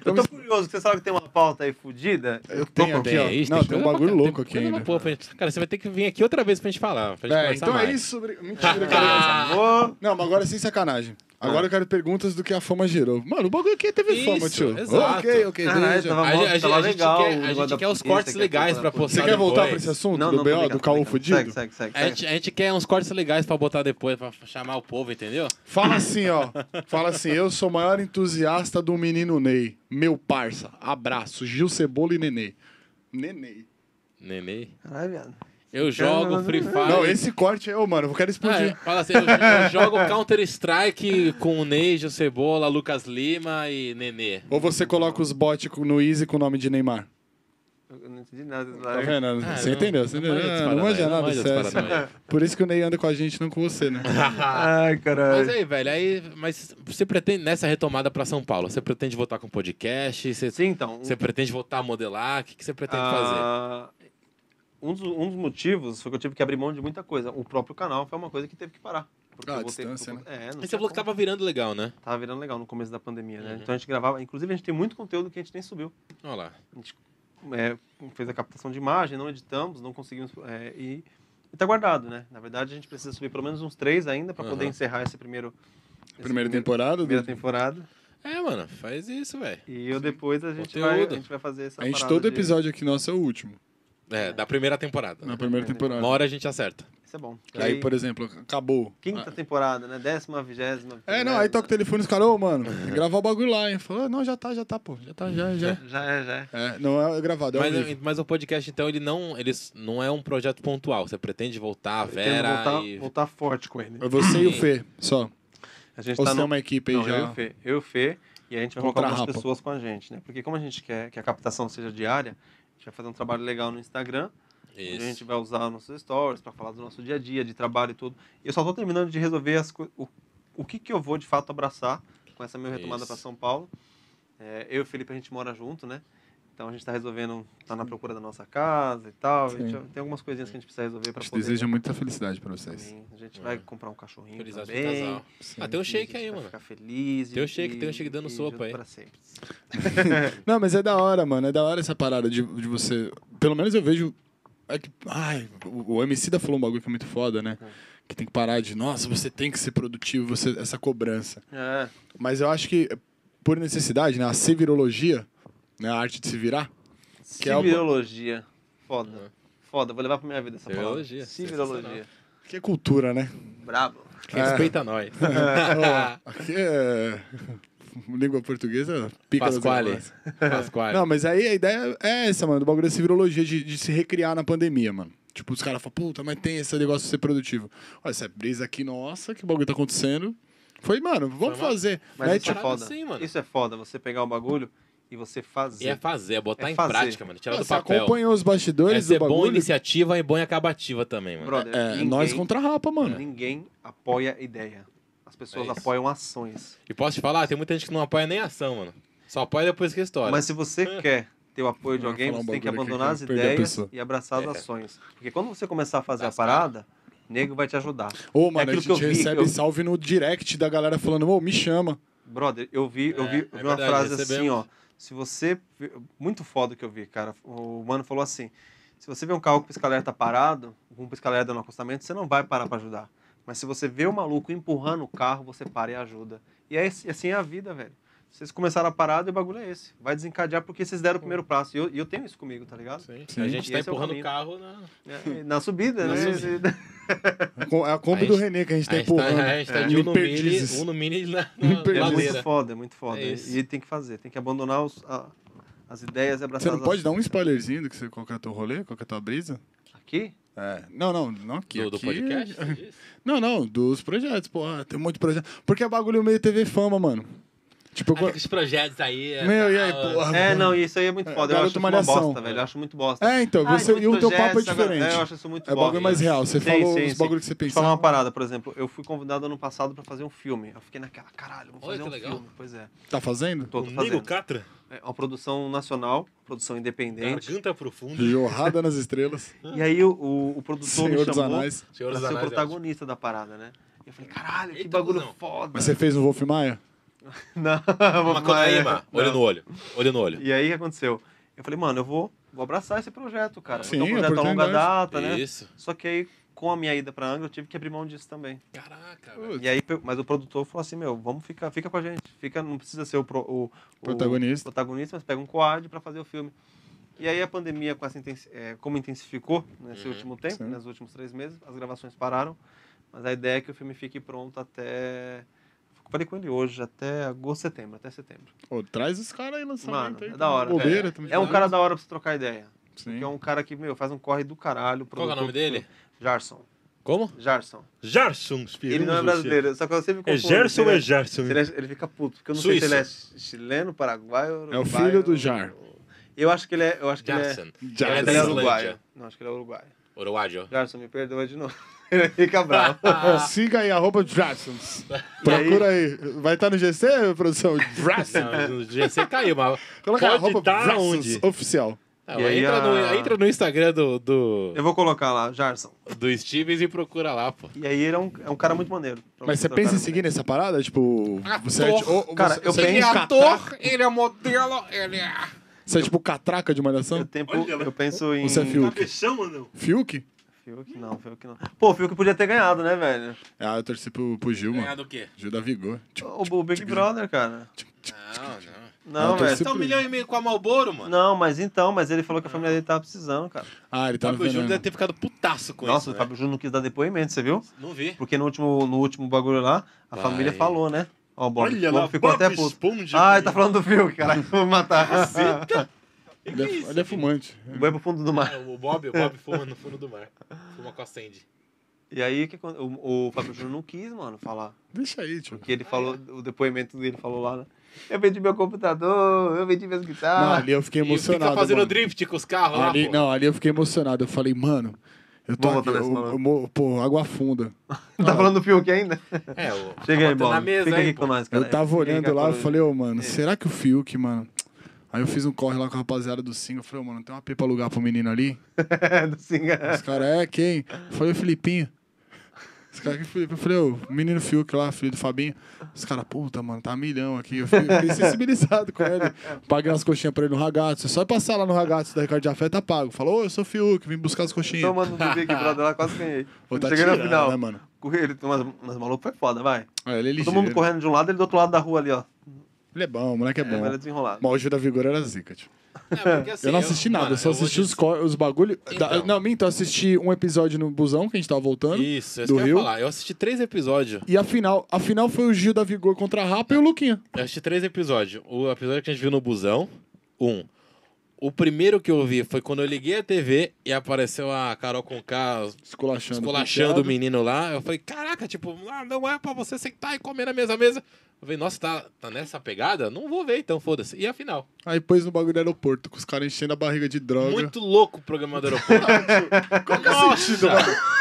Eu tô curioso, que você sabe que tem uma pauta aí fudida.
Eu tenho aqui,
Tem
ó.
aí,
Não, tem um
coisa
bagulho
pra-
louco
tem
aqui
coisa
ainda.
pra pôr pra gente- Cara, você vai ter que vir aqui outra vez pra gente falar. Pra gente
É,
conversar
então é
mais.
isso. bri- Mentira, cara.
Vou...
Não, mas agora é sem sacanagem.
Ah.
Agora eu quero perguntas do que a fama gerou. Mano, o bagulho aqui teve
Isso,
fama, tio.
exato. Ah, então
Ok, ok.
Caralho,
veja.
tava-
A, gente- a
Tá
gente-
lá
a gente
legal, o
quer, a
negócio
gente
da
quer os
polícia,
cortes
quer
legais
tudo
pra
da polícia.
postar
Você quer voltar
depois.
pra esse assunto
Não,
do
não, tô
BO, do
brincando,
caô
tô brincando. Segue,
fudido?
segue, segue,
A
segue.
gente, a gente quer uns cortes legais pra botar depois, pra chamar o povo, entendeu?
Fala assim, ó. Fala assim, eu sou o maior entusiasta do menino Ney. Meu parça. Abraço. Gil Cebola e Nenê. Nenê.
Nenê.
Caralho, viado.
Eu jogo Free Fire.
Não, esse corte é, ô, mano, eu quero
Ah, é.
explodir.
Fala assim, eu, eu jogo Counter-Strike com o Neijo, Cebola, Lucas Lima e Nenê.
Ou você coloca os bots com- no Easy com o nome de Neymar.
Eu não entendi nada.
Tá
Lá.
vendo?
Ah,
você
não-
entendeu? Você
não
entendeu?
manja
Ah,
dos
Não manja
paranoia, não
nada
manja dos
desse.
paranoia.
Por isso que o Ney anda com a gente, não com você, né?
Ai,
Mas
caralho.
aí, velho, aí, mas você pretende, nessa retomada pra São Paulo, você pretende voltar com podcast? Você,
Sim, então.
você pretende voltar a modelar? O que, que você pretende fazer?
ah, Um dos, um dos motivos foi que eu tive que abrir mão de muita coisa. O próprio canal foi uma coisa que teve que parar. Porque
Ah, a
eu voltei-
distância, né?
É, não
Mas você
tinha
falou que
como.
tava virando legal, né?
Tava virando legal no começo da pandemia, né? Então a gente gravava. Inclusive, a gente tem muito conteúdo que a gente nem subiu.
Olha lá.
A gente é, fez a captação de imagem, não editamos, não conseguimos. é, e, e tá guardado, né? Na verdade, a gente precisa subir pelo menos uns três ainda para poder
Aham.
encerrar esse primeiro. esse
Primeira
primeiro-
temporada. né?
Primeira
do-
temporada.
É, mano, faz isso, velho.
E eu depois a gente, vai,
Conteúdo.
a gente vai fazer essa
A gente,
parada
todo
de-
episódio aqui nosso é o último.
É, da primeira temporada.
na primeira temporada.
Uma hora a gente acerta.
Isso é bom. Porque
Aí, por exemplo, acabou.
Quinta temporada, né? Décima, vigésima.
É, não, aí toca o telefone os caras, ô, mano, tem que gravar o bagulho lá, hein? Falou, não, já tá, já tá, pô. Já tá, já, já.
Já é, já é.
É, não é gravado, é ao vivo.
Mas, mas o podcast, então, ele não, ele não é um projeto pontual. Você pretende voltar a
Pretendo
Vera
voltar,
e...
voltar forte com ele.
É você e o Fê, só.
A gente
Ou
tá
você é
no...
uma equipe aí
Não,
já.
eu e o Fê. Eu e o Fê, e a gente
Contra
vai colocar
a
algumas
rapa.
pessoas com a gente, né? Porque como a gente quer que a captação seja diária, a gente vai fazer um trabalho legal no Instagram, onde a gente
Isso.
vai usar nossos stories para falar do nosso dia a dia, de trabalho e tudo. E eu só tô terminando de resolver as co- o, o que, que eu vou de fato abraçar com essa minha retomada
Isso.
para São Paulo. É, eu e o Felipe, a gente mora junto, né? Então a gente está resolvendo, tá na procura da nossa casa e tal. A gente
Sim.
tem algumas coisinhas que a gente precisa resolver
A
para
gente
poder.
deseja muita felicidade pra vocês.
também. A gente
É.
vai comprar um cachorrinho
Felicidade pro
também.
casal. Ah, tem um shake aí,
Vai
mano.
Ficar feliz.
Tem um shake- tem um shake dando sopa
junto
aí.
pra sempre.
Não, mas é da hora, mano. É da hora essa parada de, de você. Pelo menos eu vejo. É que, ai, o, o MC da falou um bagulho que é muito foda, né?
Uhum.
Que tem que parar de, nossa, você tem que ser produtivo, você, essa cobrança.
É,
Mas eu acho que, por necessidade, né? A civirologia, né? A arte de se virar. Que é o-
civilologia.
É.
Foda. Foda, vou levar pra minha vida essa palavra.
Civilologia,
Civilologia.
Que é cultura, né?
Bravo.
Respeita nós.
Ó, aqui é. Língua portuguesa, pica das
Pasquale.
galáxias.
Pasquale.
Não, mas aí a ideia é essa, mano, do bagulho dessa virologia de, de se recriar na pandemia, mano. Tipo, os caras falam, puta, mas tem esse negócio de ser produtivo. Olha, essa brisa aqui, nossa, que bagulho tá acontecendo. Foi, mano, vamos fazer.
Mas
Né,
isso é
tipo,
parada
foda.
assim, mano.
Isso é foda, você pegar o bagulho e você fazer.
E é fazer, é botar
É
em
fazer.
prática, mano. Tirar do
você
papel.
acompanhou os
É
bastidores do
ser bom em
bagulho.
iniciativa e bom em acabativa também, mano.
Brother,
É,
ninguém,
nós contra a rapa, mano.
Ninguém apoia ideia. As pessoas
É isso.
apoiam ações.
E posso te falar, tem muita gente que não apoia nem a ação, mano. Só apoia depois que a história.
Mas se você quer ter o apoio de
Eu ia
alguém,
falar um
você tem que
bagulho aqui
abandonar as
que eu perdi a
ideias
pessoa.
e abraçar as
É.
ações. Porque quando você começar a fazer
Das
a parada, nego vai te ajudar.
Ô,
É
mano, a
aquilo
gente
que eu vi,
recebe
eu-
salve no direct da galera falando, ô, me chama.
Brother, eu vi, eu
É,
vi, eu
é
vi uma
verdade,
frase assim,
recebemos.
ó. Se você. Muito foda o que eu vi, cara. O mano falou assim: se você vê um carro com o pisca-alerta parado, com um pisca-alerta no acostamento, você não vai parar pra ajudar. Mas se você vê o maluco empurrando o carro, você para e ajuda. E é esse- assim é a vida, velho. Vocês começaram a parada e o bagulho é esse. Vai desencadear porque vocês deram o primeiro passo. E eu, e eu tenho isso comigo, tá ligado?
Sim.
Sim.
A gente tá
Esse é o
empurrando o
caminho.
carro
tá
na.
É, na subida,
Na
né?
É a com- É a
A
Kombi do
gente-
Renê que a gente
a
tá
gente tá,
empurrando.
a gente tá
É.
de um
Me
no
perdizes.
mini, um no mini na, na
Me
É
perdizes.
ladeira.
muito foda, é muito foda.
É isso.
e tem que fazer, tem que abandonar os- a- as ideias e
Você
abraçar
não
as
pode dar um spoilerzinho do que você, qual que é o teu rolê, qual que é a tua brisa?
Aqui?
É. Não, não, não aqui.
Do, do
aqui- é
podcast? você disse?
Não, não, dos projetos, pô. ah, Tem um monte de projeto. Porque é bagulho meio TV fama, mano. Tipo,
Ah,
co-
fica os projetos aí. é,
meu, e
tá,
aí,
ó.
porra?
É, não, isso aí é muito
É,
foda. Eu
garoto
acho isso uma
malhação.
bosta, velho. Eu acho muito bosta.
É, então,
Ah,
você,
tem
e o
muito
teu papo é
gesto, agora-
diferente.
é, eu acho isso muito
É bagulho
bosta. né?
mais real. Você
Sim,
falou
sim,
os
sim.
bagulho que você
Deixa eu falar uma
pensava.
parada, por exemplo. Eu fui convidado ano passado pra fazer um filme. Eu fiquei naquela, caralho, vou
Olha
fazer
que
um
legal.
filme. Pois é.
Tá fazendo?
Tô, tô
Comigo,
fazendo.
Catra?
É uma produção nacional, produção independente.
Garganta profunda.
Jorrada nas estrelas.
E aí o, o, o produtor
Senhor
me
dos
chamou
Anais.
Senhor
pra
dos
ser o
Anéis, é.
protagonista da parada, né? E eu falei, caralho, que
Eita,
bagulho
cuzão.
foda.
Mas você fez no Wolf Maia?
Não,
é ótimo.
vamos
Macaíma, olho no olho. Olho no olho.
E aí o que aconteceu? Eu falei, mano, eu vou, vou abraçar esse projeto, cara.
Sim,
Porque é um projeto a longa
oportunidade.
data, né?
Isso.
Só que aí, com a minha ida pra Angra, eu tive que abrir mão disso também.
Caraca, velho.
Putz,
E aí, pe- mas o produtor falou assim, meu, vamos ficar, fica com a gente. Fica, não precisa ser o, pro- o- o
Protagonista.
protagonista, mas pega um coad pra fazer o filme. E aí a pandemia, com essa intensi- eh, como intensificou nesse
Uhum.
último tempo,
Sim.
né, nos últimos três meses, as gravações pararam. Mas a ideia é que o filme fique pronto até... Falei com ele hoje, até agosto, setembro, até setembro.
Ô, traz os caras aí lançamento
Mano,
aí.
é
tá
da hora.
Bobeira, tamo
É um
junto.
cara da hora pra você trocar ideia.
Sim.
Que é um cara que, meu, faz um corre do caralho.
Qual que é
produtor-
o nome dele?
Jarson.
Como?
Jarson.
Jarson, Spirou.
Ele não é brasileiro, só que eu sempre
É
confundo.
Gerson
se
ou
ele
né?
é Jarson?
se ele, é- ele fica puto, porque eu não sei
Suíço.
se ele é chi- chileno, paraguaio...
É o
uruguaio.
filho do Jar.
Eu acho que ele é... Eu acho que ele é...
Jarson.
Já,
Ele
Ele
da
é
já-
Islândia.
uruguaio. Não, acho que ele é uruguaio.
Uruguaio.
Jarson, me perdoa de novo. ele fica bravo.
Siga aí, arroba Drassons. Procura aí. Vai estar no GC, produção? Drassons.
Não, o GC caiu, mas.
Coloca aí,
Pode
arroba
dar
Drassons
onde?
oficial.
Ah,
E aí
entra, no,
a-
entra no Instagram do, do,
Eu vou colocar lá, Jarson.
do Stevens e procura lá, pô.
E aí ele é um, é um cara muito maneiro. pra tá
Mas você
trocar
pensa em
uma
seguir nessa parada? Tipo, você é,
Ator.
ti- ou- ou
Cara,
você,
eu
você
penso-
é, tipo catraca,
ele é modelo, ele é.
você é tipo catraca de malhação?
Eu, tempo,
Olha,
eu penso em...
Você é Fiuk.
Cabeção ou não?
Fiuk?
Fiuk não, Fiuk não. Pô, o Fiuk podia ter ganhado, né, velho?
Ah, eu torci pro, pro Gil,
Ganhar
mano.
do é quê?
Gil da Vigor. Tipo,
O, o Big Brother, cara.
Não, não.
Não,
Eu tô
velho.
super-
Tá um milhão e meio com a Malboro, mano.
Não, mas então, mas ele falou que a família dele tava precisando, cara.
Ah, ele tá
Fábio Júnior deve
envenenando.
ter ficado putaço com
né? Nossa, tá o
isso. né?
Fábio Júnior não quis dar depoimento, você viu?
Não vi.
Porque no último, no último bagulho lá, a
Vai.
família falou, né? Ó, o Bob,
Olha
Bob
lá,
ficou
Bob
até puto.
Esponja.
Ah, ele tá falando do Phil, cara. Vou matar.
Ele é, ele é fumante.
Vai pro fundo do mar.
Ah, O Bob, o Bob fuma no fundo do mar. Fuma com a Sandy.
E aí, o que aconte- o, o Fábio Júnior não quis, mano, falar.
Deixa aí, tipo. tio.
Porque ele
Ah,
falou,
é?
o depoimento dele falou lá, né? Eu vendi meu computador, eu vendi minhas guitarras.
Não, ali eu fiquei
E o que
emocionado.
tá fazendo
mano.
drift com os carros lá,
Ali,
pô?
não, ali eu fiquei emocionado. Eu falei, mano, eu tô
Vou
aqui,
voltar nessa
eu-
palavra.
eu mo- pô, água funda.
Tá falando do Fiuk ainda?
É, o...
Chega aí,
botando na
Bob.
mesa,
Fica
hein,
aqui
pô.
com nós, cara.
Eu tava
Fica aqui
olhando
com a
lá, eu
coroa.
falei, ô, mano,
É.
será que o Fiuk, mano... Aí eu fiz um corre lá com a rapaziada do Singa. Eu falei, ô, mano, tem uma P pra alugar pro menino ali?
do Singa.
Os caras, é, quem? Eu falei, o Filipinho. Os caras, que Felipe? Eu falei, ô, o menino Fiuk lá, filho do Fabinho. Os caras, puta, mano, tá milhão aqui. Eu fiquei, fiquei sensibilizado com ele. Paguei umas coxinhas pra ele no ragazzo. É só passar lá no ragazzo da Ricardo Jafé, tá pago. Falou, ô, eu sou o Fiuk, vim buscar as coxinhas.
Tomando um Big Brother lá, quase ganhei.
Ô, tá
Cheguei no
tirando,
final.
né, mano?
Ele tem umas, umas malucas, foi foda, vai.
Olha, ele é ligeiro.
Todo mundo correndo de um lado, ele do outro lado da rua ali, ó.
Ele é bom, o moleque é
É,
bom.
mas ele é desenrolado.
Mas o Gil da Vigor era zica, tipo.
É, porque assim,
eu não assisti nada,
mano,
eu só
vou
assisti os,
dizer-
cor- os bagulho.
Então.
da- Não, minto, eu assisti um episódio no busão que a gente tava voltando.
Isso, é isso
do
que eu ia
Rio.
falar. Eu assisti três episódios.
E a final, a final foi o Gil da Vigor contra a Rapa e o Luquinha.
Eu assisti três episódios. O episódio que a gente viu no busão, um. O primeiro que eu vi foi quando eu liguei a TV e apareceu a Carol Conká
Esculachando.
esculachando o
penteado.
menino lá. Eu falei, caraca, tipo, ah, não é pra você sentar e comer na mesma mesa. Eu falei, nossa, tá, tá nessa pegada? Não vou ver, então foda-se. E afinal,
Aí pôs no bagulho do aeroporto, com os caras enchendo a barriga de droga.
muito louco o programa do aeroporto. Qual que é o sentido,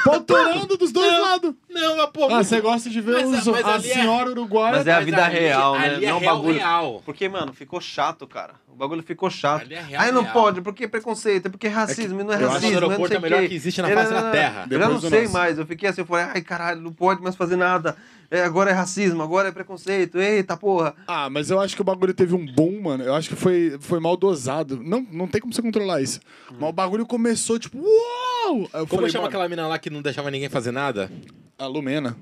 Pontorando dos dois lados.
Não, mas pô,
Ah,
muito-
você gosta de ver
Mas-
os-
mas
a
ali é-
senhora uruguaia.
Mas é a
mas
vida
ali-
real, né?
ali é
Não
real,
bagulho.
real.
Porque, mano, ficou chato, cara. O bagulho ficou chato.
Ali é real,
Aí não
real.
pode, porque é preconceito, é porque é racismo, e não é
eu acho
racismo.
que o
é não
aeroporto
sei
é o melhor
quê.
que existe na
Eu
face
não-
da Terra.
Eu já não
Depois do
sei
nosso.
mais, eu fiquei assim, eu falei, ai caralho, não pode mais fazer nada. É, agora é racismo, agora é preconceito, eita porra.
Ah, mas eu acho que o bagulho teve um boom, mano. Eu acho que foi, foi mal dosado. Não, não tem como você controlar isso. Mas o bagulho começou, tipo, uou! Aí eu
Como
falei,
chama
mano,
aquela mina lá que não deixava ninguém fazer nada?
A Lumena.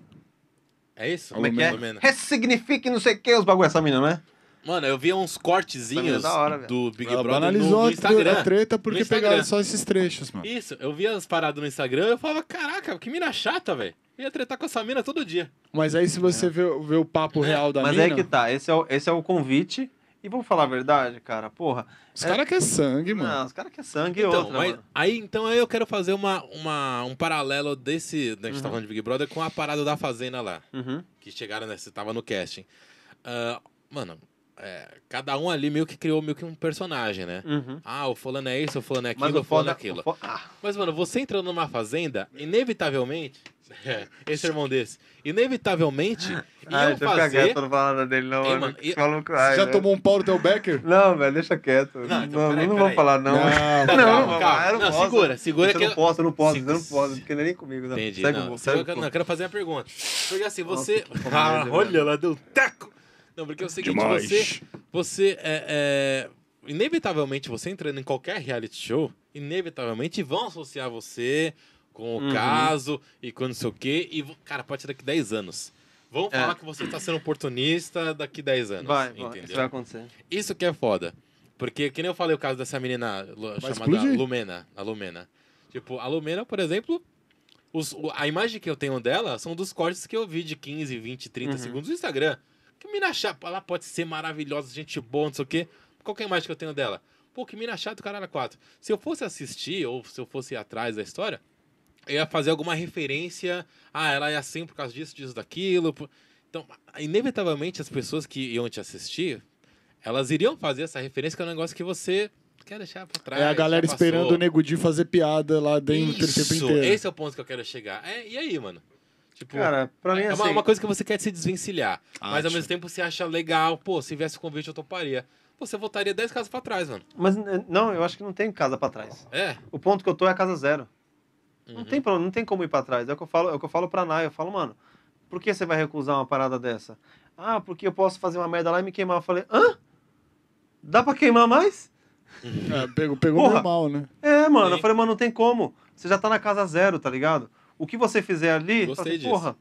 É isso?
Como é que
Mais
é?
ou menos.
Ressignifique não sei o que os bagulho essa mina, né?
Mano, eu vi uns
Tá
cortezinhos
da hora, velho.
do Big
Ela
Brother no,
Ah, banalizou
no
a tre-
Instagram.
a treta porque
No Instagram.
pegaram só esses trechos, mano.
Isso, eu vi as paradas no Instagram eu falava, caraca, que mina chata, velho. Eu Ia tretar com essa mina todo dia.
Mas aí se você vê, vê o papo real da
Mas
mina,
é que tá, esse é, o, esse é o convite. E vamos falar a verdade, cara, porra.
os caras querem sangue, mano.
Não, os caras que é sangue e
Então,
outra,
mas-
mano.
aí, então aí eu quero fazer uma, uma- um paralelo desse. né, A gente tá falando de Big Brother com a parada da Fazenda lá.
Uhum.
Que chegaram, né? Você tava no casting. Ah, mano, é, cada um ali meio que criou meio que um personagem, né?
Uhum.
Ah, o fulano é isso, o fulano é aquilo,
Mas
o
o foda...
fulano é
o
aquilo.
fo- ah,
Mas, mano, você entrando numa fazenda, inevitavelmente. É, esse irmão desse. Inevitavelmente,
ai,
iam
deixa eu ficar Ah, quieto, tá
fazer.
eu não falo nada dele não,
Ei,
mano.
mano, e-
Falou com-
Você
ai,
já
né?
tomou um pau do teu Becker?
Não, velho, deixa quieto.
Não,
Não,
então,
não,
peraí,
não
peraí.
vou falar, não.
Não,
não,
calma,
não,
calma.
eu não
Não,
posso.
segura, segura
Eu
que
não
eu-
posso, eu não posso,
Se-
eu não posso, porque não é nem comigo. Não.
Entendi.
Segue o
não,
bo- segue
eu
o
quero-
bo-
não, eu quero fazer uma pergunta. Porque assim, você.
Nossa, que é
Ah,
comédia,
olha, ela deu um taco. Não, porque é o seguinte,
Demais.
você. Você é, é, Inevitavelmente, você entrando em qualquer reality show, inevitavelmente vão associar você com o
Uhum.
caso e com não sei o quê. E, vo- cara, pode ser daqui 10 anos. Vão
É.
falar que você tá sendo oportunista daqui 10 anos.
Vai, vai,
entendeu?
isso vai acontecer.
Isso que é foda. Porque, que nem eu falei o caso dessa menina lu-
Vai
chamada
explodir.
Lumena. A Lumena. Tipo, a Lumena, por exemplo, os- o- a imagem que eu tenho dela são dos cortes que eu vi de 15, 20, 30
Uhum.
segundos no Instagram. Que mina chata. Ela pode ser maravilhosa, gente boa, não sei o quê. Qual que é a imagem que eu tenho dela? Pô, que mina chata do caralho 4. Se eu fosse assistir, ou se eu fosse ir atrás da história, eu ia fazer alguma referência. Ah, ela é assim por causa disso, disso, daquilo. por- Então, inevitavelmente, as pessoas que iam te assistir, elas iriam fazer essa referência, que é um negócio que você quer deixar pra trás.
É a galera
já passou.
esperando o Nego Di fazer piada lá dentro o tempo
Isso,
inteiro.
Esse é o ponto que eu quero chegar. É, e aí, mano? Tipo,
Cara, pra mim
é
assim.
uma, uma coisa que você quer se desvencilhar. Mas ao
Acho.
mesmo tempo você acha legal. Pô, se viesse o convite eu toparia. Pô, você voltaria 10 casas pra trás, mano.
Mas n- não, eu acho que não tem casa pra trás.
É.
O ponto que eu tô é a casa zero. Não
Uhum.
tem problema, não tem como ir pra trás. É o que eu falo, é o que eu falo pra Nai, eu falo, mano, por que você vai recusar uma parada dessa? Ah, porque eu posso fazer uma merda lá e me queimar. Eu falei, hã? Dá pra queimar mais?
É, pegou pegou
Porra.
normal, né?
É, mano.
Sim.
Eu falei, mano, não tem como. Você já tá na casa zero, tá ligado? O que você fizer ali,
Gostei
fala assim,
disso.
porra.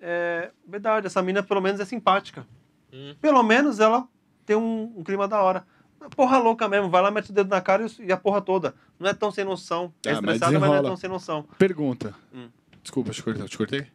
É verdade, essa mina pelo menos é simpática.
Hum.
Pelo menos ela ter um, um clima da hora. Porra louca mesmo, vai lá, mete o dedo na cara e, e a porra toda. Não é tão sem noção. É
Ah, mas
estressado, mas, não é
desenrola.
tão sem noção.
Pergunta.
Hum.
Desculpa, te cortei. Te cortei?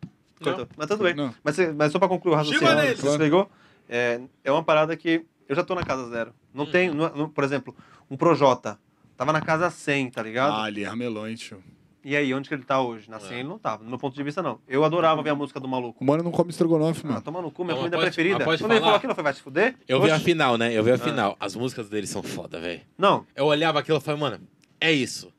Cortou. Mas tudo bem.
Não.
Mas, você- mas só pra concluir o raciocínio,
Chegou
você
neles.
Claro.
pegou? É, é uma parada que eu já tô na casa zero. Não
Hum.
tem, não- é, não- por exemplo, um Projota. Tava na casa 100, tá ligado?
Ah, ali, ramelão, hein, tio.
E aí, onde que ele tá hoje?
É.
Na 100 ele não tava, no meu ponto de vista, não. Eu adorava ver a música do maluco.
O mano não come estrogonofe,
Ah,
mano.
toma no cu, minha
Não, mas
comida
pode-
preferida.
mas pode
Quando ele falou
falar.
aquilo, eu falei, vai se fuder?
Eu vi a
Oxi.
final, né? Eu
Ah.
vi a final. As músicas deles são foda, velho.
Não,
Eu olhava aquilo e falei, mano, é isso.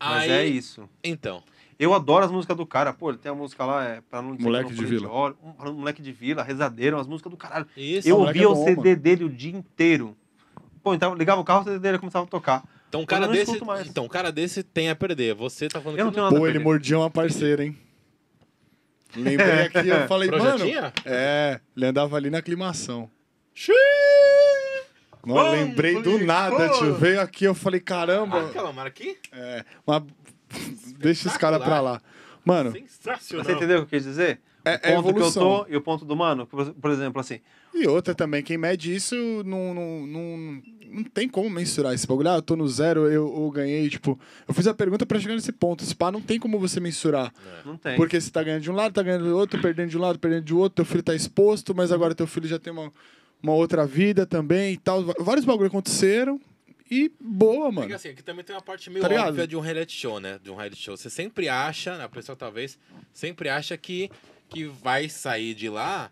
mas
Aí-
é isso.
Então.
Eu adoro as músicas do cara. Pô, ele tem a música lá, é, pra não dizer
Moleque
que eu
de
não falei
Vila.
Óleo, um- pra um moleque de vila, rezadeiro, as músicas do caralho.
Isso.
eu
moleque
ouvia
é
o
bom,
CD dele o dia inteiro. Pô, então eu ligava o carro, o CD dele começava a tocar.
Então um
eu
cara
não
desse.
escuto mais.
Então um cara desse tem a perder. Você tá falando
Eu não
que
tenho nada
Pô,
a
ele
perder.
mordia uma parceira, hein? Lembrei aqui, eu falei, mano.
Projetinha?
É, ele andava ali na aclimação. Mano, lembrei do nada, tio. Veio aqui, eu falei,
tá
Ah,
caramba.
aquela marca aqui?
É, mas deixa os caras pra lá. Mano,
Sensacional.
Você entendeu o que eu quis dizer?
É- é
o ponto que eu
evolução.
tô e o ponto do mano, por por exemplo, assim,
E outra também, quem mede isso não, não, não, não tem como mensurar esse bagulho. Ah, eu tô no zero, eu, eu ganhei, tipo... Eu fiz a pergunta pra chegar nesse ponto. Se pá, não tem como você mensurar.
É.
não tem.
Porque você tá ganhando de um lado, tá ganhando do outro, perdendo de um lado, perdendo de outro, teu filho tá exposto, mas agora teu filho já tem uma, uma outra vida também e tal. Va- Vários bagulho aconteceram e boa,
Porque
mano.
assim, aqui também tem uma parte meio
Tá ligado?
óbvia de um reality show, né? De um reality show. Você sempre acha, né? a pessoa talvez, sempre acha que, que vai sair de lá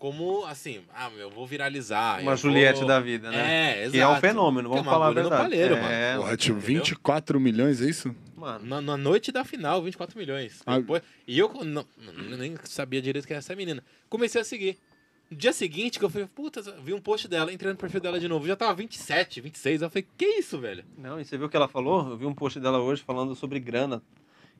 como, assim, ah, meu, eu vou viralizar.
Uma
eu
Juliette
vou...
da vida, né?
É, exato.
que é um fenômeno,
Que é
vamos
uma
falar a
agulha no
verdade.
palheiro, mano.
é,
Porra, tio,
entendeu?
24 milhões, é isso?
mano.
Na, na noite da final, 24 milhões.
Ah.
Depois- e eu co- não- n- nem sabia direito que era essa menina. Comecei a seguir. No dia seguinte, que eu falei, puta, vi um post dela, entrei no perfil dela de novo. Já tava 27, 26. Eu falei, que isso, velho?
Não, e você viu o que ela falou? Eu vi um post dela hoje falando sobre grana,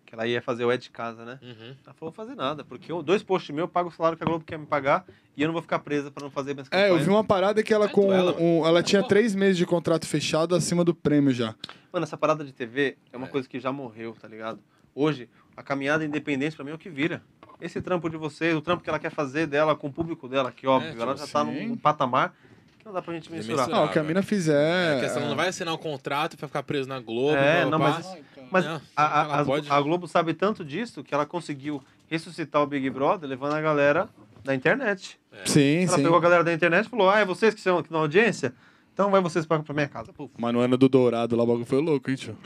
que ela ia fazer o Ed de casa, né?
Uhum.
Ela falou fazer nada, porque eu, dois posts meus, eu pago o salário que a Globo quer me pagar e eu não vou ficar presa pra não fazer minhas
É, eu vi uma parada que ela
Vai
com...
duela, mano.
um- ela tinha três meses de contrato fechado acima do prêmio já.
Mano, essa parada de TV é uma
É.
coisa que já morreu, tá ligado? Hoje, a caminhada independente pra mim é o que vira. Esse trampo de vocês, o trampo que ela quer fazer dela com o público dela, que óbvio,
tipo
ela já tá
assim.
num patamar que não dá pra gente mensurar.
mensurar.
Ah, o que a mina fizer...
É, que ela não vai assinar um contrato pra ficar preso na Globo.
É,
blá,
não,
blá,
mas
blá.
Mas
Não,
a, a-
ela
as-
pode-
a Globo sabe tanto disso que ela conseguiu ressuscitar o Big Brother levando a galera da internet.
é. Sim,
ela
sim.
pegou a galera da internet e falou: Ah, é vocês que são aqui na audiência? Então vai vocês pra, pra minha casa. Pô,
Mas no ano do Dourado lá, o bagulho foi louco, hein, tio?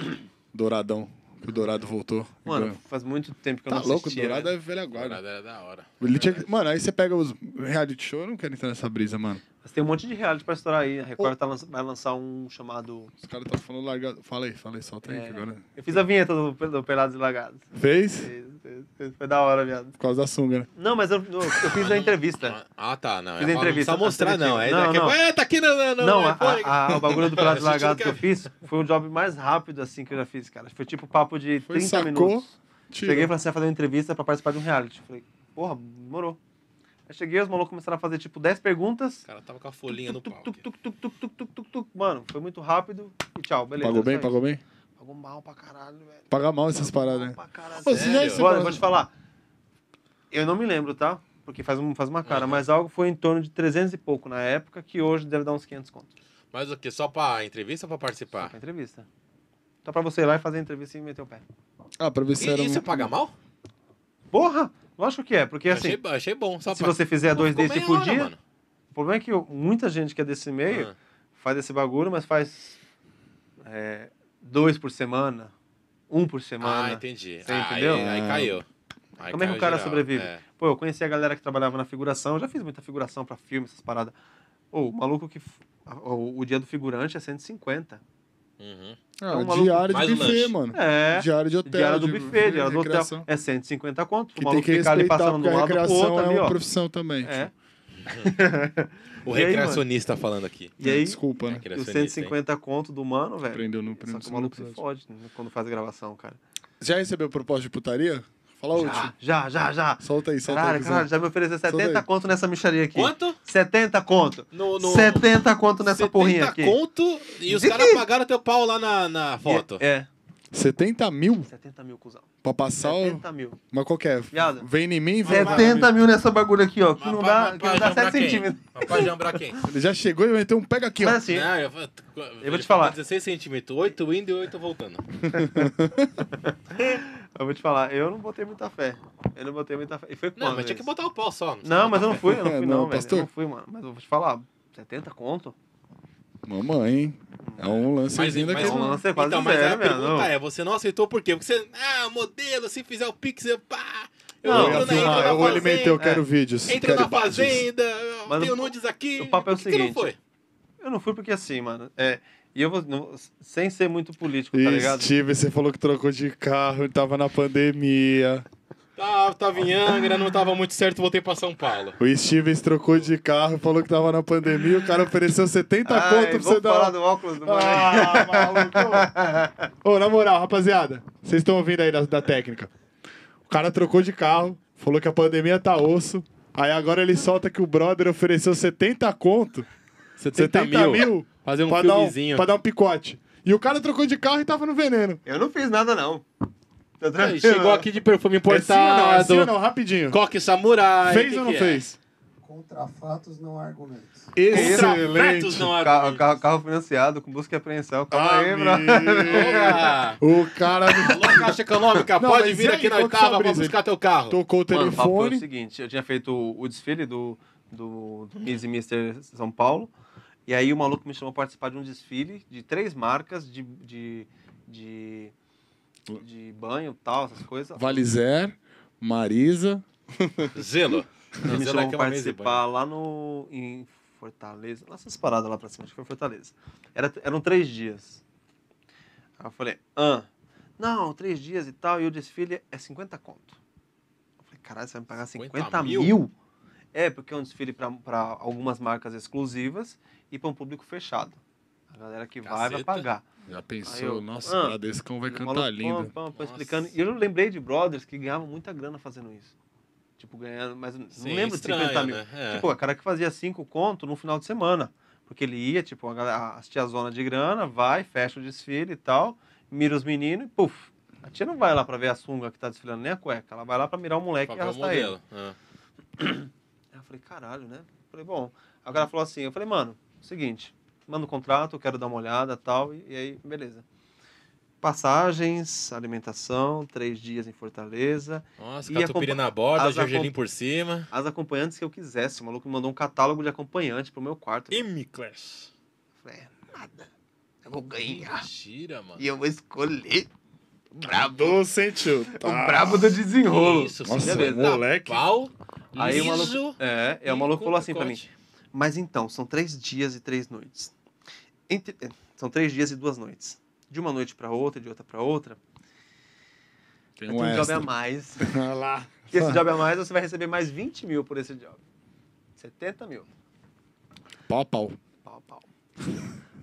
Douradão. Que o Dourado voltou.
mano, faz muito tempo que eu
tá
não
louco, o
assistia.
Dourado
velho.
é velha guarda.
Era da hora.
Ele tinha que- Mano, aí você pega os reality show, eu não quero entrar nessa brisa, mano.
Mas tem um monte de reality pra estourar aí. A Record tá lança- vai lançar um chamado...
Os caras tá falando largado. Fala aí, fala aí, solta aí
É.
que agora.
Eu fiz a vinheta do, do Pelados e Lagados.
Fez?
Foi da hora, viado.
Por causa da sunga, né?
Não, mas eu, eu, eu fiz a entrevista.
Ah, tá, não.
É. Fiz
é pra-
entrevista,
Não precisa mostrar, não. É,
não,
daqui a
não.
pouco, "É, tá aqui no, no, no
Não, a-
iPhone".
a- a- o bagulho do Pelados e
A gente não
Lagados que é- eu
quer-
fiz foi o job mais rápido, assim, que eu já fiz, cara. Foi tipo papo de 30
Foi, sacou,
minutos.
Tira.
Cheguei e falei assim, "Vai fazer uma entrevista pra participar de um reality. Eu Falei, porra, demorou. Aí cheguei, os malucos começaram a fazer, tipo, 10 perguntas.
O cara tava com a folhinha no
Tuc,
pau.
tuc,
aqui.
tuc, tuc, tuc, tuc, tuc, tuc, tuc. Mano, foi muito rápido e tchau, beleza.
Pagou bem,
Isso aí.
pagou bem?
Pagou mal pra caralho, velho.
Pagar mal essas paradas, né?
Mal pra caralho.
Ô, você já
Sério?
recebeu-
Agora, eu vou te falar. Eu não me lembro, tá? Porque faz, um, faz uma cara, mas algo foi em torno de 300 e pouco na época, que hoje deve dar uns 500 conto.
Mas o quê? Só pra entrevista ou pra
Só
participar?
pra entrevista. Só pra você ir lá e fazer a entrevista e meter o pé.
Ah, pra ver se era.
E, e
um-
você paga mal?
Porra! Lógico que é, porque assim,
achei, achei bom. Só
se
pra-
você fizer dois
Ficou
desse
meia
por
hora,
dia,
mano.
o problema é que eu- muita gente que é desse meio
Ah.
faz esse bagulho, mas faz é, dois por semana, um por semana.
Ah, entendi.
Você
Ah,
entendeu?
Aí, aí
Ah.
caiu. Aí
Como é que
caiu
o cara
geral.
sobrevive?
É.
Pô, eu conheci a galera que trabalhava na figuração, eu já fiz muita figuração pra filme, essas paradas. Ô, o maluco que. f- a- O, o dia do figurante é 150.
Uhum.
Ah,
é um maluco-
diário
Mais
de
um
buffet,
lanche.
mano.
É.
Diário de hotel.
Diário do
de-
buffet,
de
diário do hotel.
recreação.
É 150 conto.
Que
o maluco
tem que
ficar ali
respeitar,
passando
porque
de um
a
lado pro
recreação
outro
é
ali,
uma
ó.
profissão também.
É.
tio.
O
E aí,
recreacionista falando aqui.
E aí,
Desculpa, né?
os
Recreacionista, hein?
150 conto do mano, velho.
Prendeu no
Só
prêmio.
que o maluco se fode né, quando faz gravação, cara.
Tá Já recebeu proposta de putaria? Fala, ô, tio.
Já, já, já, já.
Solta aí, solta aí.
Caralho,
cuzão.
caralho, já me ofereceu
Solta
70
aí.
conto nessa micharia aqui.
Quanto?
70 conto.
No, no...
70 conto nessa
70
porrinha aqui.
conto e os
De
caras
quê?
pagaram teu pau lá na, na foto.
É,
R$ 70 mil?
70 mil, cuzão.
Pra passar o.
70 mil.
Mas qual que é?
Viado.
Vem em mim e vem.
70 mil nessa bagulho aqui, ó. Que
Mas
não
pra-
dá,
mas
que não
pra
dá
jambrar
7
quem?
centímetros.
Mas pra jambrar quem?
Ele já chegou e meteu um pega aqui,
Mas
ó.
assim,
Não, eu, ele
vou te
falou
falar.
16 centímetros, 8 indo e 8 voltando.
eu vou te falar, eu não botei muita fé. Eu não botei muita fé. E foi quando?
Não, mas
isso?
tinha que botar o pau só. Não,
Não, mas eu não fui, eu não fui,
É, Não,
não, velho.
pastor.
Eu não fui, mano. Mas eu vou te falar, 70 conto?
Mamãe, hein? É um lancezinho
Mas-
daqui.
Mas
um-
um lance é quase
então, mas aí a
zero, velho.
pergunta
não.
é, você não aceitou por quê? Porque você, ah, modelo, se fizer o pix, eu pá, eu
Não,
eu ia
entro na, entro
filmar,
na
assim, eu alimentei, eu
fazenda,
quero vídeos.
entro na
quero imagens.
fazenda,
Mas
tenho
o-
nudes aqui.
o papo é o
Por que que
seguinte,
não foi?
Eu não fui porque assim, mano. É, e eu vou. não- sem ser muito político, tá
E
ligado?
Steve, você falou que trocou de carro, tava na pandemia.
Tava, Tá, tava em Angra, não tava muito certo, voltei pra São Paulo.
O Stevens trocou de carro, falou que tava na pandemia, o cara ofereceu 70
Ai,
conto pra
vamos
você dar.
falar
uma-
do óculos do mano.
Ah, maluco! Ô, na moral, rapaziada, vocês estão ouvindo aí da, da técnica. O cara trocou de carro, falou que a pandemia tá osso. Aí agora ele solta que o brother ofereceu 70 conto,
70,
70 mil,
Fazer um
pra, dar um,
filmezinho.
pra dar um picote. E o cara trocou de carro e tava no veneno.
Eu não fiz nada, não. Tá
Aí
tranquilo?
Chegou aqui de perfume
É sim ou não? É sim ou
importado,
não? Rapidinho.
coque samurai.
fez
que
ou não
que é?
fez?
Contra fatos, não há argumentos.
Excelente.
Contratos não é? há
Carro, carro, carro financiado, com busca e apreensão. Calma
Ah,
aí, bro.
Opa!
O cara
Alô, Caixa Econômica,
Não,
pode
mas
vir
e aí,
aqui na
qual que é a
oitava pra
brisa?
buscar teu carro.
tocou o
Mano, o papo assim. foi o
telefone.
seguinte: eu tinha feito o, o desfile do, do, do Miss e Mister São Paulo. E aí o maluco me chamou pra participar de um desfile de três marcas de. de, de de banho tal, essas coisas.
Valizer, Marisa.
Zelo.
Eles me
Zelo
chamam
aqui é
pra
uma mesa de banho.
participar lá no, em Fortaleza. Lá essas paradas lá pra cima, acho que foi Fortaleza. Era, eram três dias. Aí eu falei, ah, não, três dias e tal, e o desfile é 50 conto. Eu falei, caralho, você vai me pagar 50,
50 mil?
mil? É, porque é um desfile pra, pra algumas marcas exclusivas e pra um público fechado. A galera que vai, vai
Caceta.
pagar.
Já
Aí eu-
nossa,
Ah,
Bradescão vai
O maluco, pam, pam, pam,
Nossa.
explicando. E eu lembrei de brothers que ganhavam muita grana fazendo isso. Tipo, ganhando, mas
Sim,
não lembro
estranho,
de 50 mil.
né? É.
Tipo, o cara que fazia cinco conto no final de semana. Porque ele ia, tipo, a galera, as tiazona de grana, vai, fecha o desfile e tal, mira os meninos e puf. A tia não vai lá pra ver a sunga que tá desfilando, nem a cueca. Ela vai lá pra mirar o moleque e
Papel
arrastar ele.
modelo. Ah.
Aí eu falei, caralho, né? Falei, bom. Aí o cara falou assim, eu falei, mano, seguinte, manda o contrato, eu quero dar uma olhada tal, e, e aí, beleza. Passagens, alimentação, três dias em Fortaleza,
Nossa,
E
catupiry
acompa-
na borda,
as acom-
gergelim por cima.
as acompanhantes que eu quisesse. O maluco me mandou um catálogo de acompanhante pro meu quarto. Eu
Imiclash.
falei, é nada. Eu vou ganhar.
Mentira, mano.
E eu vou escolher o brabo.
Brabo sentiu. Tá
O brabo do desenrolo.
Isso,
Nossa,
50
moleque.
Pau,
é Aí o maluco-
liso.
É, e
e
o maluco
com
falou assim pra mim.
pacote.
Mas então, são três dias e três noites. Entre- eh, São três dias e duas noites. De uma noite pra outra, de outra pra outra.
Tem
eu tenho um job a mais.
Olha lá.
E esse job a mais, você vai receber mais 20 mil por esse job. 70 mil.
Pau a pau.
Pau, pau.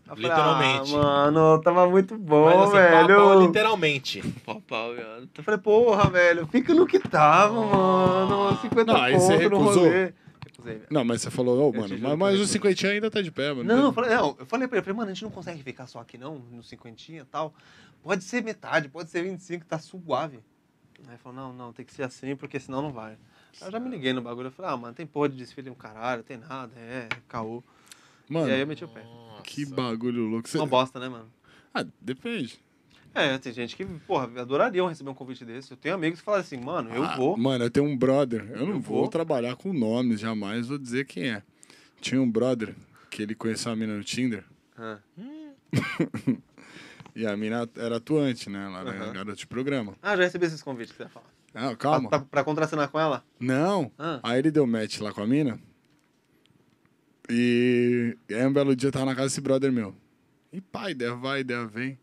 Eu
Literalmente.
ah, mano, tava muito bom,
Mas, assim, pau,
velho.
pau, literalmente.
Pau, pau, velho. Eu falei, porra, velho, fica no que tava, mano. 50
Não, aí você
conto no
recusou?
rolê. Recusei, velho.
Não, mas você falou, ô,
te
mano,
juro
mas,
que
mas
eu
o cinquentinho ainda tá de pé, mano.
Não, eu falei, não, eu falei pra ele, eu falei, mano, a gente não consegue ficar só aqui não, no cinquentinha e tal. Pode ser metade, pode ser 25, tá suave. Aí ele falou, não, não, tem que ser assim, porque senão não vai. Aí eu já me liguei no bagulho, eu falei, ah, mano, tem porra de desfile um caralho, tem nada, é, caô.
Mano,
E aí eu meti o pé.
que bagulho louco. Você...
É, Uma bosta, né, mano?
Ah, depende.
É, tem gente que, porra, adorariam receber um convite desse. Eu tenho amigos que falam assim, mano, eu
Ah,
vou.
Mano, eu tenho um brother. Eu não
Eu
vou.
vou.
trabalhar com nomes, jamais vou dizer quem é. Tinha um brother que ele conheceu uma mina no Tinder.
Ah,
E a mina era atuante, né? Ela era
Aham.
garota de programa.
Ah, já recebi esses convites que você fala.
Ah, calma.
Pra, pra, pra contracenar com ela?
Não.
Ah.
Aí ele deu match lá com a mina. E, e aí um belo dia eu tava na casa desse brother meu. E pai, ideia vai, ideia vem.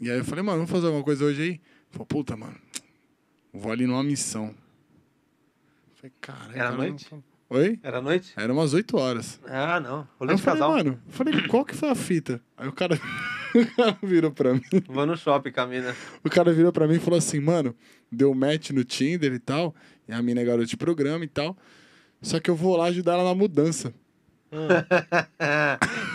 E aí eu falei, mano, vamos fazer alguma coisa hoje aí? Ele Falou, puta, mano, vou ali numa missão. Eu Falei, caralho.
Era à
cara,
noite?
não- Oi?
Era à noite?
Era umas 8 horas.
Ah, não.
Aí
Rolê
eu
de
falei,
casal.
mano, eu falei, qual que foi a fita? Aí o cara, o cara virou pra mim.
Vou no shopping, Camila.
O cara virou pra mim e falou assim, mano, deu match no Tinder e tal, e a mina é garota de programa e tal, só que eu vou lá ajudar ela na mudança.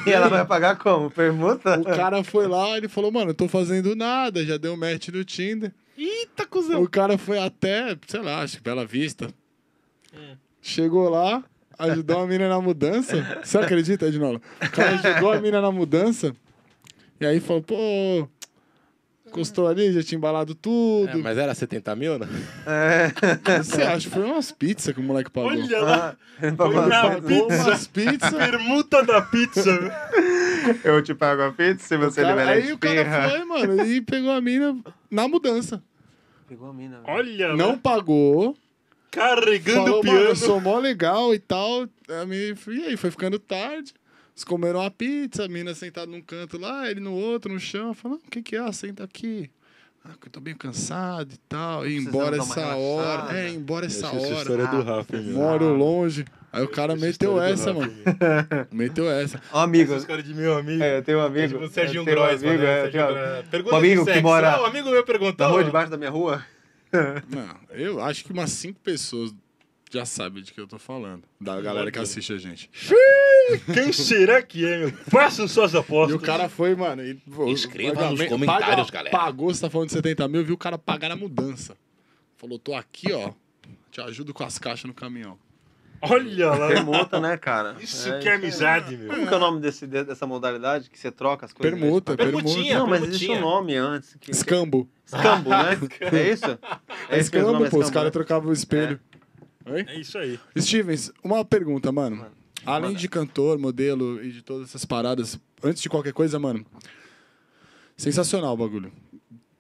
e ela vai pagar como? Permuta?
O cara foi lá, ele falou, mano, eu tô fazendo nada, já deu match no Tinder.
Eita, cuzão.
O cara foi até, sei lá, acho que Bela Vista. Chegou lá, ajudou a menina na mudança. Você acredita, Ednola? O cara ajudou a menina na mudança. E aí falou, pô, encostou ali, já tinha embalado tudo.
É, mas era 70 mil, né?
Você acha? Foi umas pizzas que o moleque pagou.
Olha
Ah,
lá,
Pagou
pizza.
umas pizzas.
permuta da pizza.
Eu te pago a pizza se você
Cara,
liberar
aí
a
o cara
espirra.
foi, mano, e pegou a mina na mudança.
Pegou a mina, velho.
Olha
Não
lá,
pagou.
carregando
Falou,
o
mano, eu
piano.
sou mó legal e tal. A mina- E aí, foi ficando tarde. Eles comeram uma pizza, a mina sentada num canto lá, ele no outro, no chão. Falou, o que que é? Ah, Senta aqui. Ah, que eu tô bem cansado e tal. E ir
Precisando
embora
dar uma
essa
relaxada. Ah.
hora. É, ir embora
Eu
essa
acho Essa
hora.
história é do Rafa, hein, meu.
Moro longe. Aí o cara
Essa
meteu
história do
essa,
Rafa,
mano.
meu.
Meteu essa.
Ó, amigo.
Cara de meu amigo.
É, eu tenho um amigo.
Tipo o Serginho
eu tenho um
Gross,
amigo, é,
né?
eu
Serginho
tenho um-
Gross.
um
Pergunta
amigo
de
que
sexo.
mora- Tá
Ah, um amigo meu perguntou.
Na rua debaixo da minha rua?
Não, eu acho que umas cinco pessoas já sabem de que eu tô falando. Da galera que assiste a gente.
Quem será que é, meu? Façam suas
E
apostas.
o cara foi, mano. E, pô,
Escreva
paga-
nos
paga-
comentários, galera.
Pagou, você tá falando de 70 mil, viu o cara pagar na mudança. Falou, tô aqui, ó. Te ajudo com as caixas no caminhão.
Olha lá.
Permuta, né, cara?
Isso
É,
que é amizade, meu.
Como que é o nome desse, de- dessa modalidade que você troca as coisas?
Permuta,
Né?
permuta.
Permutinha.
Não, mas existe um nome antes. Que...
Escambo.
Escambo, né? É isso?
É
esse mesmo
escambo,
nome,
pô. Os
escambo,
caras
né?
trocavam o espelho.
É isso aí.
Stevens, uma pergunta, mano. Além
manda.
de cantor, modelo e de todas essas paradas, antes de qualquer coisa, mano. Sensacional o bagulho.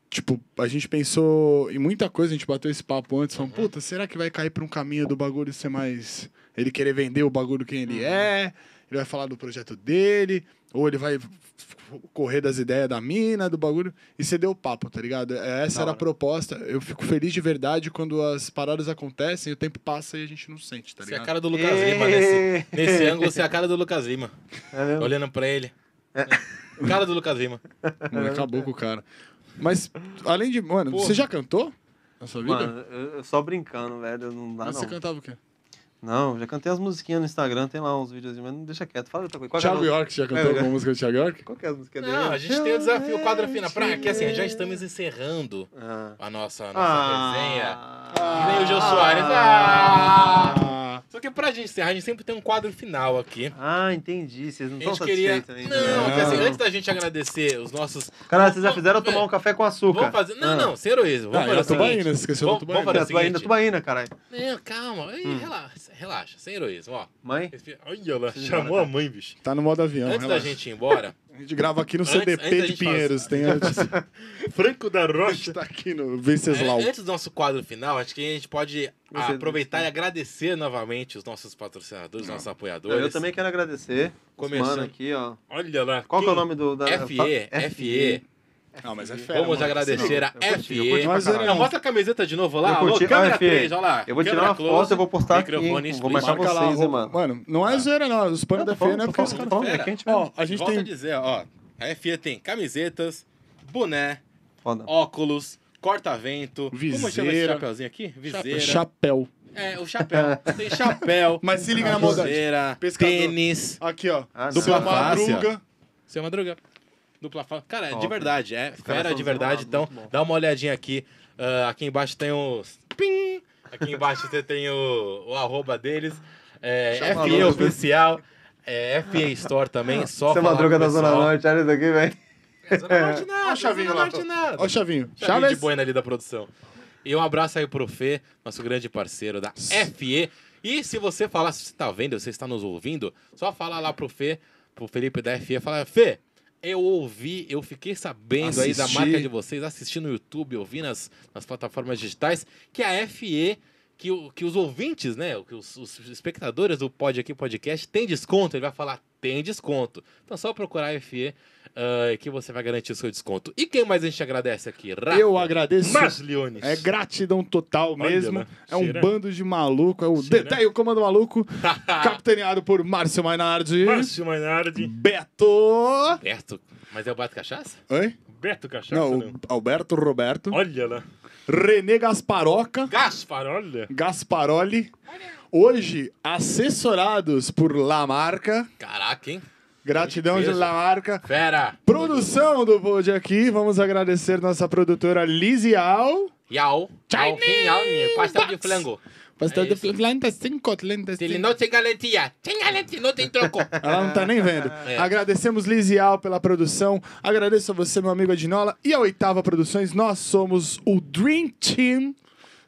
Tipo, a gente pensou em muita coisa, a gente bateu esse papo antes,
Uhum.
falando, puta, será que vai cair pra um caminho do bagulho ser mais. Ele querer vender o bagulho quem
Uhum.
ele é, ele vai falar do projeto dele, ou ele vai f- f- correr das ideias da mina, do bagulho. E você deu o papo, tá ligado? É, Essa
Da
era a
hora.
proposta. Eu fico feliz de verdade quando as paradas acontecem, o tempo passa e a gente não sente, tá
Você é a
ligado?
cara do Lucas Lima nesse,
Ê,
nesse ângulo, você é a cara do Lucas Lima.
É mesmo?
Olhando pra ele. É. Cara do Lucas Lima.
Mano, acabou com o cara. Mas, além de. Mano,
Porra.
você já cantou na sua vida?
Mano, eu, eu só brincando, velho. Não dá,
Mas
não.
você cantava o quê?
Não, já cantei as musiquinhas no Instagram, tem lá uns videozinhos, mas não deixa quieto. Fala outra coisa. Qual que é a
Thiago
música?
York, você já cantou
É,
alguma música do Thiago York?
Qual que é as músicas dele?
Não, a gente tem o desafio, o quadro final. Pra, que assim, já estamos encerrando
Ah.
a nossa, a nossa resenha.
Ah.
E vem o Gil Soares. Ah! Só que pra gente encerrar, a gente sempre tem um quadro final aqui.
Ah, entendi. Vocês não
A
estão
gente queria.
satisfeitos ainda. né?
Não, que assim, antes da gente agradecer os nossos.
Cara, vocês já fizeram eu tomar um café com açúcar.
Vamos fazer. Não,
Ah.
não, sem heroísmo.
Ah,
Vamos
era
fazer o
Tubaína,
seguinte.
você esqueceu da
Vamos- vamos
Tubaína.
fazer o
Tubaína,
seguinte.
Tubaína, caralho.
Não, calma. Ih, Relaxa, relaxa, sem heroísmo, ó.
Mãe?
Olha lá, chamou a mãe, bicho.
Tá no modo avião,
Antes da
relaxa.
gente ir embora,
A gente grava aqui no
Antes-
CDP
antes da
de
gente
Pinheiros. Tem antes.
Franco da
a
Rocha.
gente tá aqui no Venceslau.
É, Antes do nosso quadro final, acho que a gente pode
Você-
aproveitar e agradecer novamente os nossos patrocinadores, nossos apoiadores.
Eu também quero agradecer.
Começando.
Mano, aqui, ó.
Olha lá.
Qual que é o
quem-
nome do... Da...
FE, FE.
Não, mas é fera.
Vamos
mano.
agradecer a
eu curti, eu
FE.
curti pra caralho.
Não, mostra a camiseta de novo
Eu
lá. Alô,
curti.
câmera
Ah, FE.
3, olha lá.
Eu vou tirar
Câmera
uma foto, eu vou postar aqui.
microfone
hein? Vou
split.
marcar
Marca lá,
vocês, hein,
arroba-
mano.
Mano, não
Ah.
é zoeira, não. Os panos da
tá
feia não é porque os caras.
falando, tô falando, é
fera.
quente mesmo.
Ó, a gente
Volto a
tem.
dizer, ó. A FE tem camisetas, boné,
Foda.
óculos, corta-vento. Como chama esse
Viseira.
chapéuzinho aqui? Viseira.
Chapéu.
É, o chapéu. Tem chapéu.
Mas se liga na maldade.
Viseira,
Pescador.
tênis.
Aqui, ó.
Ah,
Dupla
não.
Fáscia.
madruga.
Seu Madruga. Dupla fa... Cara, é de
Top. né?
verdade, é fera
são
de
desenrolados,
verdade. Então,
muito bom.
dá uma olhadinha aqui. Ah, aqui embaixo tem os. Pim! Aqui embaixo você tem o, o arroba deles. É,
Chama
FE
logo.
Oficial. É, FE Store também. Só
Você
falar
madruga
com o
da Zona
pessoal.
Norte, olha isso aqui, velho.
É, Zona Norte nada,
Ó o chavinho
Zona
lá,
Norte
pô.
nada.
Ó, o Chavinho.
Chavinho Tá de
Chaves.
boina ali da produção. E um abraço aí pro Fê, nosso grande parceiro da FE. E se você falar, se você tá vendo, se você está nos ouvindo, só fala lá pro Fê, pro Felipe da FE, fala, Fê, eu ouvi, eu fiquei sabendo aí da
Assisti.
marca de vocês, assisti no YouTube, ouvi nas, nas plataformas digitais, que a FE, que, o- que os ouvintes, né, que os, os espectadores do Pod Aqui Podcast tem desconto, ele vai falar, tem desconto. Então só procurar a FE ah, que você vai garantir o seu desconto. E quem mais a gente agradece aqui? Rafa.
Eu agradeço.
Mas, Leones.
É gratidão total
Olha,
mesmo.
né?
É um
Cheira.
bando de maluco. É o
Cheira.
Deteio Comando Maluco, capitaneado por Márcio Mainardi.
Márcio Mainardi.
Beto.
Beto. Mas é o Bato Cachaça?
Oi?
Beto Cachaça,
Não,
não.
o Alberto Roberto.
Olha lá.
Renê Gasparoca.
Gaspar, olha.
Gasparoli. Hoje, assessorados por La Marca.
Caraca, hein?
Gratidão de
Peso.
La Marca.
Fera!
Produção do Pod aqui. Vamos agradecer nossa produtora Lizial.
Yao! Yao! Fin Yao! Pastel de flango!
Pastor
É
de
isso.
Plantas 5, Atlantas
Ele
5.
não tem garantia! Tem garantia, não tem troco!
Ela não tá nem vendo.
É.
Agradecemos Lizial pela produção. Agradeço a você, meu amigo Adinola. E a Oitava Produções, nós somos o Dream Team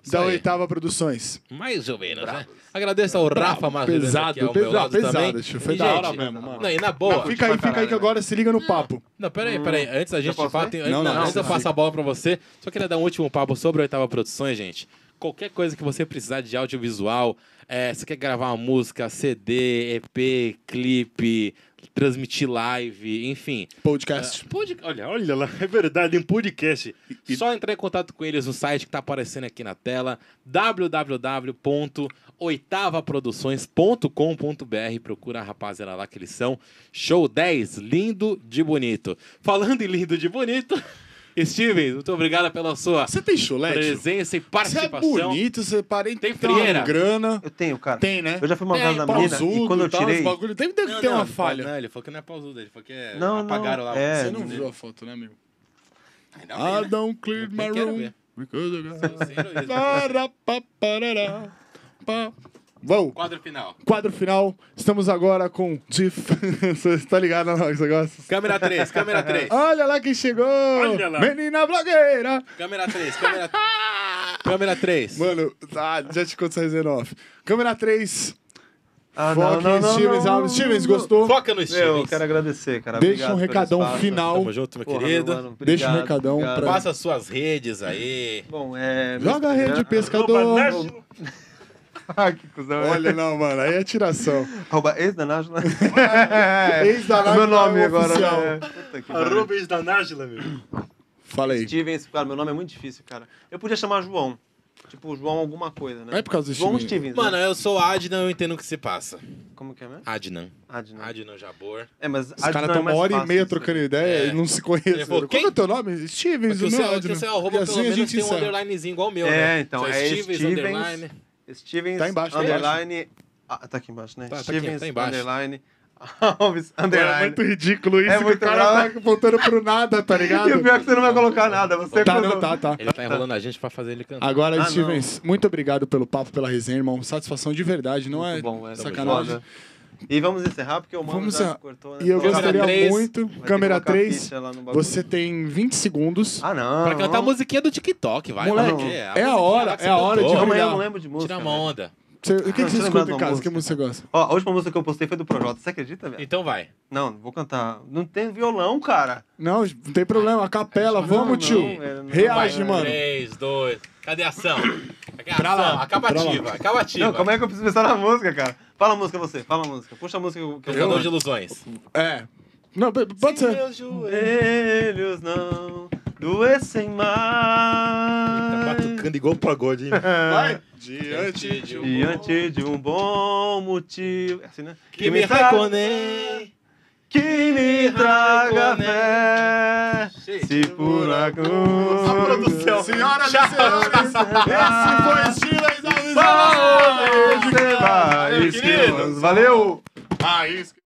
da
aí.
Oitava Produções.
Mais ou menos, né? Agradeço ao Rafa Mazuda,
pesado,
que é ao
pesado,
meu lado
pesado,
também.
tio, foi
E,
da
gente,
hora mesmo, mano.
Não, e na boa.
fica aí, fica aí que agora se liga no papo.
Não, peraí,
Hum.
peraí. Antes da gente
posso
falar,
ir?
tem-
Não,
não,
não,
antes
você
eu passar a bola pra você, só queria dar um último papo sobre a Oitava Produções, gente. Qualquer coisa que você precisar de audiovisual, é, você quer gravar uma música, CD, EP, clipe, transmitir live, enfim.
Podcast.
Pode, olha, olha.
Olha lá, é verdade, em podcast.
Só entrar em contato com eles no site que tá aparecendo aqui na tela, www.oitavaproduções.com.br. Procura a rapaziada lá que eles são. Show 10, lindo de bonito. Falando em lindo de bonito, Steven, muito obrigado pela sua
Ah, Você tem chulé? tio?
presença e
Você é
participação.
bonito, você parece
Tem
tem uma
frieira.
grana.
Eu tenho, cara.
Tem, né?
Eu já fui uma
Tem,
vez na mina
Pausudo,
e quando eu
tal, os
tirei.
bagulho. Deve, deve ter uma
ele
falha.
falou- não, ele falou que não é pausudo, ele falou que é-
Não, não,
apagaram lá.
é.
Você não viu a foto, né, amigo?
Ainda bem,
I
né?
don't clear my
Eu quero
room.
ver.
Because I got-
Sem heroísmo.
Para, pa, parará, pa. Bom,
Quadro final.
quadro final. Estamos agora com Diff. Você tá ligado no nosso negócio?
Câmera 3, câmera 3.
Olha lá quem chegou!
Olha lá.
Menina blogueira!
Câmera 3, câmera... câmera 3.
Mano, ah, já te conto essa resenha off. Câmera 3.
Ah, não,
Foque
não,
em
não,
Stevens
não,
Alves.
não,
Stevens,
não.
gostou?
Foca no
Meu, eu
Stevens.
quero agradecer, cara.
Deixa
Obrigado
um
pelo
recadão
espaço.
final.
Tamo junto, meu
Porra, meu
querido.
mano,
Deixa um
obrigado,
recadão
obrigado.
pra-
Passa suas redes aí.
Bom, é. meu
Joga a rede,
Instagram-
pescador.
né?
Ah, que cuzão.
Olha, não, mano, aí é tiração.
Arroba ex da Nájula.
Ex da Nájula
Meu nome
é o
agora.
oficial.
né? Puta que pariu.
Arroba da Nájila, meu.
Fala aí.
Stevens, cara, meu nome é muito difícil, cara. Eu podia chamar João. Tipo, João alguma coisa, né?
Não é por causa do
João
Stevens.
Stevens.
Mano,
né?
eu sou Adnan, eu entendo o que se passa.
Como que é mesmo?
Adnan.
Adnan.
Adnan Jabor.
É, né? mas
Os caras estão uma hora e meia trocando ideia
É.
e não se
Ele
conhecem.
falou,
Qual
quem?
é o teu nome? Stevens,
Porque é
o meu
o seu, porque o
Adnan.
seu arroba,
E assim
pelo
a
menos,
gente
tem um
encerra.
underlinezinho igual o meu,
É,
né?
então,
Só
é
Stevens,
Stevens.
underline.
Stevens,
Tá embaixo, tá
underline... Ah, tá aqui embaixo, né?
Tá, tá aqui,
Stevens,
tá embaixo.
underline... Alves,
Mano, É
underline.
muito ridículo isso,
É
que
muito
o cara
bravo.
tá apontando pro nada, tá ligado?
E o pior é que você não vai colocar nada. Você
Tá, não,
colocou-
tá, tá.
Ele tá enrolando a gente pra fazer ele cantar.
Agora,
Ah,
Stevens, muito obrigado pelo papo, pela resenha, irmão. Satisfação de verdade, não é
Muito bom, é
sacanagem.
foda. E vamos encerrar, porque o Mano
Vamos
já
encerrar.
cortou, né?
E eu
Então,
Câmera
gostaria
três.
muito.
vai ter que
Câmera
colocar a
3,
ficha lá no bagulho.
você tem 20 segundos.
Ah, não.
Pra
tá
cantar a
não.
musiquinha do TikTok, vai.
Moleque,
mano, que
é a
musiquinha
hora,
lá que
é
você
a hora
cantou.
de-
Calma aí, eu não lembro de música.
Tira uma
velho.
onda.
Você- o que, que
Ah,
você
deixa eu lembrar
escuta
de
em
uma
casa?
música.
Que música você gosta?
Ó, a última música que eu postei foi do Projota. Você acredita, velho?
Então vai.
Não, vou cantar. Não tem violão, cara.
Não, não tem problema. A capela, vamos,
não,
tio.
velho, não.
Reage,
Vai, né?
mano.
3, 2... Cadê a ação? Cadê a
Pra lá,
ação? Acabativa, acabativa.
Não, como é que eu preciso pensar na música, cara? Fala a música você, fala a música. Puxa a música que eu
Tocador de ilusões.
É. Não, p- pode
Se
ser.
meus joelhos não doessem
Tá
mais.
batucando igual pagode, hein?
Vai. Diante
de
Diante de um bom motivo. É assim, né?
Que me
tra-
raconei.
Que me traga fé.
Gente,
Se por acaso. A produção.
Senhoras e senhores, esse foi Stevens Alves.
Valeu!
Ah, isso.